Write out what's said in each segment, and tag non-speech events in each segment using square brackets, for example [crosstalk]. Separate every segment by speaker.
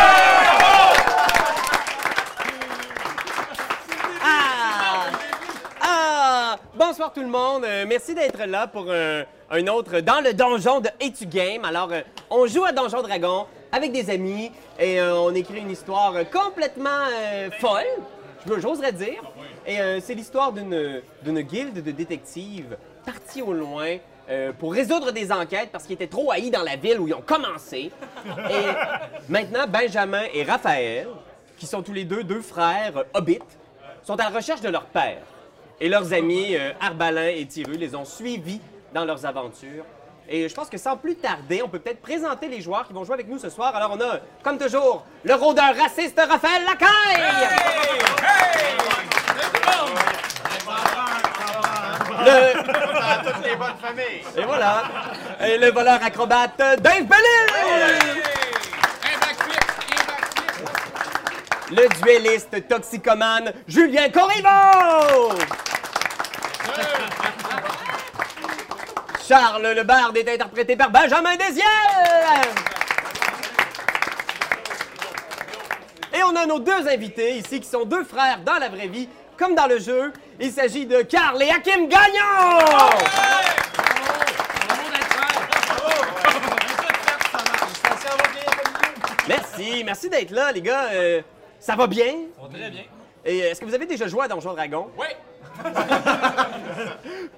Speaker 1: Ah! tout le monde. Euh, merci d'être là pour un, un autre dans le donjon de Etu Game. Alors, euh, on joue à Donjon Dragon avec des amis et euh, on écrit une histoire euh, complètement euh, folle, je me- j'oserais dire. Et euh, c'est l'histoire d'une d'une guilde de détectives partie au loin. euh, pour résoudre des enquêtes parce qu'ils étaient trop haïs dans la ville où ils ont commencé. Et maintenant, Benjamin et Raphaël, qui sont tous les deux deux frères euh, hobbits, sont à la recherche de leur père. Et leurs amis, euh, Arbalin et Tiru, les ont suivis dans leurs aventures. Et je pense que sans plus tarder, on peut peut-être présenter les joueurs qui vont jouer avec nous ce soir. Alors, on a, comme toujours, le rôdeur raciste Raphaël Lacaille! Le...
Speaker 2: toutes les bonnes familles.
Speaker 1: Et voilà! Et le voleur acrobate Dave Bellil!
Speaker 3: Un backflip, un backflip.
Speaker 1: Le duelliste toxicomane Julien Corriveau! Charles Le Barde est interprété par Benjamin Desiel! Et on a nos deux invités ici qui sont deux frères dans la vraie vie, comme dans le jeu. Il s'agit de Carl et Hakim Gagnon! Merci, merci d'être là, les gars. Euh, ça va bien?
Speaker 3: Très bien.
Speaker 1: Et euh, est-ce que vous avez déjà joué à Donjon Dragon?
Speaker 3: Oui.
Speaker 1: [laughs]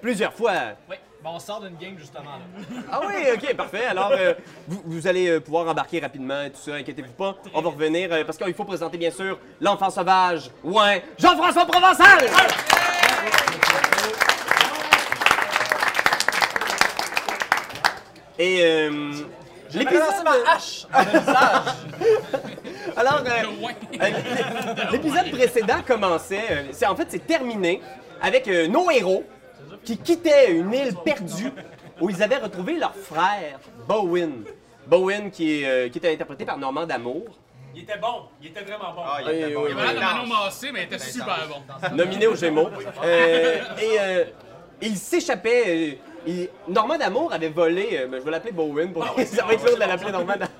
Speaker 1: Plusieurs fois.
Speaker 3: Oui. Bon, on sort d'une game justement là.
Speaker 1: Ah oui, ok, parfait. Alors, euh, vous, vous allez euh, pouvoir embarquer rapidement et tout ça, inquiétez-vous pas. On va revenir euh, parce qu'il faut présenter, bien sûr, l'enfant sauvage, ouais, Jean-François Provençal! Et euh, l'épisode... [laughs] Alors, euh,
Speaker 3: Ouais.
Speaker 1: euh, [laughs] l'épisode précédent commençait, euh, c'est, en fait, c'est terminé avec euh, nos héros qui quittaient une île perdue où ils avaient retrouvé leur frère, Bowen. Bowen, qui, est, euh, qui était interprété par Normand D'Amour,
Speaker 4: Il était bon, il était vraiment bon.
Speaker 2: Ah, il était
Speaker 1: Eh Oui,
Speaker 2: bon.
Speaker 1: oui,
Speaker 2: Il
Speaker 1: oui.
Speaker 2: était
Speaker 3: Voilà, le Manon
Speaker 2: intense.
Speaker 3: Massé, mais elle était super bon.
Speaker 1: nominé aux Gémeaux. Euh, et euh, il s'échappait. euh, il- Normand D'Amour avait volé, euh, ben, je vais l'appeler Bowen pour [laughs] ça va être lourd de l'appeler Normand D'Amour.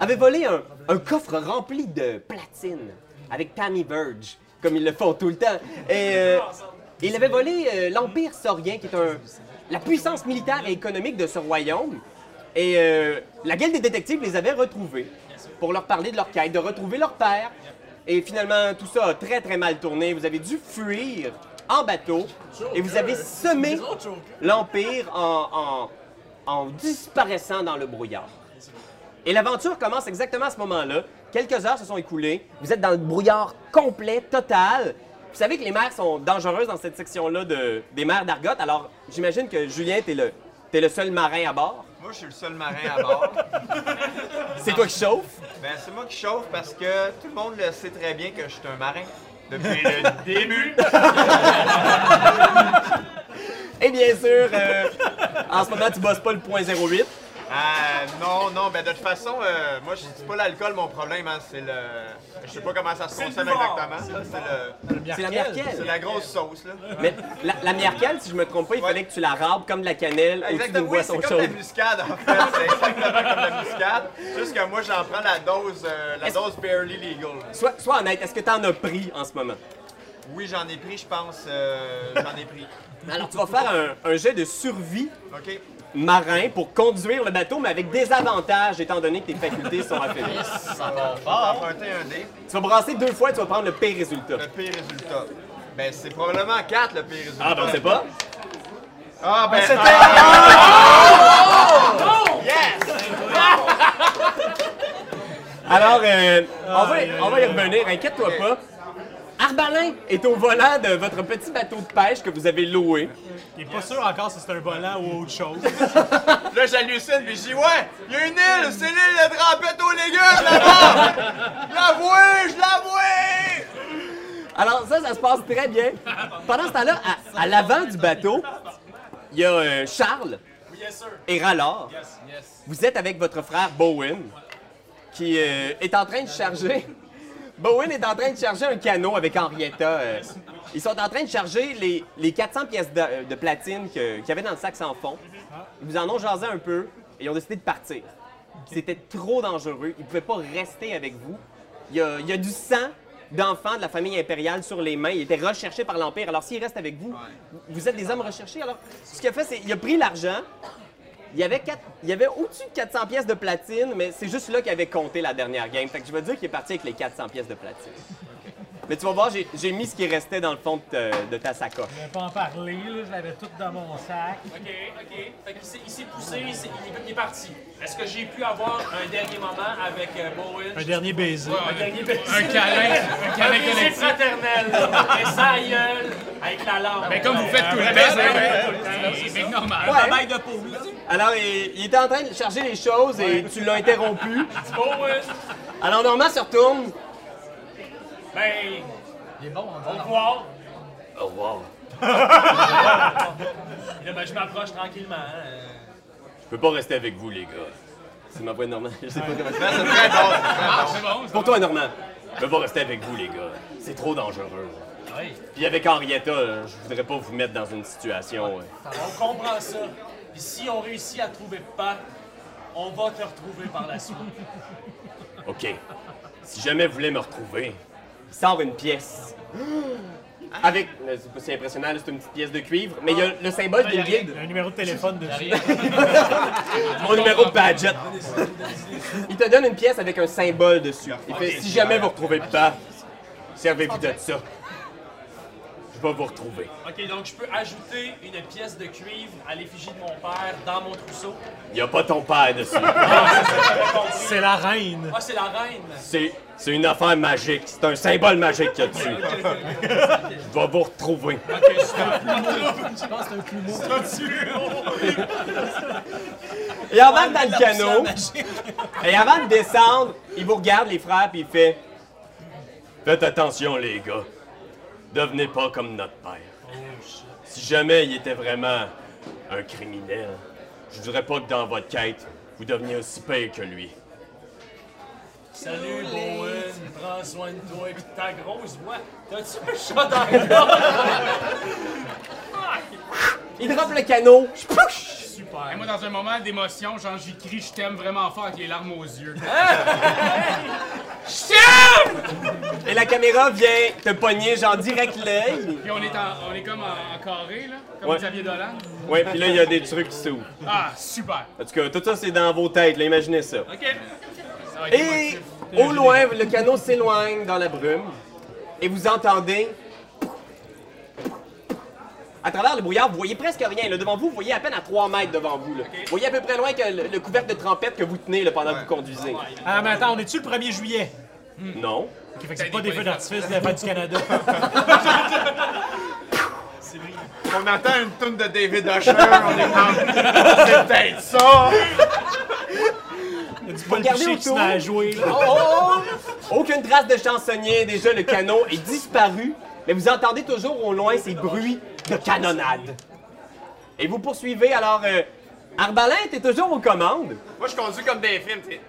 Speaker 1: avait volé un, un coffre rempli de platine avec Tammy Verge, comme ils le font tout le temps. Et euh, il avait volé euh, l'Empire saurien, qui est un, la puissance militaire et économique de ce royaume. Et euh, la guilde des détectives les avait retrouvés pour leur parler de leur quête, de retrouver leur père. Et finalement, tout ça a très très mal tourné. Vous avez dû fuir en bateau et vous avez semé l'Empire en- en- en disparaissant dans le brouillard. Et l'aventure commence exactement à ce moment-là. Quelques heures se sont écoulées. Vous êtes dans le brouillard complet, total. Vous savez que les mers sont dangereuses dans cette section-là de- des mers d'Argote. Alors, j'imagine que Julien, t'es le, t'es le seul marin à bord.
Speaker 2: Moi, je suis le seul marin à
Speaker 4: [laughs]
Speaker 2: bord.
Speaker 1: C'est toi qui chauffe.
Speaker 2: Ben, c'est moi qui chauffe parce que tout le monde le sait très bien que je suis un marin. Depuis
Speaker 4: [laughs]
Speaker 2: le début.
Speaker 1: Et bien sûr, euh, en ce moment, tu bosses pas le point 08.
Speaker 2: Ah, non, non, ben de toute façon, euh, moi, je dis pas l'alcool mon problème, hein, c'est le... Je sais pas comment ça se consomme
Speaker 4: buvard.
Speaker 2: exactement, ça, c'est le...
Speaker 1: C'est la
Speaker 2: C'est
Speaker 1: miarquelle.
Speaker 2: la grosse sauce, là.
Speaker 1: Mais la, la miarquelle, si je me trompe pas, il
Speaker 2: Ouais.
Speaker 1: fallait que tu la rabes comme de la cannelle ou tu
Speaker 2: Exactement,
Speaker 1: nous
Speaker 2: oui,
Speaker 1: boissons
Speaker 2: c'est
Speaker 1: chaude.
Speaker 2: comme la muscade, en fait. C'est exactement comme la muscade, juste que moi, j'en prends la dose, euh, la
Speaker 1: Est-ce-
Speaker 2: dose barely legal.
Speaker 1: Sois, sois honnête, est-ce que t'en as pris en ce moment?
Speaker 2: Oui, j'en ai pris, je pense, euh, j'en ai pris.
Speaker 1: Alors, tu vas faire un- un jet de survie
Speaker 2: OK?
Speaker 1: marin pour conduire le bateau, mais avec des avantages, étant donné que tes facultés sont affaiblies.
Speaker 2: On va emprunter un dé.
Speaker 1: Tu vas brasser deux fois et tu vas prendre le pire résultat.
Speaker 2: Le pire résultat. Ben, c'est probablement 4 le pire résultat.
Speaker 1: Ah, ben, on sait pas.
Speaker 2: Ah, ben, c'était.
Speaker 1: Oh!
Speaker 2: Yes!
Speaker 1: Alors, euh, on, va, on va y revenir, inquiète-toi
Speaker 2: Ok.
Speaker 1: pas. Arbalin est au volant de votre petit bateau de pêche que vous avez loué.
Speaker 4: Il est pas sûr encore si c'est un volant ou autre chose.
Speaker 2: Là, j'hallucine, puis je dis, ouais, il y a une île, c'est l'île de trempette aux légumes là-bas! Je l'avoue, je l'avoue!
Speaker 1: Alors, ça, ça se passe très bien. Pendant ce temps-là, à, à l'avant du bateau, il y a euh, Charles et Rallard.
Speaker 3: Yes.
Speaker 1: Vous êtes avec votre frère Bowen, qui euh, est en train de charger. [laughs] Bowen est en train de charger un canot avec Henrietta. euh. Ils sont en train de charger les, les 400 pièces de, euh, de platine que- qu'il y avait dans le sac sans fond. Ils vous en ont jasé un peu et ils ont décidé de partir. C'était trop dangereux. Ils ne pouvaient pas rester avec vous. Il y a, il y a du sang d'enfants de la famille impériale sur les mains. Il était recherché par l'Empire. Alors, s'il reste avec vous, vous êtes des hommes recherchés. Alors, ce qu'il a fait, c'est qu'il a pris l'argent. Il y avait, quatre- il y avait au-dessus de 400 pièces de platine, mais c'est juste là qu'il avait compté la dernière game. Fait que je vais dire qu'il est parti avec les 400 pièces de platine. Mais tu vas voir, j'ai- j'ai mis ce qui restait dans le fond de, ta- de ta sacoche.
Speaker 5: Je vais pas en parler, là, je l'avais tout dans mon sac.
Speaker 6: OK, OK. Fait qu'il s'est- il s'est poussé, il, s'est- il est- il est parti. Est-ce que j'ai pu avoir un dernier moment avec euh, Bowen?
Speaker 4: Un dernier baiser.
Speaker 6: Un dernier baiser.
Speaker 3: Un câlin, un
Speaker 6: Un
Speaker 3: câlin
Speaker 6: baiser
Speaker 3: collectif.
Speaker 6: fraternel. Et ça gueule avec la langue.
Speaker 3: Mais Ben, comme vous faites tout le temps, c'est bien normal.
Speaker 1: Ouais.
Speaker 3: Bye-bye de peau, là.
Speaker 1: Alors, il, il était en train de charger les choses et tu l'as interrompu.
Speaker 6: Bowen,
Speaker 1: Alors, Normand se retourne.
Speaker 6: ben,
Speaker 3: Il est bon, hein, on
Speaker 6: au revoir.
Speaker 1: Oh, wow.
Speaker 6: Et Là, ben, je m'approche tranquillement. hein.
Speaker 1: Je peux pas rester avec vous, les gars. C'est ma voix de Normand. Je sais pas comment ça
Speaker 2: C'est très drôle.
Speaker 3: C'est bon, c'est
Speaker 1: Pour toi, Normand, je peux pas rester avec vous, les gars. C'est trop dangereux. Puis avec Henrietta, euh, je voudrais pas vous mettre dans une situation. euh.
Speaker 6: On comprend ça. Puis si on réussit à trouver pas, on va te retrouver par la suite.
Speaker 1: OK. Si jamais vous voulez me retrouver, il sort une [gasps] pièce. Avec. euh, C'est pas si impressionnant, là, c'est une petite pièce de cuivre, mais Ah, il y a le symbole d'une guide.
Speaker 4: Un numéro de téléphone dessus.
Speaker 1: Mon numéro de [laughs] budget. Il te donne une pièce avec un symbole dessus. Il fait si jamais vous retrouvez pas, servez-vous de ça. Je vais vous retrouver.
Speaker 6: OK, donc je peux ajouter une pièce de cuivre à l'effigie de mon père dans mon trousseau.
Speaker 1: Il a pas ton père dessus.
Speaker 4: C'est la reine.
Speaker 6: Ah, c'est la reine.
Speaker 1: C'est c'est une affaire magique. C'est un symbole magique qu'il y a dessus. Je vais vous retrouver. Et avant dans le canot, et avant de descendre, il vous regarde les frères puis il fait Faites attention les gars. Devenez pas comme notre père. Si jamais il était vraiment un criminel, je voudrais pas que dans votre quête, vous deveniez aussi pire que lui.
Speaker 6: Salut, Bowen. Prends soin de toi. Puis ta grosse voix. T'as-tu un chat dans le dos?
Speaker 1: Il drop le canot.
Speaker 3: Et moi, dans un moment d'émotion, genre, j'y crie, je t'aime vraiment fort avec les larmes aux yeux.
Speaker 1: Et la caméra vient te pogner genre direct l'œil.
Speaker 3: Puis on est, en- on est comme en, en carré, là, comme
Speaker 1: Ouais.
Speaker 3: Xavier Dolan.
Speaker 1: Ouais, puis là, il y a des trucs qui s'ouvrent.
Speaker 3: Ah, super.
Speaker 1: En tout cas, tout ça, c'est dans vos têtes, là, imaginez ça.
Speaker 6: OK.
Speaker 3: Ça va être
Speaker 1: Et
Speaker 3: émotif.
Speaker 1: au loin, le canot s'éloigne dans la brume et vous entendez. À travers le brouillard, vous voyez presque rien. Là, devant vous, vous voyez à peine à 3 mètres devant vous. là. Vous voyez à peu près loin que le, le couvercle de trempette que vous tenez là, pendant que vous conduisez.
Speaker 3: Oh
Speaker 4: Ah, mais attends, on est-tu le 1er juillet?
Speaker 1: Non.
Speaker 4: Ok, fait que c'est
Speaker 6: Ben,
Speaker 4: pas des feux d'artifice de la fête du Canada.
Speaker 2: On entend une toune de David Usher, on est comme, C'est peut-être ça!
Speaker 4: Tu peux le
Speaker 1: Regardez
Speaker 4: piché qui se
Speaker 1: autour.
Speaker 4: met à jouer, là.
Speaker 1: Oh, oh, oh! Aucune trace de chansonnier. Déjà, le canot est disparu. Mais vous entendez toujours au loin ces bruits de canonnade. Et vous poursuivez. Alors, euh, Arbalin était toujours aux commandes.
Speaker 2: Moi, je conduis comme des films. t'sais.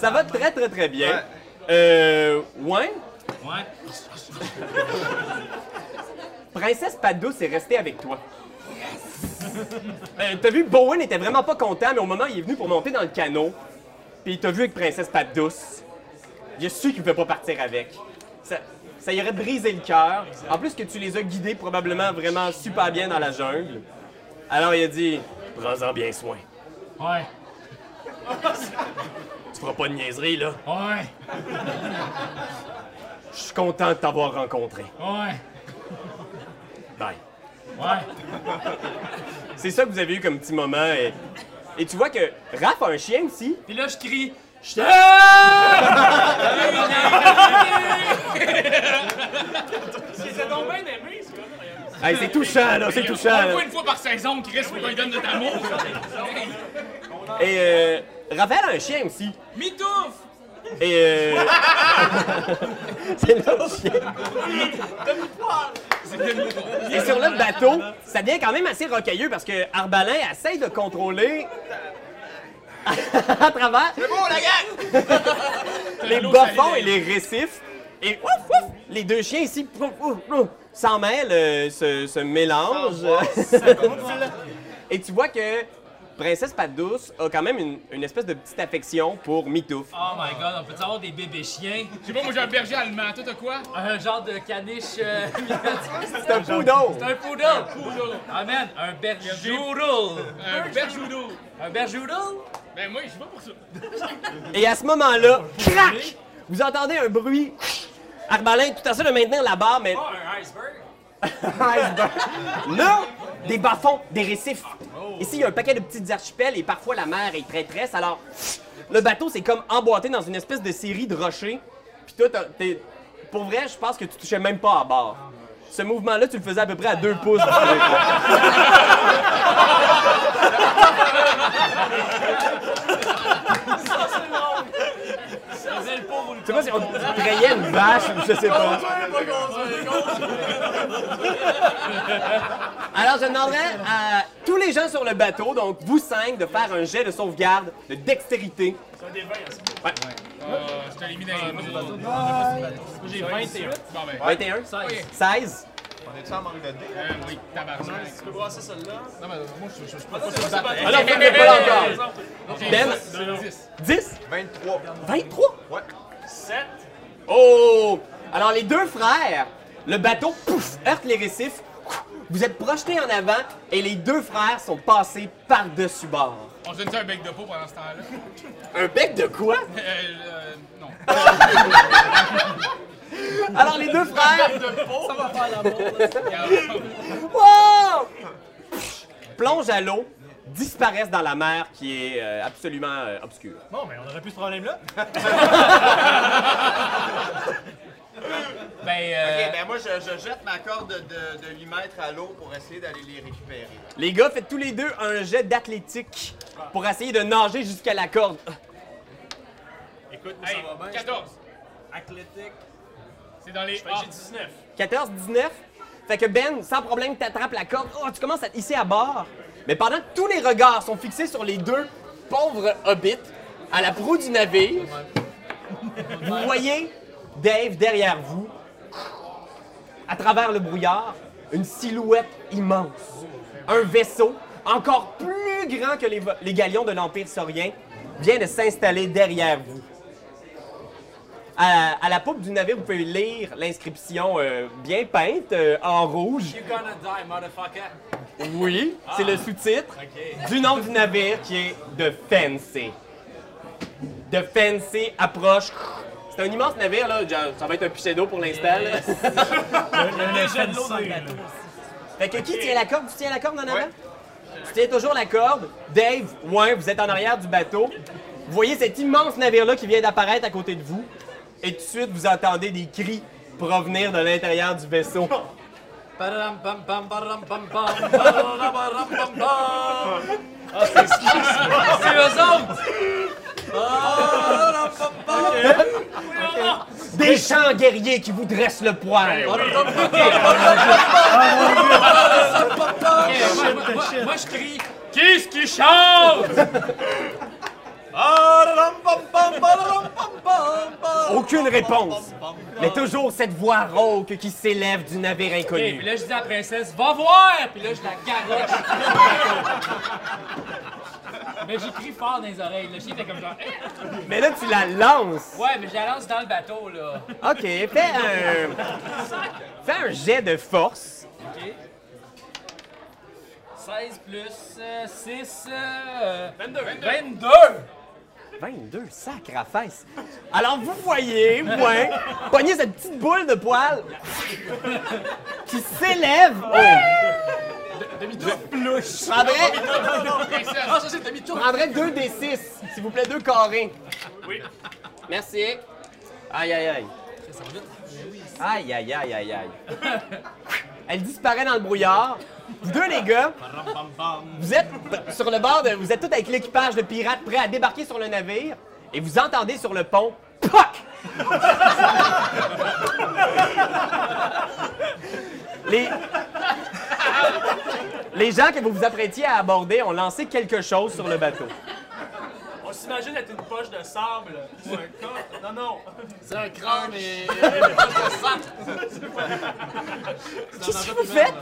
Speaker 1: Ça va très, très, très bien. Euh. Ouais?
Speaker 6: Ouais.
Speaker 1: Princesse Padouce est restée avec toi. Euh, t'as vu, Bowen était vraiment pas content, mais au moment où il est venu pour monter dans le canot, puis t'as vu avec Princesse Padouce, il a su qu'il pouvait pas partir avec. Ça, ça y aurait brisé le cœur. En plus que tu les as guidés probablement vraiment super bien dans la jungle. Alors il a dit, prends-en bien soin.
Speaker 5: Ouais,
Speaker 1: Tu feras pas de niaiserie, là.
Speaker 5: ouais,
Speaker 1: Je suis content de t'avoir rencontré.
Speaker 5: ouais,
Speaker 1: Bye.
Speaker 5: ouais.
Speaker 1: [laughs] C'est ça que vous avez eu comme petit moment. Et, et tu vois que Raph a un chien aussi.
Speaker 6: Puis là, je crie. Je t'aime! Ils donc bien aimé, ce gars-là.
Speaker 1: Hey, c'est touchant, là, c'est touchant.
Speaker 3: On le
Speaker 1: là.
Speaker 3: voit une fois par saison, Chris, pour qu'on lui donne notre amour.
Speaker 1: Et euh, Raphaël a un chien aussi.
Speaker 6: Mitouf!
Speaker 1: Et euh... [laughs] c'est le chien. Et sur le bateau, ça devient quand même assez rocailleux parce que Arbalin essaie de contrôler [laughs] à travers [laughs] les bas-fonds et les récifs. Et ouf, ouf, les deux chiens ici pouf, ouf, ouf, s'en [laughs] mêlent, euh, se, se mélangent. et tu vois que Princesse Padouce a quand même une, une espèce de petite affection pour Mitouf.
Speaker 7: Oh my god, on peut avoir des bébés chiens?
Speaker 3: Je sais pas, moi j'ai un berger allemand, toi t'as quoi?
Speaker 7: Un genre de caniche. euh,
Speaker 1: C'est un poudon!
Speaker 7: un poodle!
Speaker 3: Poodle.
Speaker 7: Ah man, un bergeoodle!
Speaker 3: Un bergeudo.
Speaker 7: Un bergeoodle?
Speaker 3: Ben moi, je suis pas pour ça.
Speaker 1: Et à ce moment-là, crac! Vous entendez un bruit. Arbalin, tout à fait de maintenir la barre, mais
Speaker 6: Pas Oh,
Speaker 1: [laughs]
Speaker 6: un iceberg.
Speaker 1: iceberg. Là, des bas-fonds, des récifs. Ici, il y a un paquet de petits archipels et parfois la mer est très tresse. Alors, le bateau, c'est comme emboîté dans une espèce de série de rochers. Puis toi, t'as- t'es- pour vrai, je pense que tu touchais même pas à bord. Ce mouvement-là, tu le faisais à peu près à deux [laughs] pouces. du truc.
Speaker 7: Faisait le pauvre ou le
Speaker 1: Je sais pas si on trayait une vache ou je sais pas. Alors, je demanderais à tous les gens sur le bateau, donc vous cinq, de faire un jet de sauvegarde de dextérité.
Speaker 3: Euh, je t'élimine dans les mots.
Speaker 7: J'ai 21.
Speaker 3: Bon ben,
Speaker 1: 21? 16. 16?
Speaker 2: On est-tu en manque de dés?
Speaker 3: euh, oui, tabarnak.
Speaker 6: Tu peux brasser celle-là.
Speaker 3: Non, mais euh, moi, je- je je peux
Speaker 6: Ah, non, c'est pas
Speaker 1: Ah non, vous pas là encore.
Speaker 3: J'ai
Speaker 1: Ben.
Speaker 3: dix, j'ai dix.
Speaker 1: 10?
Speaker 2: 23.
Speaker 1: 23?
Speaker 2: Ouais.
Speaker 6: 7.
Speaker 1: Oh! Alors, les deux frères, le bateau, pouf, heurte les récifs. Vous êtes projetés en avant et les deux frères sont passés par-dessus bord.
Speaker 3: On se donne ça un bec de peau pendant ce [laughs] temps-là?
Speaker 1: Un bec de quoi?
Speaker 3: Euh, euh, non.
Speaker 1: Alors, les deux frères
Speaker 3: Regarde.
Speaker 1: Wow! Plonge à l'eau, disparaissent dans la mer qui est euh, absolument euh, obscure.
Speaker 4: Bon, Oh, mais on aurait plus ce problème-là.
Speaker 7: [laughs] Ben,
Speaker 2: Ok,
Speaker 7: euh,
Speaker 2: ben moi, je, je jette ma corde de, de 8 mètres à l'eau pour essayer d'aller les récupérer.
Speaker 1: Les gars, faites tous les deux un jet d'athlétique pour essayer de nager jusqu'à la corde.
Speaker 2: Écoute,
Speaker 3: Hey, 14.
Speaker 6: Athlétique.
Speaker 3: C'est dans les.
Speaker 6: J'ai
Speaker 3: Ah,
Speaker 6: 19.
Speaker 1: 14, 19. Fait que Ben, sans problème, t'attrapes la corde. Oh, tu commences à te hisser à bord. Mais pendant que tous les regards sont fixés sur les deux pauvres hobbits à la proue du navire, vous voyez Dave derrière vous, à travers le brouillard, une silhouette immense. Un vaisseau encore plus grand que les, vo- les galions de l'Empire saurien vient de s'installer derrière vous. À, à la poupe du navire, vous pouvez lire l'inscription euh, bien peinte euh, en rouge.
Speaker 6: You're gonna die, motherfucker.
Speaker 1: Oui, c'est le sous-titre du nom du navire qui est The Fancy. The Fancy approche. C'est un immense navire, là. genre, Ça va être un pichet d'eau pour l'instant. là. fait que qui tient la corde? Tu tiens la corde en avant? Tu tiens toujours la corde. Dave, ouais, vous êtes en arrière du bateau. Vous voyez cet immense navire-là qui vient d'apparaître à côté de vous. Et tout de suite, vous entendez des cris provenir de l'intérieur du vaisseau.
Speaker 7: Pararam pam pam pararam pam pam pararam pararam pam pam. Ah, c'est C'est eux autres! Pararam pam pam.
Speaker 1: Des chants guerriers qui vous dressent le poil.
Speaker 7: Ok, moi- moi- moi- Moi, je crie.
Speaker 3: Qu'est-ce qui chante?
Speaker 1: Aucune réponse. Mais toujours cette voix rauque qui s'élève du navire
Speaker 7: Et puis
Speaker 1: inconnu.
Speaker 7: là, je dis à la princesse, va voir! Puis là, je la [laughs] garoche. mais j'ai crié fort dans les oreilles. Le chien était comme genre, Eh!
Speaker 1: Mais là, tu la lances.
Speaker 7: ouais, mais je la lance dans le bateau, là.
Speaker 1: OK, fais un... Fais un jet de force.
Speaker 7: 16 plus
Speaker 5: euh,
Speaker 7: 6, 22.
Speaker 1: 22, sacre à fesse. Alors, vous voyez, ouais, pognez cette petite boule de poil qui s'élève. Oh! Prendrais,
Speaker 7: Ah, ça, c'est demi-tour.
Speaker 1: prendrais deux des six, s'il vous plaît, deux carrés.
Speaker 3: Oui.
Speaker 1: Merci. Aïe, aïe, aïe. Aïe, aïe, aïe, aïe, aïe. Elle disparaît dans le brouillard. Vous deux, les gars, vous êtes sur le bord, de, vous êtes tous avec l'équipage de pirates prêts à débarquer sur le navire et vous entendez sur le pont POC! les... les gens que vous vous apprêtiez à aborder ont lancé quelque chose sur le bateau.
Speaker 6: On s'imagine être une poche de sable ou un coffre. Non, non.
Speaker 1: Qu'est-ce que vous faites?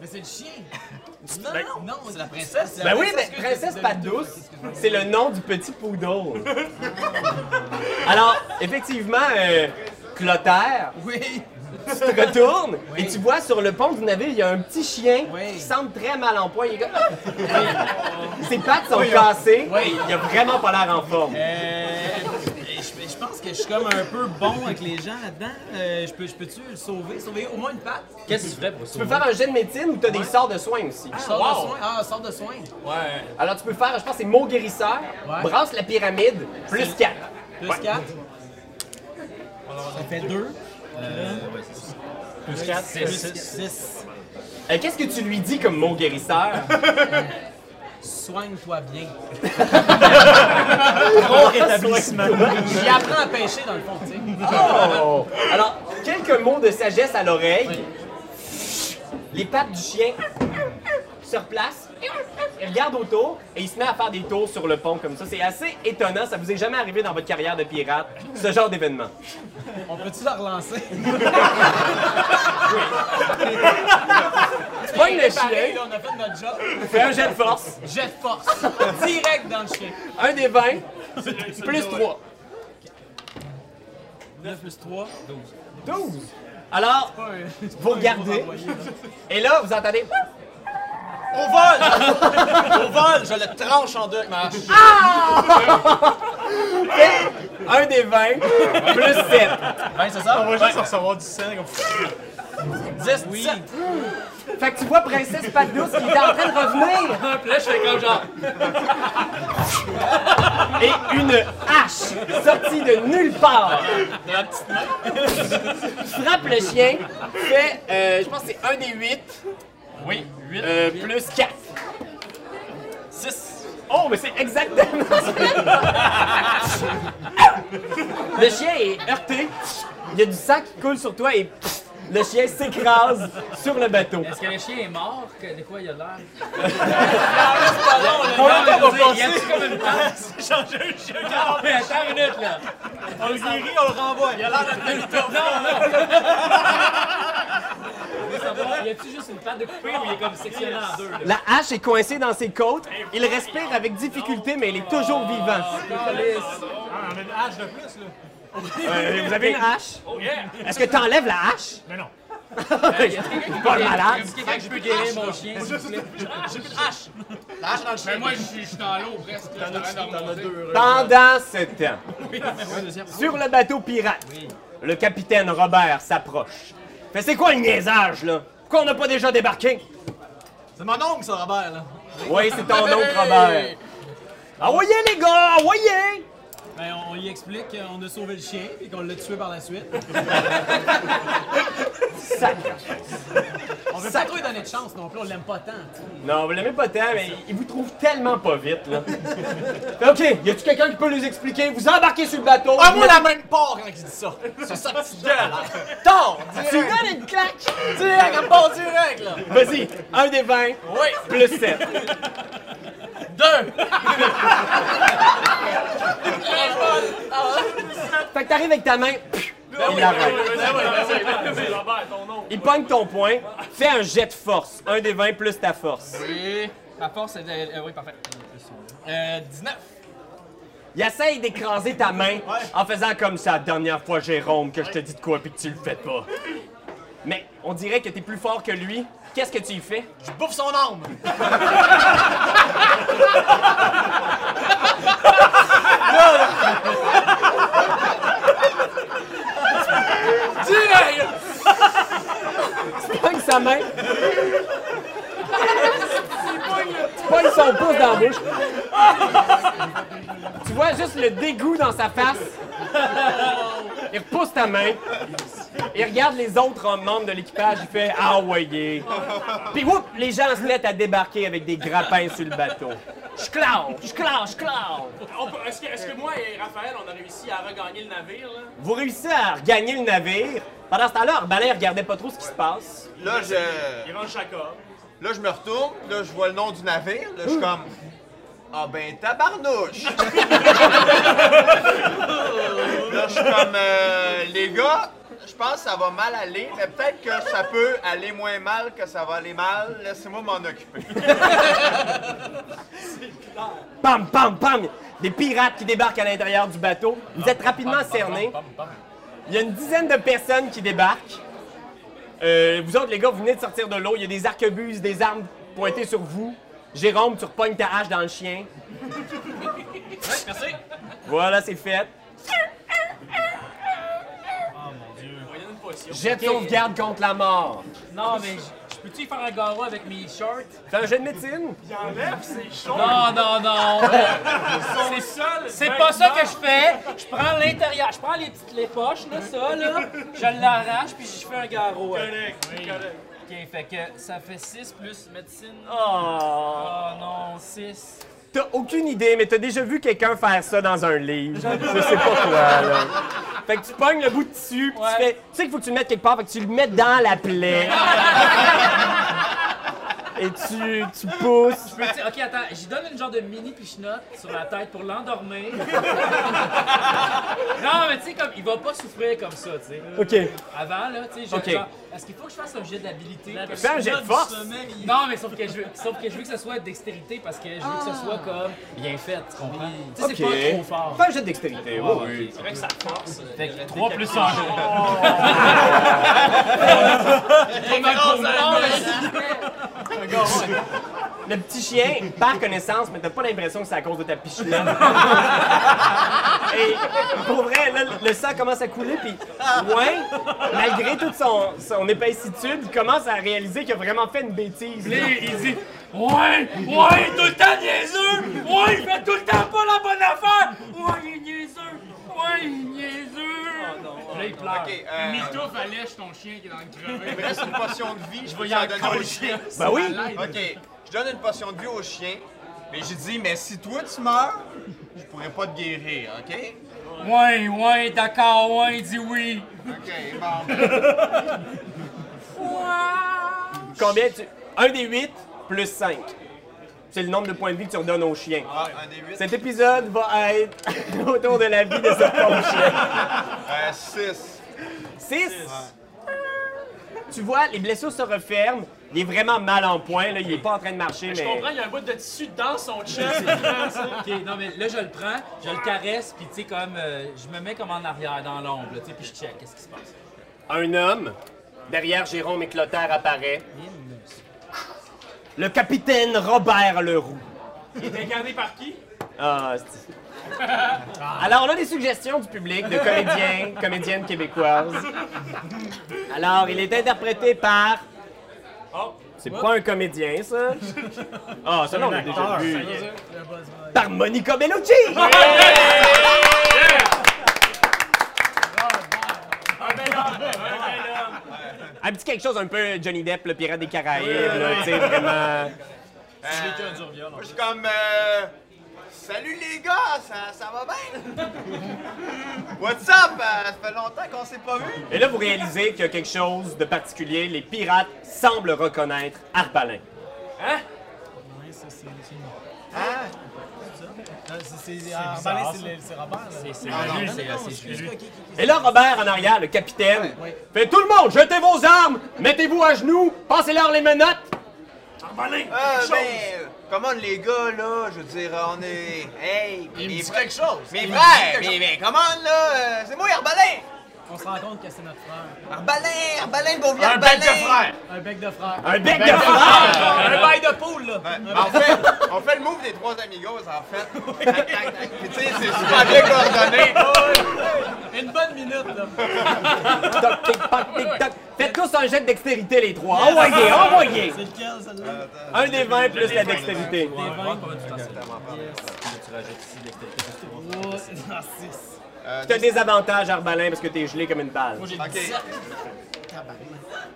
Speaker 8: Mais c'est le chien.
Speaker 7: Non, non, non,
Speaker 8: c'est la princesse.
Speaker 1: Ben oui, mais Princesse Patouce, c'est le nom du petit poodle. Alors, effectivement, euh, Clotaire,
Speaker 8: Oui.
Speaker 1: tu te retournes
Speaker 8: Oui.
Speaker 1: et tu vois sur le pont du navire, il y a un petit chien
Speaker 8: Oui.
Speaker 1: qui semble très mal en point. Il est comme... [laughs] Ses pattes sont cassées.
Speaker 8: Oui.
Speaker 1: Il a vraiment pas l'air en forme.
Speaker 8: Euh, je, je pense que je suis comme un peu bon avec les gens là-dedans. Euh, je peux- je peux-tu le sauver? Sauver au moins une patte?
Speaker 7: Qu'est-ce que tu ferais pour
Speaker 1: Tu
Speaker 7: sauver?
Speaker 1: peux faire un jet de médecine ou t'as des sorts de soins aussi.
Speaker 8: Sort de soin. Ah, sort de soin.
Speaker 7: Ouais.
Speaker 1: Alors tu peux faire, je pense, c'est mot guérisseur,
Speaker 8: Ouais.
Speaker 1: brasse la pyramide, plus 4.
Speaker 8: Plus 4. Ça fait 2. plus 4, 6.
Speaker 1: Euh, Qu'est-ce que tu lui dis comme mot guérisseur?
Speaker 8: [laughs] Soigne-toi bien.
Speaker 4: Bon rétablissement.
Speaker 8: J'y apprends à pêcher dans le fond, tu sais.
Speaker 1: Oh! Alors, quelques mots de sagesse à l'oreille. Les pattes du chien se replacent, il regarde autour et il se met à faire des tours sur le pont comme ça. C'est assez étonnant, ça vous est jamais arrivé dans votre carrière de pirate, ce genre d'événement.
Speaker 8: On peut-tu la relancer?
Speaker 3: [laughs]
Speaker 1: Tu pognes le
Speaker 8: Pareil,
Speaker 1: chien,
Speaker 8: là, on a fait notre job.
Speaker 1: fais un jet de force,
Speaker 8: Jet de force. Direct dans le chien.
Speaker 1: un des 20, plus 3.
Speaker 8: 9 plus 3. 12.
Speaker 1: 12. Alors, vous regardez, et là, vous entendez...
Speaker 7: Au vol! Au vol! Je le tranche en deux avec ma hache.
Speaker 1: Un des 20, plus 7.
Speaker 7: Ben, c'est ça?
Speaker 4: On va juste recevoir du sang. Comme...
Speaker 7: 10, oui.
Speaker 1: Fait que tu vois Princesse Patouce qui est en train de revenir.
Speaker 7: [laughs] Puis là, je fais comme genre.
Speaker 1: [laughs] et une hache sortie de nulle part. [laughs] Frappe le chien, fait, euh, je pense que c'est 1 des 8.
Speaker 7: Oui, 8.
Speaker 1: Euh, plus 4. 6. Oh, mais c'est exactement ça. [laughs] le chien est heurté. Il y a du sang qui coule sur toi et le chien s'écrase sur le bateau.
Speaker 5: Est-ce que le chien est mort? Que- De quoi il a [laughs] l'air?
Speaker 8: On l'a pas
Speaker 5: Il y a comme une patte?
Speaker 8: Mais attends une minute, là.
Speaker 4: On le guérit, on le renvoie. Il
Speaker 5: [laughs]
Speaker 4: a l'air d'être
Speaker 5: Il y a-tu juste une patte de coupée ou il est comme sectionné en deux?
Speaker 8: Oh,
Speaker 5: là?
Speaker 1: La hache est coincée dans ses côtes. Il respire avec difficulté, mais il est toujours vivant.
Speaker 4: On a Ah, une hache de plus,
Speaker 1: Euh,
Speaker 4: là. Oh,
Speaker 1: Vous avez une hache? Est-ce que t'enlèves la hache? [laughs]
Speaker 4: Mais non.
Speaker 1: Pas malade.
Speaker 5: Est-ce qu'il y a quelqu'un qui peut guérir mon chien, s'il vous plaît?
Speaker 3: Mais moi, je suis- je suis dans l'eau presque. là, je suis en train de remonter.
Speaker 1: Pendant ce temps, sur le bateau pirate, le capitaine Robert s'approche. Fait c'est quoi le niaisage, là? Pourquoi on n'a pas déjà débarqué?
Speaker 7: C'est mon oncle, ça, Robert, là.
Speaker 1: Oui, c'est
Speaker 7: [laughs]
Speaker 1: ton oncle Robert. Envoyez, les gars, envoyez!
Speaker 8: Ben, on, on lui explique qu'on a sauvé le chien et qu'on l'a tué par la suite.
Speaker 1: Sacre.
Speaker 8: On veut
Speaker 1: Ça-
Speaker 8: pas trop lui donner de chance non plus, on l'aime pas tant. tu sais.
Speaker 1: Non, vous l'aimez pas tant, mais il vous trouve tellement pas vite, là. [laughs] Fait, OK, y a-tu quelqu'un qui peut nous expliquer? Vous embarquez sur le bateau.
Speaker 7: Ah,
Speaker 1: vous
Speaker 7: moi, la
Speaker 1: mettez-
Speaker 7: même part quand il dit ça. C'est ça, petite gueule, là. Tord!
Speaker 1: Tu
Speaker 7: Direct,
Speaker 1: donnes une claque!
Speaker 7: direct, elle part direct, là.
Speaker 1: Vas-y, un des 20,
Speaker 7: Oui,
Speaker 1: plus 7.
Speaker 7: deux.
Speaker 1: Fait que t'arrives avec ta main, pff,
Speaker 7: Ben
Speaker 1: il l'arrête. Il pogne ton point, fais un jet de force. Un des 20 plus ta force.
Speaker 8: Et ma force, c'est. de- euh, oui, parfait.
Speaker 7: Euh, 19.
Speaker 1: Il essaye d'écraser ta main en faisant comme ça la dernière fois, Jérôme, que je te dis de quoi puis que tu le fais pas. Mais on dirait que t'es plus fort que lui. Qu'est-ce que tu y fais?
Speaker 7: Je bouffe son
Speaker 1: [laughs]
Speaker 7: arme.
Speaker 1: Tu pognes sa main. tu pognes son pouce dans la bouche. tu vois juste le dégoût dans sa face. Il repousse ta main. Il regarde les autres membres de l'équipage. Il fait Ah, voyez. Puis, whoop, les gens se mettent à débarquer avec des grappins sur le bateau. Je claque, je claque, je claque.
Speaker 6: On peut- Est-ce que, est-ce que moi et Raphaël, on a réussi à regagner le navire, là?
Speaker 1: Vous réussissez à regagner le navire. Pendant ce temps-là, Arbalin regardait pas trop ce qui se passe.
Speaker 2: Là, je.
Speaker 6: Il rentre chacun.
Speaker 2: Là, je me retourne, là, je vois le nom du navire, là, je suis comme. Ah ben, [laughs] tabarnouche! là, je suis comme. euh, les gars, je pense que ça va mal aller, mais peut-être que ça peut aller moins mal que ça va aller mal. Laissez-moi m'en occuper.
Speaker 1: Pam, pam, pam! Des pirates qui débarquent à l'intérieur du bateau. Vous êtes rapidement cernés. Il y a une dizaine de personnes qui débarquent. Euh, vous autres, les gars, vous venez de sortir de l'eau. Il y a des arquebuses, des armes pointées sur vous. Jérôme, tu repognes ta hache dans le chien.
Speaker 6: Merci.
Speaker 1: Voilà, c'est fait.
Speaker 6: On va y donner une potion.
Speaker 1: Jette sauvegarde contre la mort.
Speaker 5: Non, mais je- je peux-tu y faire un gara avec mes shorts?
Speaker 1: Fais un jeu de médecine.
Speaker 5: Non, non, non!
Speaker 6: C'est seul.
Speaker 5: C'est pas ça que je fais! Je prends l'intérieur, je prends les petites les poches, là, ça, là, je l'arrache, puis je fais un garrot. Correct, Ok, fait que ça fait 6 plus médecine. Oh,
Speaker 1: Oh.
Speaker 5: non, 6.
Speaker 1: T'as aucune idée, mais t'as déjà vu quelqu'un faire ça dans un livre. Je sais pas quoi, là. Fait que tu pognes le bout de tissu, puis
Speaker 5: Ouais.
Speaker 1: tu fais... Tu sais qu'il faut que tu le mettes quelque part, fait que tu le mets dans la plaie. Et tu, tu pousses.
Speaker 5: Ok, attends, j'y donne une genre de mini pichenote sur la tête pour l'endormir. non, mais tu sais, comme, il va pas souffrir comme ça, tu sais.
Speaker 1: OK.
Speaker 5: Avant, là, tu sais, je.
Speaker 1: Ok.
Speaker 5: genre, Est-ce qu'il faut que je fasse un jet d'habilité?
Speaker 1: Fais un jet de force.
Speaker 5: Non, mais sauf que, je veux, sauf que je veux que ce soit dextérité parce que je veux que ce soit comme bien fait, tu comprends? Tu sais, c'est
Speaker 1: Ok.
Speaker 5: pas trop fort.
Speaker 1: Fais un jet de dextérité, oui, oui.
Speaker 6: C'est vrai que ça force.
Speaker 5: Fait que 3 [laughs] plus 1.
Speaker 1: Le petit chien, par connaissance, mais t'as pas l'impression que c'est à cause de ta pichelette. Et pour vrai, là, le sang commence à couler, puis ouais, malgré toute son, son épaissitude, il commence à réaliser qu'il a vraiment fait une bêtise. là.
Speaker 5: Il dit Ouais, ouais, tout le temps niaiseux! Ouais, il fait tout le temps pas la bonne affaire! Ouais, il est niaiseux! Ouais, il est niaiseux! Là, il pleure.
Speaker 2: Ok, euh,
Speaker 3: Mitouf à lèche ton chien qui est dans le
Speaker 2: il me
Speaker 3: crevé.
Speaker 2: reste une potion de vie. Je vais y en donner au chien.
Speaker 1: Ben oui!
Speaker 2: Ok, je donne une potion de vie au chien. Mais j'ai dit, mais si toi tu meurs, je pourrais pas te guérir, ok?
Speaker 5: Ouais, ouais, d'accord, ouais, il dit oui!
Speaker 2: Ok, bon.
Speaker 1: Combien tu. 1 des 8 plus 5. C'est le nombre de points de vie que tu redonnes au chien.
Speaker 2: Ah, un des huit.
Speaker 1: Cet épisode va être [laughs] autour de la vie de ce pauvre chien.
Speaker 2: Euh, six.
Speaker 1: 6. Tu vois, les blessures se referment. Il est vraiment mal en point, là. Il est pas en train de marcher,
Speaker 6: Je comprends,
Speaker 1: mais.
Speaker 6: il y a un bout de tissu dans son chest. c'est grand, ça.
Speaker 5: Ok, non, mais là, je le prends, je le caresse, puis tu sais, comme, euh, je me mets comme en arrière dans l'ombre, là, tu sais, puis je check, qu'est-ce qui se passe?
Speaker 1: Un homme, derrière Jérôme et Clotaire, apparaît. Le capitaine Robert Leroux.
Speaker 6: Il est incarné par qui?
Speaker 1: Ah, c'est- Alors, on a des suggestions du public de comédiens, comédiennes québécoises. Alors, il est interprété par. C'est pas un comédien, ça? Ah, ça, on l'a déjà vu. Par Monica Bellucci! Un petit quelque chose un peu Johnny Depp, le pirate des Caraïbes, là, tu sais, vraiment.
Speaker 2: Moi, je suis comme. euh, Salut les gars, ça, ça va bien? [laughs] What's up? Euh, Ça fait longtemps qu'on s'est pas vu.
Speaker 1: Et là, vous réalisez qu'il y a quelque chose de particulier. Les pirates semblent reconnaître Arbalin.
Speaker 4: Hein? Ah, C'est Arbalin, c'est le- c'est Robert. là. Ah,
Speaker 1: Et là, Robert, en arrière, le capitaine, fait Tout le monde, jetez vos armes, mettez-vous à genoux, passez-leur les menottes.
Speaker 2: Euh, ben, euh, comment les gars, là, je veux dire, on est. Hey, il me dit quelque chose. Mes frères, mais, mais comment là, euh, c'est moi, Herbalin.
Speaker 4: On se rend compte que c'est notre frère.
Speaker 2: Herbalin, Herbalin, le bon vieux Herbalin.
Speaker 4: Un bec de frère. Ah!
Speaker 1: Un bec de
Speaker 4: Ben,
Speaker 5: Ah!
Speaker 1: frère
Speaker 4: Un bail de poule, là.
Speaker 2: Ouais, ben, on, fait, on fait le move des trois amigos, en [laughs] fait. Tac, tac, tac. Puis, tu sais, c'est super bien coordonné.
Speaker 4: Une bonne minute, là.
Speaker 1: Toc, tic-toc, tic-toc. Faites tous un jet de dextérité, les trois. Envoyez, envoyez
Speaker 4: C'est lequel, celle-là?
Speaker 1: Un des 20 plus la dextérité.
Speaker 4: Trois, non, six.
Speaker 1: T'as des avantages, Arbalin, parce que t'es gelé comme une balle.
Speaker 2: Ok.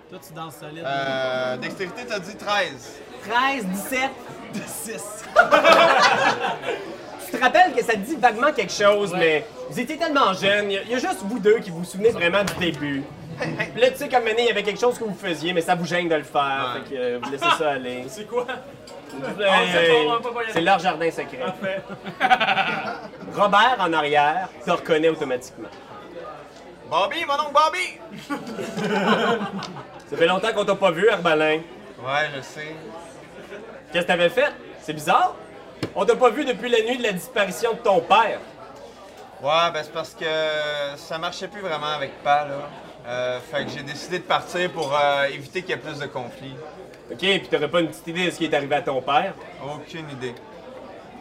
Speaker 4: Toi, tu danses solide.
Speaker 2: Euh, dextérité, t'as dit 13.
Speaker 1: 13, 17.
Speaker 4: Six.
Speaker 1: Tu te rappelles que ça te dit vaguement quelque chose, mais vous étiez tellement jeunes, il y, a- il y a juste vous deux qui vous souvenez vraiment du début. Puis là, tu sais, comme mené, il y avait quelque chose que vous faisiez, mais ça vous gêne de le faire. Fait que euh, vous laissez ça aller.
Speaker 6: C'est quoi?
Speaker 1: Euh,
Speaker 5: Ah,
Speaker 1: C'est leur jardin secret. [laughs] Robert en arrière te reconnaît automatiquement.
Speaker 2: Bobby, mon oncle Bobby!
Speaker 1: Ça fait longtemps qu'on t'a pas vu, Herbalin.
Speaker 2: Ouais, je sais.
Speaker 1: Qu'est-ce que t'avais fait? C'est bizarre. On t'a pas vu depuis la nuit de la disparition de ton père.
Speaker 2: Ouais, ben c'est parce que ça marchait plus vraiment avec Pa, là. Euh, fait que j'ai décidé de partir pour euh, éviter qu'il y ait plus de conflits.
Speaker 1: OK, puis t'aurais pas une petite idée de ce qui est arrivé à ton père.
Speaker 2: Aucune idée.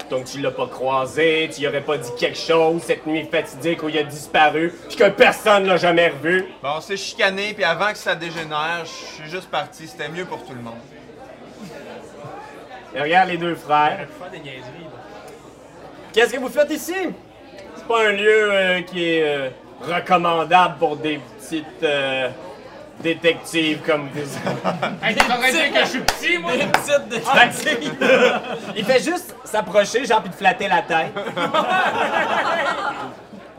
Speaker 1: Donc tu l'as pas croisé, tu y aurais pas dit quelque chose cette nuit fatidique où il a disparu, puis que personne l'a jamais revu.
Speaker 2: Bon, on s'est chicané, puis avant que ça dégénère, je suis juste parti. C'était mieux pour tout le monde.
Speaker 1: Et regarde les deux frères. Qu'est-ce que vous faites ici? C'est pas un lieu euh, qui est euh, recommandable pour des petites euh, détectives comme vous. [laughs]
Speaker 3: Hey, t'es en train de dire que je suis petit, moi?
Speaker 5: Ah,
Speaker 1: Il fait juste s'approcher, genre, puis de flatter la tête.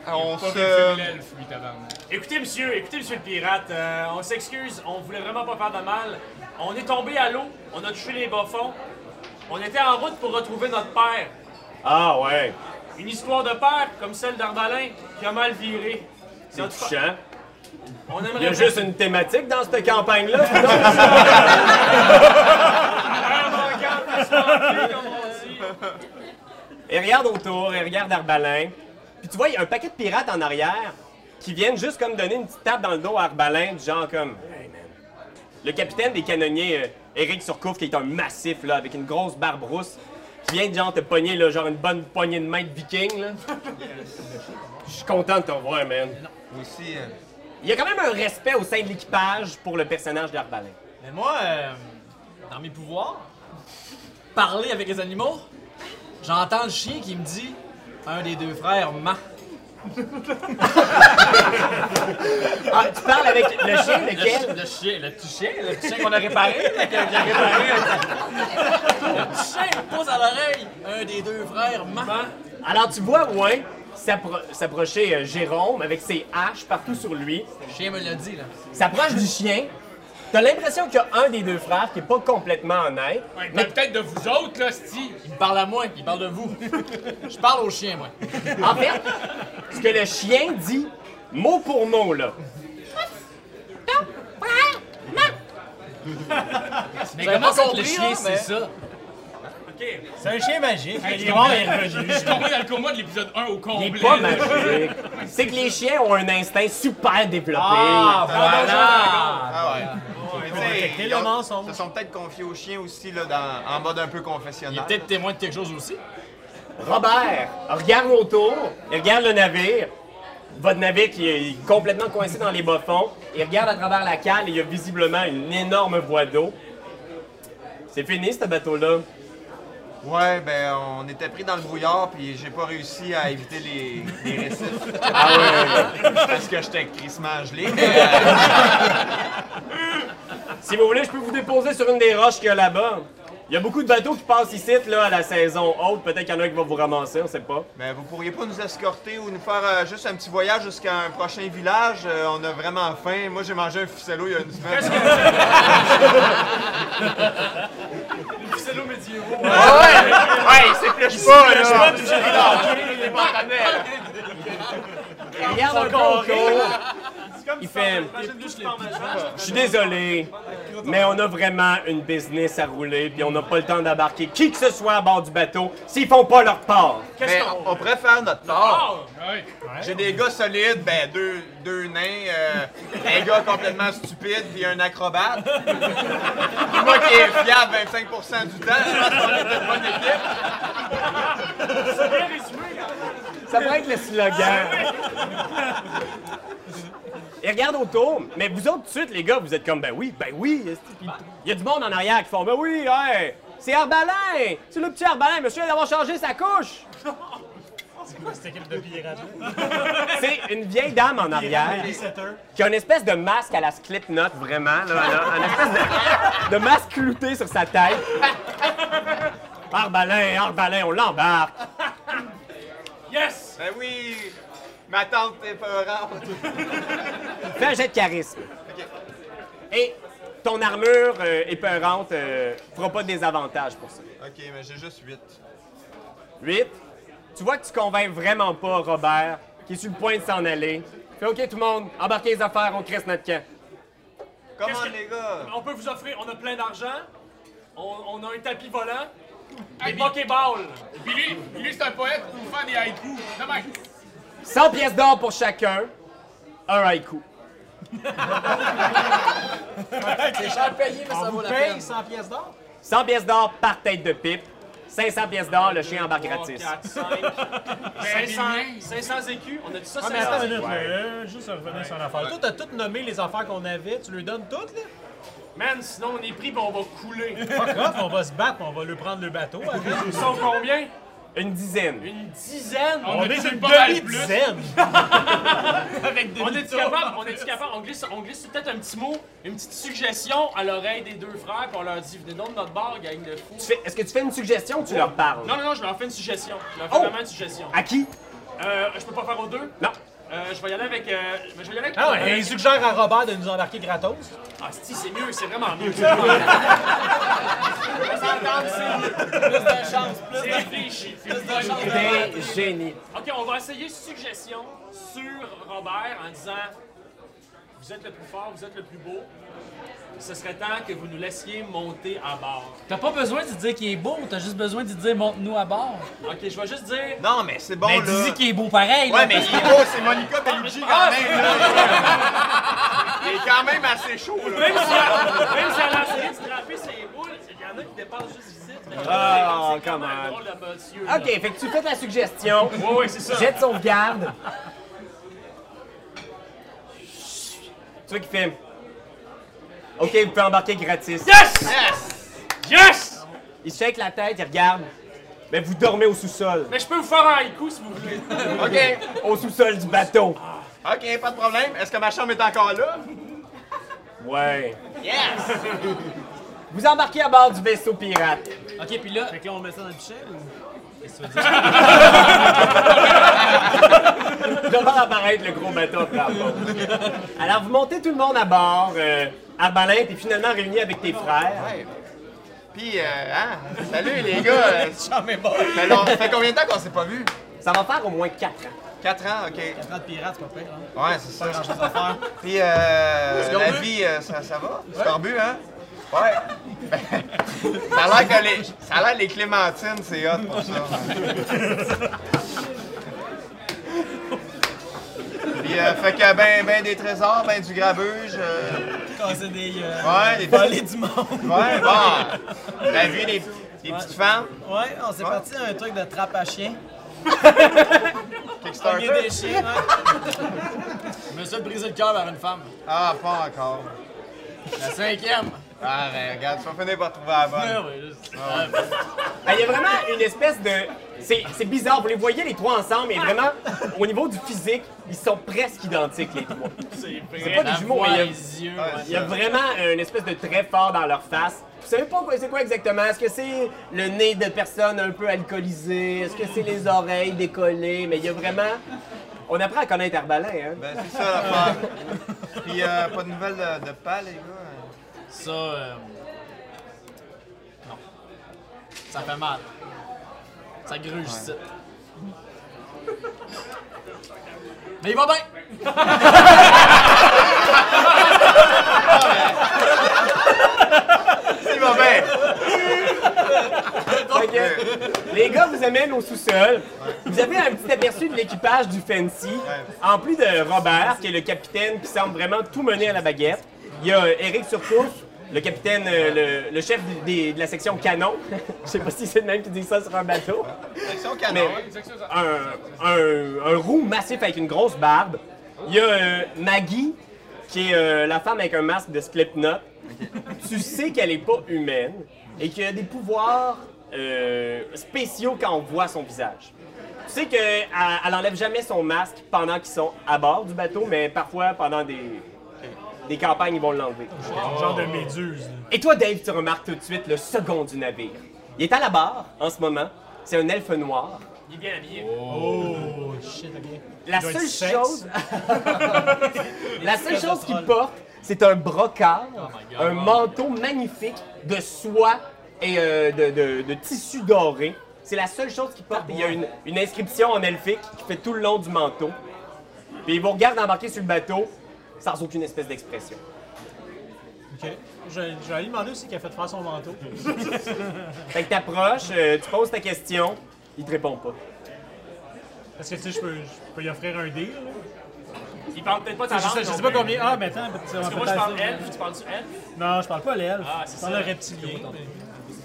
Speaker 2: On
Speaker 3: Pas que tu
Speaker 2: se...
Speaker 3: l'elfe, lui, tabarnak.
Speaker 6: Écoutez, monsieur, écoutez, monsieur le pirate, euh, on s'excuse, on voulait vraiment pas faire de mal. On est tombé à l'eau, on a touché les bas-fonds. On était en route pour retrouver notre père.
Speaker 1: Ah ouais,
Speaker 6: Une histoire de père, comme celle d'Arbalin, qui a mal viré.
Speaker 1: c'est
Speaker 6: Notre fa-
Speaker 1: touchant.
Speaker 6: On aimerait
Speaker 1: Il y a juste une thématique dans cette campagne-là.
Speaker 6: Ah, mon gars, on se manquait, comme on dit.
Speaker 1: Et regarde autour, et regarde Arbalin. Puis tu vois, il y a un paquet de pirates en arrière qui viennent juste comme donner une petite tape dans le dos à Arbalin, du genre comme Hey man. Le capitaine des canonniers, euh, Éric Surcouf, qui est un massif là, avec une grosse barbe rousse, qui vient de genre te pogner là, genre une bonne poignée de main de viking là. Je suis content de te voir, man.
Speaker 2: Aussi... euh,
Speaker 1: Il y a quand même un respect au sein de l'équipage pour le personnage d'Arbalin.
Speaker 7: Mais moi, euh, dans mes pouvoirs, parler avec les animaux, j'entends le chien qui me dit un des deux frères ment.
Speaker 1: Ah, tu parles avec le chien,
Speaker 7: Le, chi-
Speaker 1: lequel?
Speaker 7: le chien, le petit chien, le petit chien qu'on a réparé, là, que j'ai réparé. Le petit chien me pousse à l'oreille. Un des deux frères ment.
Speaker 1: Alors tu vois Ouin s'appro- s'approcher euh, Jérôme avec ses haches partout sur lui.
Speaker 7: Le chien me l'a dit, là.
Speaker 1: s'approche du chien. T'as l'impression qu'il y a un des deux frères qui est pas complètement honnête.
Speaker 3: Ouais, mais peut-être de vous autres, là, c'ti.
Speaker 7: Il me parle à moi, il parle de vous. [laughs] Je parle au chien, moi.
Speaker 1: En fait, ce que le chien dit, mot pour mot, là.
Speaker 7: Mais
Speaker 5: comment ça que le chien,
Speaker 7: c'est ça?
Speaker 6: OK.
Speaker 4: C'est un chien magique.
Speaker 3: Hey, je
Speaker 4: Il est
Speaker 3: suis
Speaker 4: mort,
Speaker 3: tombé-
Speaker 4: il est revenu.
Speaker 3: Je suis tombé dans le coma de l'épisode 1 au complet.
Speaker 1: Il est pas
Speaker 3: là.
Speaker 1: magique. C'est que les chiens ont un instinct super développé.
Speaker 7: Ah, voilà!
Speaker 2: Ah ouais. Mais tu sais,
Speaker 4: détecter
Speaker 2: ils
Speaker 4: le
Speaker 2: ont-
Speaker 4: mensonge.
Speaker 2: se sont peut-être confiés aux chiens aussi, là, dans- en mode un peu
Speaker 7: Il est
Speaker 2: confessionnal.
Speaker 7: peut-être témoin de quelque chose aussi.
Speaker 1: Robert, regarde autour, il regarde le navire. Votre navire qui est complètement coincé dans les bas-fonds. Il regarde à travers la cale et il y a visiblement une énorme voie d'eau. C'est fini, ce bateau-là.
Speaker 2: Ouais, ben on était pris dans le brouillard, puis j'ai pas réussi à éviter les, les récifs.
Speaker 1: [laughs] Ah ouais.
Speaker 2: parce que j'étais crissement gelé. mais, euh,
Speaker 1: Si vous voulez, je peux vous déposer sur une des roches qu'il y a là-bas. Il y a beaucoup de bateaux qui passent ici là, à la saison haute. Peut-être qu'il y en a un qui va vous ramasser, on sait pas.
Speaker 2: mais ben, vous pourriez pas nous escorter ou nous faire euh, juste un petit voyage jusqu'à un prochain village? Euh, on a vraiment faim. Moi, j'ai mangé un ficello il y a une semaine. [laughs] Ah
Speaker 1: Regarde un concours. Il fait. Je suis désolé, mais on a vraiment une business à rouler, puis on n'a pas le temps d'embarquer qui que ce soit à bord du bateau s'ils font pas leur part.
Speaker 2: Mais on, on pourrait faire notre part.
Speaker 3: Ouais.
Speaker 2: J'ai des gars solides, ben deux, deux nains, euh, un gars complètement stupide, puis un acrobate. Puis moi qui est fiable 25% du temps, je pense qu'on est une bonne équipe.
Speaker 1: Ça pourrait être le slogan. Et regarde autour, mais vous autres, tout de suite, les gars, vous êtes comme, ben oui, ben oui. esti. Puis Il y a du monde en arrière qui font, ben oui, hey, c'est Arbalin, c'est le petit Arbalin, monsieur vient d'avoir changé sa couche. C'est quoi cette équipe de pirates? C'est une vieille dame en arrière qui a une espèce de masque à la Slipknot, vraiment, là, là, une espèce de, de masque clouté sur sa tête. Arbalin, Arbalin, on l'embarque.
Speaker 2: Ben oui, ma tante est peurante.
Speaker 1: Fais un jet de charisme. Et ton armure euh, épeurante euh, fera pas de désavantage pour ça.
Speaker 2: Ok, mais j'ai juste 8.
Speaker 1: 8. Tu vois que tu convaincs vraiment pas Robert, qui est sur le point de s'en aller. Puis Fait OK, tout le monde, embarquez les affaires, on crisse notre camp.
Speaker 2: Comment
Speaker 6: Qu'est-ce que-
Speaker 2: les gars?
Speaker 6: On peut vous offrir, on a plein d'argent, on, on a un tapis volant, des pokéballs.
Speaker 3: Puis lui, lui c'est un poète pour faire des haïkus. Non, mais
Speaker 1: 100 pièces d'or pour chacun, un haïku.
Speaker 7: C'est cher payé, mais ça vaut la peine.
Speaker 4: Paye 100 pièces d'or?
Speaker 1: 100 pièces d'or par tête de pipe, 500 pièces d'or, le chien embarque
Speaker 6: 3,
Speaker 1: gratis.
Speaker 6: 4, 5, 500, 500 écus, on a dit ça,
Speaker 4: Ah, mais attends
Speaker 6: 500
Speaker 4: une minute, là, euh, juste à revenir sur l'affaire. Toi, t'as tout nommé les affaires qu'on avait, tu lui donnes toutes, là?
Speaker 6: Man, sinon on est pris pis on va couler.
Speaker 4: [laughs] Fuck off, on va se battre, on va lui prendre le bateau. avec.
Speaker 6: Ils sont combien?
Speaker 1: Une dizaine.
Speaker 6: Une dizaine.
Speaker 3: on,
Speaker 6: On,
Speaker 3: a
Speaker 4: On est
Speaker 3: tué
Speaker 4: une
Speaker 3: pas mal plus.
Speaker 4: demi-dizaine!
Speaker 6: est-tu capable? On est-tu capable? On glisse, on glisse peut-être un petit mot, une petite suggestion à l'oreille des deux frères pis on leur dit, venez donc de notre bar, gang de fous.
Speaker 1: Tu fais- Est-ce que tu fais une suggestion ou tu leur parles?
Speaker 6: Non, non, non, je leur fais une suggestion. Je leur fais
Speaker 1: Oh!
Speaker 6: vraiment une suggestion.
Speaker 1: À qui?
Speaker 6: Euh, je peux pas faire aux deux?
Speaker 1: Non.
Speaker 6: Euh, je vais y aller avec. Euh, je vais y aller avec.
Speaker 4: Ah ouais, et il suggère à Robert de nous embarquer gratos.
Speaker 6: Ah, si, c'est mieux, c'est vraiment mieux. C'est vraiment mieux. On s'entend, c'est mieux. C'est réfléchi.
Speaker 1: Des génies.
Speaker 6: Ok, on va essayer suggestion sur Robert en disant Vous êtes le plus fort, vous êtes le plus beau. Ce serait temps que vous nous laissiez monter à bord.
Speaker 5: T'as pas besoin de dire qu'il est beau, t'as juste besoin de dire monte-nous à bord.
Speaker 6: Ok, je vais juste dire.
Speaker 2: Non, mais c'est bon,
Speaker 5: Mais
Speaker 2: là.
Speaker 5: dis qu'il Ben, est beau pareil. là.
Speaker 2: Ouais, mais il est beau, c'est Monica Bellucci
Speaker 6: Ah,
Speaker 2: quand même, là. Il est quand même assez chaud, là.
Speaker 6: Même si même si elle a essayé de frapper ses boules, il y en a qui dépensent juste visite.
Speaker 1: Oh,
Speaker 6: C'est quand même
Speaker 1: come on.
Speaker 6: drôle de monsieur. là.
Speaker 1: OK, fait que tu fais la suggestion.
Speaker 6: Ouais, ouais, c'est ça.
Speaker 1: Jet de sauvegarde. Tu vois qu'il fait. Ok, vous pouvez embarquer gratis.
Speaker 6: Yes! Yes!
Speaker 1: Il se shake la tête, il regarde. Mais vous dormez au sous-sol.
Speaker 6: Mais je peux vous faire un haïku si vous voulez.
Speaker 2: OK.
Speaker 1: Au sous-sol du bateau.
Speaker 2: OK, pas de problème. Est-ce que ma chambre est encore là?
Speaker 1: Ouais.
Speaker 2: Yes!
Speaker 1: Vous embarquez à bord du vaisseau pirate.
Speaker 5: Ok, puis là,
Speaker 4: Fait que là, on met ça dans le pichet ou.
Speaker 1: Devant apparaître le gros bateau après la pause. Alors, vous montez tout le monde à bord. Euh, Arbalin, t'es finalement réuni avec tes frères.
Speaker 2: Ouais. Puis, euh, hein? Salut, les gars. euh, Mais non, ça fait combien de temps qu'on s'est pas vus?
Speaker 1: Ça va faire au moins 4 ans.
Speaker 2: 4 ans, OK. Ouais,
Speaker 4: 30 pirates, c'est pas pire, hein?
Speaker 2: c'est ça.
Speaker 4: Pas grand-chose à faire.
Speaker 2: Puis, euh, la vie, euh, ça, ça va? Scorbu, hein? Ouais. [laughs] ça a l'air que les, ça a l'air que les clémentines, c'est hot pour ça. Puis, euh, fait que ben, ben des trésors, ben du grabuge. euh,
Speaker 4: Casser des. euh,
Speaker 2: ouais, des
Speaker 4: Voler du monde.
Speaker 2: Ouais,
Speaker 4: [laughs]
Speaker 2: bon. La vie des, des petites femmes.
Speaker 4: Ouais, on s'est parti dans un truc de trappe à chien.
Speaker 2: Kickstarter.
Speaker 4: Pogner [laughs] des chiens, ouais.
Speaker 7: Je me suis brisé le cœur par une femme.
Speaker 2: Ah, pas encore.
Speaker 7: La cinquième.
Speaker 2: Ah, ben, regarde, tu vas finir par trouver la bonne.
Speaker 1: Ah, Il y a vraiment une espèce de. C'est c'est bizarre, vous les voyez les trois ensemble, et vraiment, au niveau du physique, ils sont presque identiques les trois. C'est pas des jumeaux,
Speaker 5: hein.
Speaker 1: mais il y a-
Speaker 7: les yeux.
Speaker 2: Ouais,
Speaker 1: il y a
Speaker 2: ça.
Speaker 1: vraiment une espèce de trait fort dans leur face. Vous savez pas quoi- c'est quoi exactement? Est-ce que c'est le nez de personnes un peu alcoolisées? Est-ce que c'est les oreilles décollées? Mais il y a vraiment. On apprend à connaître Arbalin, hein?
Speaker 2: Ben, c'est [laughs] ça l'affaire. Puis, euh, pas de nouvelles de, de pas, les gars.
Speaker 7: Ça, euh, Non. Ça fait mal. Ça gruge, ici. Mais il va bien!
Speaker 2: C'est mauvais.
Speaker 1: Fait que, les gars vous amènent au sous-sol. Vous avez un petit aperçu de l'équipage du Fancy. En plus de Robert, qui est le capitaine qui semble vraiment tout mener à la baguette, il y a euh, Eric Surcouf, le capitaine, euh, le, le chef du- des- de la section canon. Je sais pas si c'est le même qui dit ça sur un bateau.
Speaker 2: Section canon.
Speaker 1: Mais un, un, un roux massif avec une grosse barbe. Il y a euh, Maggie, qui est euh, la femme avec un masque de Slipknot. Tu sais qu'elle est pas humaine et qu'elle a des pouvoirs euh, spéciaux quand on voit son visage. Tu sais qu'elle elle enlève jamais son masque pendant qu'ils sont à bord du bateau, mais parfois pendant des, des campagnes, ils vont l'enlever.
Speaker 4: Genre de méduse. là.
Speaker 1: Et toi, Dave, tu remarques tout de suite le second du navire. Il est à la barre en ce moment. C'est un elfe noir.
Speaker 6: Il est bien habillé.
Speaker 4: Oh shit, ok.
Speaker 1: La
Speaker 4: doit
Speaker 1: seule
Speaker 4: être sexe. [laughs]
Speaker 1: chose. la seule chose qu'il porte, c'est un brocard,
Speaker 4: Oh
Speaker 1: un manteau magnifique de soie et euh, de, de- de tissu doré. C'est la seule chose qu'il porte. Il y a une, une inscription en elfique qui fait tout le long du manteau. Puis il vous regarde embarquer sur le bateau sans aucune espèce d'expression.
Speaker 4: Ok. Je, je vais lui demander aussi qu'il a fait faire son manteau.
Speaker 1: Fait que t'approches, euh, tu poses ta question, il te répond pas.
Speaker 4: Parce que tu sais, je peux, je peux lui offrir un deal. là.
Speaker 6: Il parle peut-être pas ta
Speaker 4: Je
Speaker 6: langue.
Speaker 4: sais, je
Speaker 6: non
Speaker 4: sais pas
Speaker 6: plus.
Speaker 4: combien. Ah, mais attends, tu
Speaker 6: Parce que moi, je parle elfe, tu parles-tu elfe?
Speaker 4: Non, je parle pas à l'elfe.
Speaker 6: Ah, c'est
Speaker 4: je parle
Speaker 6: ça.
Speaker 4: au reptilien. mais-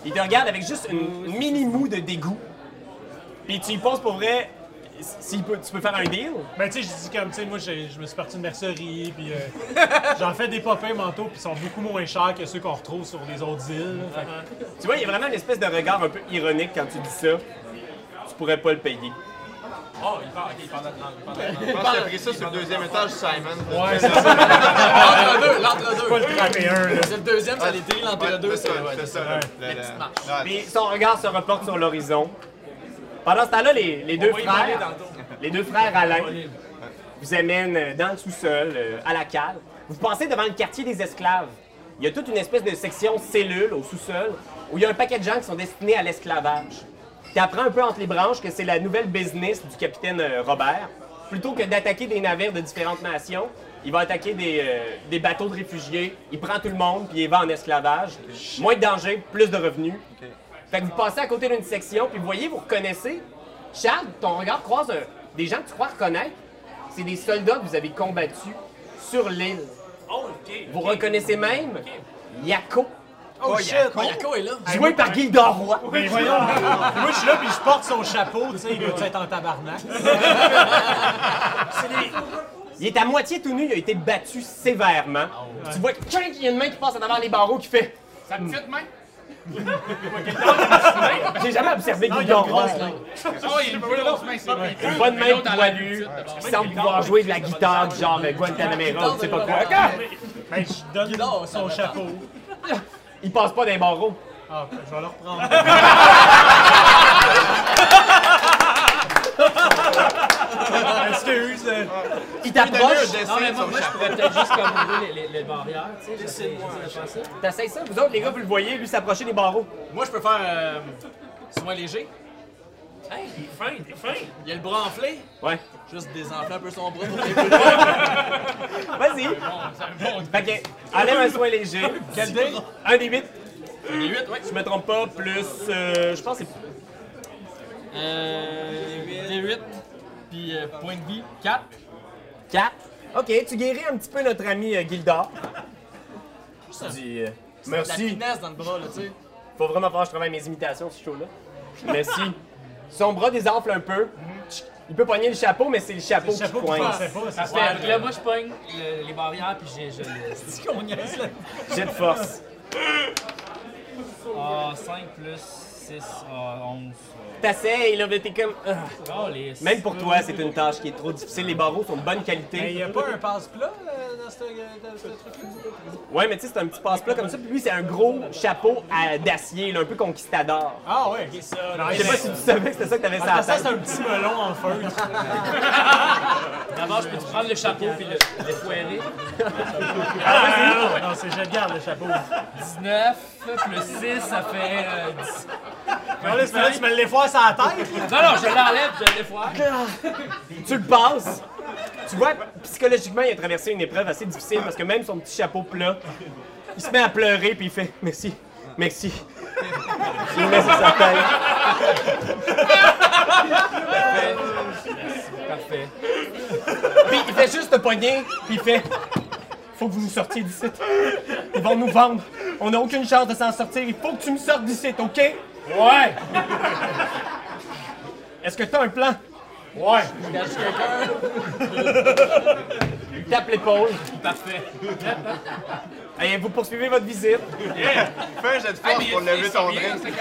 Speaker 1: Il te regarde avec juste une mini moue de dégoût. Puis tu y penses pour vrai, si tu peux faire un deal.
Speaker 4: Ben, tu sais, je dis comme, tu sais, moi, j'ai- je me suis parti de mercerie, puis euh, [laughs] j'en fais des popins manteaux, puis ils sont beaucoup moins chers que ceux qu'on retrouve sur les autres îles. là. Fait que-
Speaker 1: Tu vois, il y a vraiment une espèce de regard un peu ironique quand tu dis ça. Tu pourrais pas le payer.
Speaker 6: Oh, il parle, ok, il parle notre langue. il parle notre langue.
Speaker 2: Je pense que t'as pris ça sur le deuxième étage, Simon.
Speaker 4: Ouais, c'est ça.
Speaker 7: L'entre deux, l'entre deux.
Speaker 4: Attrapez un, là.
Speaker 7: C'est le deuxième, ça l'été, l'entre deux, c'est ouais,
Speaker 2: C'est
Speaker 7: c'est
Speaker 2: ça, là. Le- le- ouais.
Speaker 1: Puis son regard se reporte sur l'horizon. Pendant ce temps-là, les, les deux
Speaker 6: va y parler
Speaker 1: frères, les deux frères Alain, vous amènent euh, dans le sous-sol, euh, à la cale. Vous passez devant le quartier des esclaves. Il y a toute une espèce de section cellule au sous-sol où il y a un paquet de gens qui sont destinés à l'esclavage. Tu apprends un peu entre les branches que c'est la nouvelle business du capitaine euh, Robert. Plutôt que d'attaquer des navires de différentes nations, il va attaquer des, euh, des bateaux de réfugiés. Il prend tout le monde puis il va en esclavage. Moins de danger, plus de revenus. Fait que vous passez à côté d'une section, puis vous voyez, vous reconnaissez. Charles, ton regard croise un- des gens que tu crois reconnaître. C'est des soldats que vous avez combattus sur l'île.
Speaker 6: Oh, ok.
Speaker 1: Vous reconnaissez même Yako,
Speaker 2: Oh, shit!
Speaker 7: Yako est là.
Speaker 1: joué par Guy Roy.
Speaker 4: Ben, voyons. moi, je suis là, puis je porte son chapeau, tu sais, il doit être en [laughs] tabarnak.
Speaker 1: Il est à moitié tout nu, il a été battu sévèrement. Tu vois que tchink, il y a une main qui passe à travers les barreaux qui fait
Speaker 3: Ça me fait de main?
Speaker 1: J'ai jamais observé Guy
Speaker 4: il a une
Speaker 1: Roy.
Speaker 4: grosse main.
Speaker 3: Oh, il y a une plus grosse main, c'est vrai.
Speaker 1: Une bonne
Speaker 3: Mais
Speaker 1: main
Speaker 3: l'autre, elle a
Speaker 1: poilue qui semble pouvoir jouer de la guitare du genre euh, Guantanamera ou tu sais pas quoi.
Speaker 4: Ben, je donne
Speaker 7: dort, ça
Speaker 4: son
Speaker 7: va
Speaker 4: chapeau.
Speaker 1: Il passe pas dans les barreaux.
Speaker 4: Ah, ben, je vais le reprendre. Excuse. euh,
Speaker 1: Il
Speaker 2: Il a eu un
Speaker 1: t'approche.
Speaker 2: dessin
Speaker 5: Non, mais
Speaker 2: de
Speaker 5: moi,
Speaker 2: son
Speaker 5: moi je
Speaker 2: chapeau.
Speaker 5: pourrais peut-être juste comme ouvrir les, les, les barrières, tu sais. j'essaie- j'essaie de faire ça.
Speaker 1: T'essayes ça, vous autres les gars, vous le voyez, lui s'approcher des barreaux.
Speaker 7: Moi, je peux faire euh, soin léger.
Speaker 6: Hey, il est fin, il est fin.
Speaker 7: Il a le bras enflé.
Speaker 1: Ouais.
Speaker 7: Juste désenfler un peu son bras pour
Speaker 1: [laughs]
Speaker 7: les
Speaker 1: Vas-y. Fait que, enlève un soin léger.
Speaker 7: Quel dé?
Speaker 1: Un des huit,
Speaker 7: Les 8, ouais.
Speaker 1: je me trompe pas, plus. euh, je pense que c'est.
Speaker 7: Euh. Les 8. Puis euh, point de vie, 4.
Speaker 1: 4. Ok, tu guéris un petit peu notre ami euh, Gildor. Je te dis. euh,
Speaker 7: La
Speaker 1: merci.
Speaker 7: finesse dans le bras, là, tu sais.
Speaker 1: Faut vraiment falloir que je travaille mes imitations, ce show-là. Merci. Son bras désenfle un peu. Il peut poigner le chapeau, mais c'est le chapeau qui
Speaker 4: Chapeau, je
Speaker 1: coince.
Speaker 4: pensais pas. c'est ça.
Speaker 5: Fait que là, moi, je pogne le- les barrières, puis j'ai- je le.
Speaker 1: J'ai de force.
Speaker 5: Ah, 5 plus 6, ah, 11.
Speaker 1: T'essayes, là, mais t'es comme. Ah.
Speaker 5: Oh, les.
Speaker 1: Même pour toi, c'est une tâche qui est trop difficile. Les barreaux sont de bonne
Speaker 4: Mais il
Speaker 1: qualité.
Speaker 4: n'y a pas un passe-plat euh, dans ce dans ce truc-là?
Speaker 1: Ouais, mais tu sais, c'est un petit passe-plat comme ça. Puis lui, c'est un gros chapeau à- d'acier, là, un peu conquistador.
Speaker 4: Ah ouais, ok,
Speaker 6: Ça, là.
Speaker 4: Non,
Speaker 1: Je sais pas si tu savais que c'était ça que t'avais ça à
Speaker 4: ça,
Speaker 1: la
Speaker 4: c'est
Speaker 1: tête.
Speaker 4: un petit melon en [laughs] feutre.
Speaker 5: D'abord, je peux prendre le chapeau, puis le, le foirer.
Speaker 4: Ah, non, c'est je garde le chapeau.
Speaker 5: 19 plus 6, ça fait. euh, 10.
Speaker 4: Non, là, c'est là, tu me l'effoires sur la tête.
Speaker 5: Non, non, je l'enlève, je le foire.
Speaker 1: Tu le passes. Tu vois, psychologiquement, il a traversé une épreuve assez difficile parce que même son petit chapeau plat, il se met à pleurer puis il fait merci, merci. Il le met sur sa tête.
Speaker 5: Parfait.
Speaker 1: Puis il fait juste le poignet puis il fait faut que vous nous sortiez d'ici. Ils vont nous vendre. On n'a aucune chance de s'en sortir. Il faut que tu me sortes d'ici, ok?
Speaker 5: Ouais!
Speaker 1: Est-ce que t'as un plan?
Speaker 5: Ouais!
Speaker 1: Il tape l'épaule.
Speaker 5: Parfait.
Speaker 1: Et vous poursuivez votre visite.
Speaker 2: Fais un jet de
Speaker 3: Ah,
Speaker 2: force pour lever ton drink.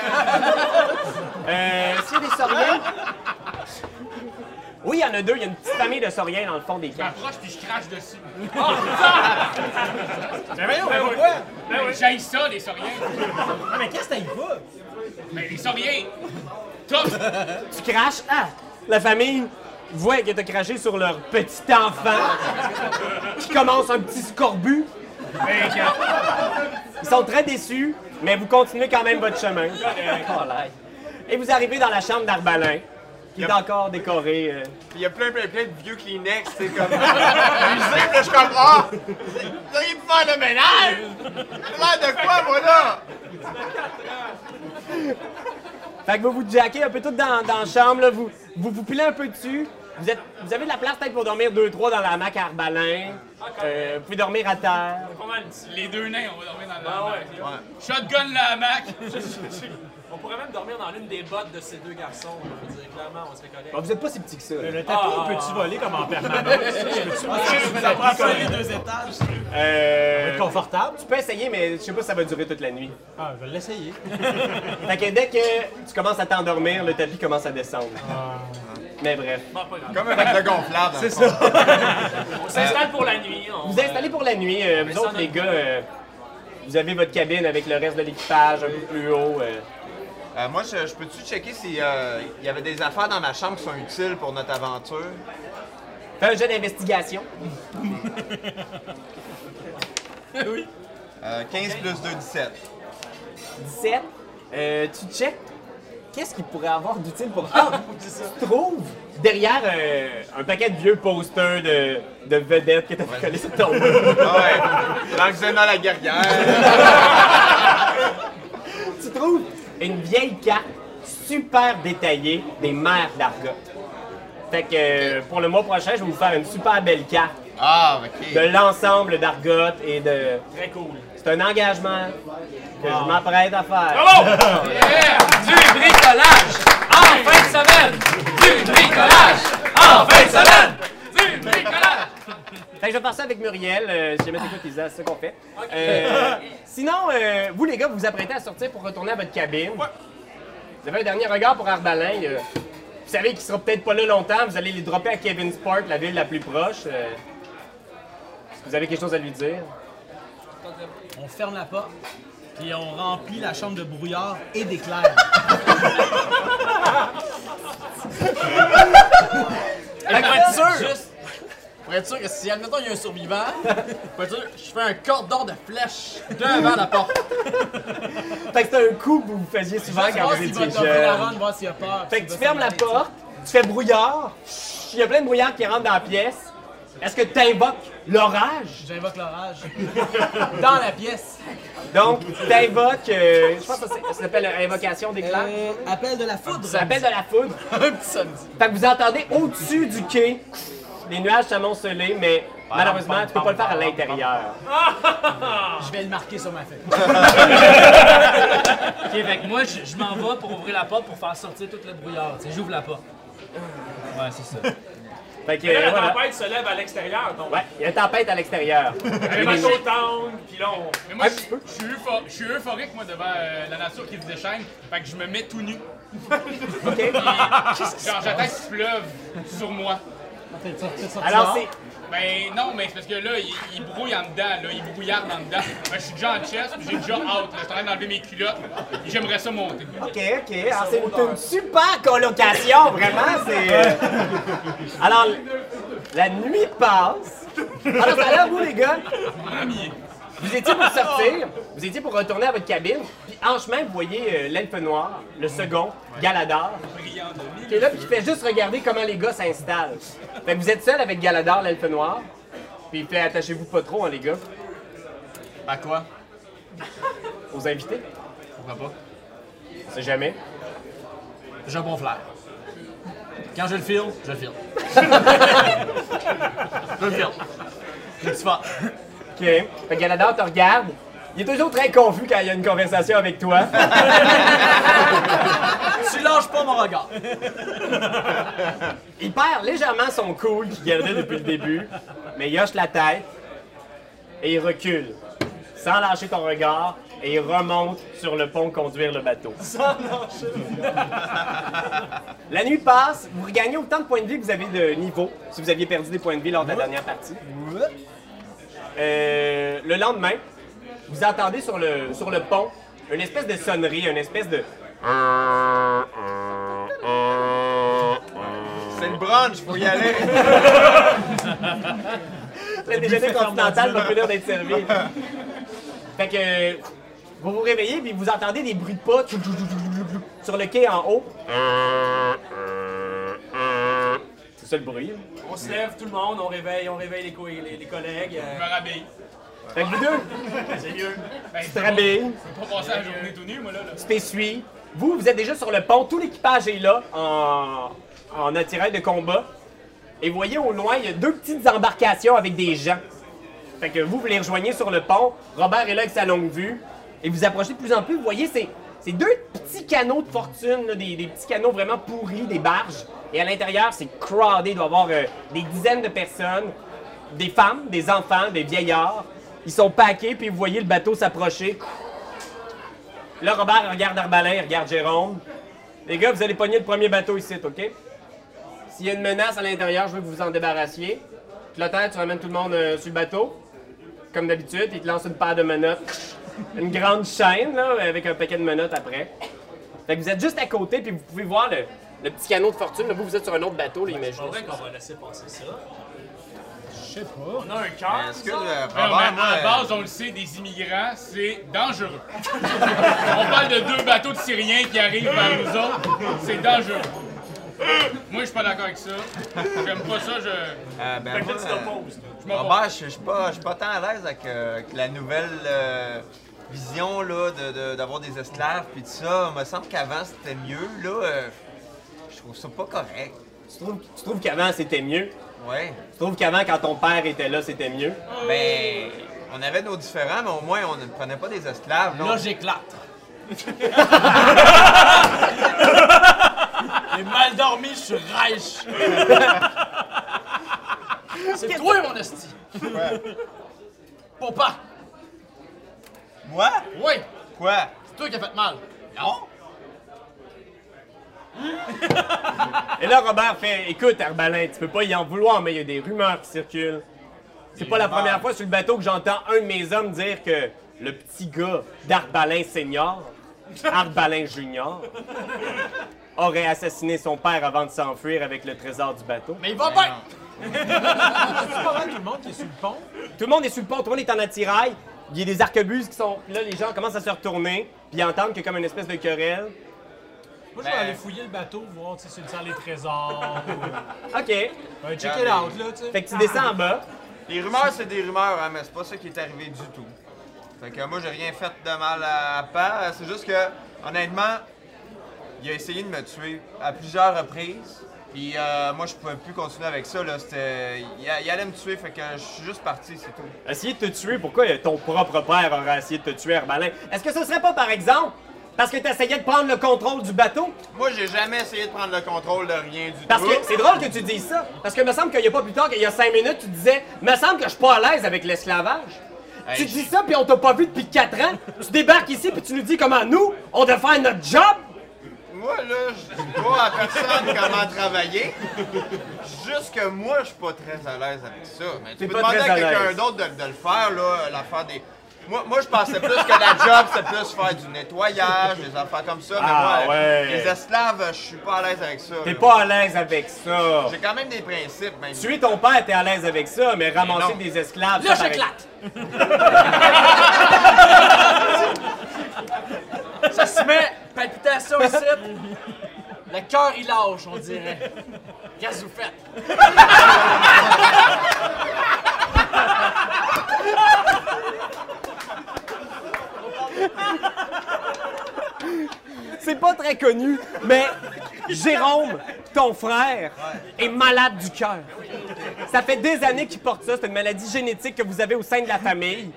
Speaker 1: Euh, S'il y a des sauriens. Oui, il y en a deux. Il y a une petite famille de sauriens dans le fond des camps.
Speaker 3: Approche puis je crache dessus.
Speaker 4: Mais
Speaker 1: Eh
Speaker 4: voyons, mais pourquoi?
Speaker 3: Ben oui. J'haïs ça, les sauriens.
Speaker 4: Ah, mais qu'est-ce que t'as eu pas?
Speaker 3: Mais les sauriens. Top!
Speaker 1: Tu craches. Ah! La famille voit que t'as craché sur leur petit enfant qui commence un petit scorbut. Ben, Ils sont très déçus, mais vous continuez quand même votre chemin. Et vous arrivez dans la chambre d'Arbalin, Puis il est encore décoré. euh.
Speaker 2: Il y a plein, plein, plein de vieux Kleenex, c'est [laughs] comme. Usé, puis là, je suis comme. Ah! Vous auriez pu faire le ménage! J'ai l'air de quoi, moi, là?
Speaker 1: Fait que vous vous jackez un peu tout dans, dans la chambre, là. Vous, vous vous pilez un peu dessus. Vous, êtes, vous avez de la place peut-être pour dormir 2-3 dans la mac à arbalin. Euh, vous pouvez dormir à terre.
Speaker 6: Pas mal petit.
Speaker 3: Les deux nains, on va dormir dans la
Speaker 6: Ah
Speaker 3: hamac.
Speaker 6: ouais.
Speaker 3: Shotgun la hamac.
Speaker 6: On pourrait même dormir dans l'une des bottes de ces deux garçons. là. Je veux dire, clairement, on se fait connaître.
Speaker 1: Bon, Ah, vous êtes pas si petit que ça. là.
Speaker 4: Le tapis,
Speaker 6: Ah.
Speaker 4: peux-tu voler comme en
Speaker 8: [laughs]
Speaker 4: permanence? Peux-tu marcher sur le tapis
Speaker 8: Ah,
Speaker 4: comme-
Speaker 8: les deux étages.
Speaker 1: Euh,
Speaker 4: être confortable?
Speaker 1: tu peux essayer, mais je sais pas si ça va durer toute la nuit.
Speaker 4: Ah, je vais l'essayer.
Speaker 1: Fait que dès que tu commences à t'endormir, le tapis commence à descendre. Mais bref.
Speaker 2: Comme un bac de gonflable. C'est ça.
Speaker 6: On s'installe pour la nuit. On...
Speaker 1: Vous installez pour la nuit, euh, vous autres les gars, euh, vous avez votre cabine avec le reste de l'équipage un peu plus haut. euh.
Speaker 2: moi, je, je peux-tu checker s'il y avait des affaires dans ma chambre qui sont utiles pour notre aventure?
Speaker 1: Fais un jeu d'investigation.
Speaker 2: Euh, 15 plus 2, 17.
Speaker 1: 17. Euh, tu check. Qu'est-ce qu'il pourrait avoir d'utile
Speaker 6: [laughs]
Speaker 1: pour Ah! tu trouves derrière euh, un paquet de vieux posters de, de vedettes que t'avais collé sur ton mur.
Speaker 6: [laughs]
Speaker 2: Ah ouais. L'anxiété dans la guerrière.
Speaker 1: tu trouves une vieille carte super détaillée des mères d'Argot. Fait que euh, pour le mois prochain, je vais vous faire une super belle carte
Speaker 2: Ah, ok.
Speaker 1: de l'ensemble d'Argot et de.
Speaker 6: Très cool.
Speaker 1: C'est un engagement que je m'apprête à faire.
Speaker 6: Oh
Speaker 5: Du bricolage en fin de semaine! Du bricolage en fin de semaine! Du bricolage!
Speaker 1: Fait que je vais faire ça avec Muriel. Euh, si jamais t'écoutes, Isa, c'est ça qu'on fait. Euh, sinon, euh, vous les gars, vous vous apprêtez à sortir pour retourner à votre cabine. Vous avez un dernier regard pour Arbalin. euh, vous savez qu'il sera peut-être pas là longtemps. Vous allez les dropper à Kevin Sport, la ville la plus proche. euh. Est-ce que vous avez quelque chose à lui dire?
Speaker 8: On ferme la porte, puis on remplit la chambre de brouillard et d'éclairs.
Speaker 7: Et pour être sûr, pour être sûr que si, admettons, il y a un survivant, pour être sûr, je fais un cordon de flèches devant la porte.
Speaker 1: Fait que c'est un coup que vous faisiez souvent
Speaker 7: Juste
Speaker 1: quand
Speaker 7: voir
Speaker 1: vous
Speaker 7: s'il va
Speaker 1: étiez
Speaker 7: tomber la
Speaker 1: jeune.
Speaker 7: run, voir s'il a peur.
Speaker 1: Fait que
Speaker 7: s'il
Speaker 1: tu
Speaker 7: va
Speaker 1: fermes la
Speaker 7: s'en aller,
Speaker 1: porte, tu fais brouillard. Il y a plein de brouillard qui rentre dans la pièce. Est-ce que tu invoques l'orage?
Speaker 7: tu sais. J'invoque l'orage. [laughs] Dans la pièce.
Speaker 1: Donc, t'invoques. euh, je pense que ça s- ça s'appelle euh, invocation d'éclair.
Speaker 8: Euh, appel de la foudre.
Speaker 1: Ça s'appelle de la foudre.
Speaker 7: [laughs] Un petit samedi.
Speaker 1: Fait que vous entendez au-dessus du quai les nuages s'amonceler, mais
Speaker 6: Ah,
Speaker 1: malheureusement, tu peux pas le faire à l'intérieur.
Speaker 7: Je vais le marquer sur ma feuille.
Speaker 5: Ok, fait que moi, je, je m'en vais pour ouvrir la porte pour faire sortir tout le brouillard. Tu sais, j'ouvre la porte. Ouais, c'est ça.
Speaker 1: Fait que,
Speaker 6: Et là, la
Speaker 1: Ben, voilà.
Speaker 6: tempête se lève à l'extérieur, donc.
Speaker 1: Ouais, il y a une tempête à
Speaker 6: [laughs]
Speaker 1: l'extérieur.
Speaker 6: Avec un gros town, puis là, on.
Speaker 3: Mais moi, je je suis eupho- je suis euphorique, moi, devant euh, la nature qui se déchaîne. Fait que je me mets tout nu.
Speaker 1: OK?
Speaker 3: Genre, j'attends qu'il pleuve sur moi.
Speaker 1: Alors, c'est.
Speaker 3: Ben non, mais c'est parce que là, il, il brouille en dedans, là, il brouillarde en dedans. Ben, je suis déjà en chest, puis j'ai déjà out. là. Je suis en train d'enlever mes culottes, puis j'aimerais ça monter.
Speaker 1: OK, OK. Alors, c'est une, une super colocation, vraiment. C'est. euh, Alors, la nuit passe. Alors, ça là, vous, les gars, vous étiez pour sortir, vous étiez pour retourner à votre cabine, puis en chemin, vous voyez euh, l'elfe noir, le second, Galadar, qui est là, puis qui fait juste regarder comment les gars s'installent. Fait que vous êtes seul avec Galadar, l'elfe noir, puis il fait attachez-vous pas trop, hein, les gars,
Speaker 7: À quoi?
Speaker 1: aux invités.
Speaker 7: Pourquoi pas?
Speaker 1: On sait jamais.
Speaker 7: J'ai un bon flair. Quand je le file, je le
Speaker 4: [laughs]
Speaker 7: file. je le file. Je le file.
Speaker 1: OK. Fait que Galador te regarde. Il est toujours très confus quand il y a une conversation avec toi.
Speaker 7: Tu lâches pas mon regard.
Speaker 1: Il perd légèrement son cool qu'il gardait depuis le début, mais il hoche la tête et il recule. Sans lâcher ton regard, et il remonte sur le pont conduire le bateau. Sans lâcher La nuit passe, vous regagnez autant de points de vie que vous avez de niveau, si vous aviez perdu des points de vie lors de la dernière partie. Euh, le lendemain, vous entendez sur le, sur le pont une espèce de sonnerie, une espèce de,
Speaker 2: C'est le brunch, faut y aller.
Speaker 1: Le déjeuner continental va finir d'être
Speaker 6: [laughs]
Speaker 1: servi. fait que vous vous réveillez puis vous entendez des bruits de pas tchou, tchou, tchou, tchou, tchou, tchou, sur le quai en haut. ça le bruit.
Speaker 6: On se lève, tout le monde, on réveille, on réveille les, co- les, les collègues.
Speaker 3: Je
Speaker 6: euh,
Speaker 3: me rhabille.
Speaker 1: Fait que vous deux,
Speaker 6: c'est mieux.
Speaker 3: Ben,
Speaker 1: tu te rhabilles,
Speaker 3: Je peux pas passer la journée tout nu, moi, là. là.
Speaker 1: tu t'essuies. Vous, vous êtes déjà sur le pont, tout l'équipage est là, en, en attirail de combat. Et voyez au loin, il y a deux petites embarcations avec des gens. Fait que vous, vous les rejoignez sur le pont. Robert est là avec sa longue vue. Et vous approchez de plus en plus. Vous voyez ces, ces deux petits canaux de fortune, là, des, des petits canaux vraiment pourris, des barges. Et à l'intérieur, c'est crowdé. Il doit y avoir euh, des dizaines de personnes, des femmes, des enfants, des vieillards. Ils sont paqués, puis vous voyez le bateau s'approcher. Là, Robert regarde Arbalin, il regarde Jérôme. Les gars, vous allez pogner le premier bateau ici, OK? S'il y a une menace à l'intérieur, je veux que vous vous en débarrassiez. Clotaire, tu ramènes tout le monde euh, sur le bateau. Comme d'habitude, il te lance une paire de menottes. Une grande chaîne, là, avec un paquet de menottes après. Fait que vous êtes juste à côté, puis vous pouvez voir le, le petit canot de fortune. Là, vous, vous êtes sur un autre bateau, là, imaginez.
Speaker 6: C'est vrai qu'on va laisser passer ça.
Speaker 4: Je sais pas.
Speaker 6: On a un cœur.
Speaker 2: Est-ce que euh,
Speaker 3: Non, mais
Speaker 2: Robert, moi,
Speaker 3: à
Speaker 2: euh,
Speaker 3: la base, on le sait, des immigrants, c'est dangereux. [laughs] on parle de deux bateaux de Syriens qui arrivent vers nous autres. C'est dangereux. Moi, je suis pas d'accord avec ça. J'aime pas ça, je.
Speaker 2: euh, ben,
Speaker 6: Fait que
Speaker 2: moi,
Speaker 6: là, tu
Speaker 2: euh,
Speaker 6: t'opposes. toi.
Speaker 3: Je m'en
Speaker 2: Robert, je je suis pas, je suis pas tant à l'aise avec, euh, avec la nouvelle euh, vision là, de- de- d'avoir des esclaves puis tout ça. Il me semble qu'avant c'était mieux. Là, euh, je trouve ça pas correct.
Speaker 1: Tu trouves, tu trouves qu'avant, c'était mieux?
Speaker 2: Ouais.
Speaker 1: Tu trouves qu'avant, quand ton père était là, c'était mieux?
Speaker 2: Ben, on avait nos différents, mais au moins on ne prenait pas des esclaves. non?
Speaker 7: Là, j'éclate. J'ai mal dormi, je suis riche. C'est toi, mon hostie. Papa,
Speaker 2: Moi?
Speaker 7: oui,
Speaker 2: Quoi?
Speaker 7: c'est toi qui as fait mal. Non?
Speaker 1: Et là, Robert fait Écoute, Arbalin, tu peux pas y en vouloir, mais il y a des rumeurs qui circulent. C'est pas la première fois sur le bateau que j'entends un de mes hommes dire que le petit gars d'Arbalin Senior, Arbalin Junior, aurait assassiné son père avant de s'enfuir avec le trésor du bateau.
Speaker 7: Mais il va bien.
Speaker 4: C'est pas mal tout le monde qui est sur le pont.
Speaker 1: Tout le monde est sur le pont, tout le monde est en attirail. Il y a des arquebuses qui sont. Là, les gens commencent à se retourner, puis ils entendent que comme une espèce de querelle.
Speaker 4: Moi,
Speaker 7: Ben.
Speaker 4: je vais aller fouiller le bateau, voir tu sais, si c'est une salle des
Speaker 7: [laughs]
Speaker 4: trésors.
Speaker 1: OK.
Speaker 4: ou- Ouais, check it out, là, tu sais.
Speaker 1: Fait que tu descends en bas.
Speaker 2: Les rumeurs, c'est des rumeurs, hein, mais c'est pas ça qui est arrivé du tout. Fait que moi, j'ai rien fait de mal à pas. C'est juste que, honnêtement, il a essayé de me tuer à plusieurs reprises. Puis euh, moi, je pouvais plus continuer avec ça. Là. C'était- Il, a- il allait me tuer, fait que je suis juste parti, c'est tout.
Speaker 1: Essayer de te tuer, pourquoi euh, ton propre père aurait essayé de te tuer, Herbalin? Est-ce que ce serait pas, par exemple, parce que t'essayais de prendre le contrôle du bateau?
Speaker 2: Moi, j'ai jamais essayé de prendre le contrôle de rien du
Speaker 1: Parce
Speaker 2: tout.
Speaker 1: que c'est drôle que tu dises ça, parce que me semble qu'il y a pas plus tard qu'il y a cinq minutes, tu disais « Me semble que je suis pas à l'aise avec l'esclavage. Tu
Speaker 2: Hey.
Speaker 1: dis ça, puis on t'a pas vu depuis quatre ans. tu débarques ici, puis tu nous dis comment nous, on doit faire notre job.
Speaker 2: Moi, là, je dis pas à personne comment travailler. Juste que moi, je suis pas très à l'aise avec ça. Mais
Speaker 1: T'es
Speaker 2: tu peux
Speaker 1: pas
Speaker 2: demander
Speaker 1: très
Speaker 2: à
Speaker 1: à
Speaker 2: quelqu'un
Speaker 1: l'aise.
Speaker 2: d'autre de, de le faire, là, l'affaire des... Moi, moi, je pensais plus que la job, c'est plus faire du nettoyage, des affaires comme ça. Mais
Speaker 1: Ah,
Speaker 2: moi,
Speaker 1: ouais.
Speaker 2: les esclaves, je suis pas à l'aise avec ça.
Speaker 1: T'es
Speaker 2: là.
Speaker 1: pas à l'aise avec ça.
Speaker 2: J'ai quand même des principes, même.
Speaker 1: Tuer ton père, t'es à l'aise avec ça, mais ramasser
Speaker 2: non.
Speaker 1: des esclaves...
Speaker 7: Là,
Speaker 1: ça, pareil.
Speaker 7: j'éclate. [laughs] Ça se met, palpitation ici. Le cœur, il lâche, on dirait. Qu'est-ce que vous faites?
Speaker 1: C'est pas très connu, mais Jérôme, ton frère, est malade du cœur. Ça fait des années qu'il porte ça. C'est une maladie génétique que vous avez au sein de la famille.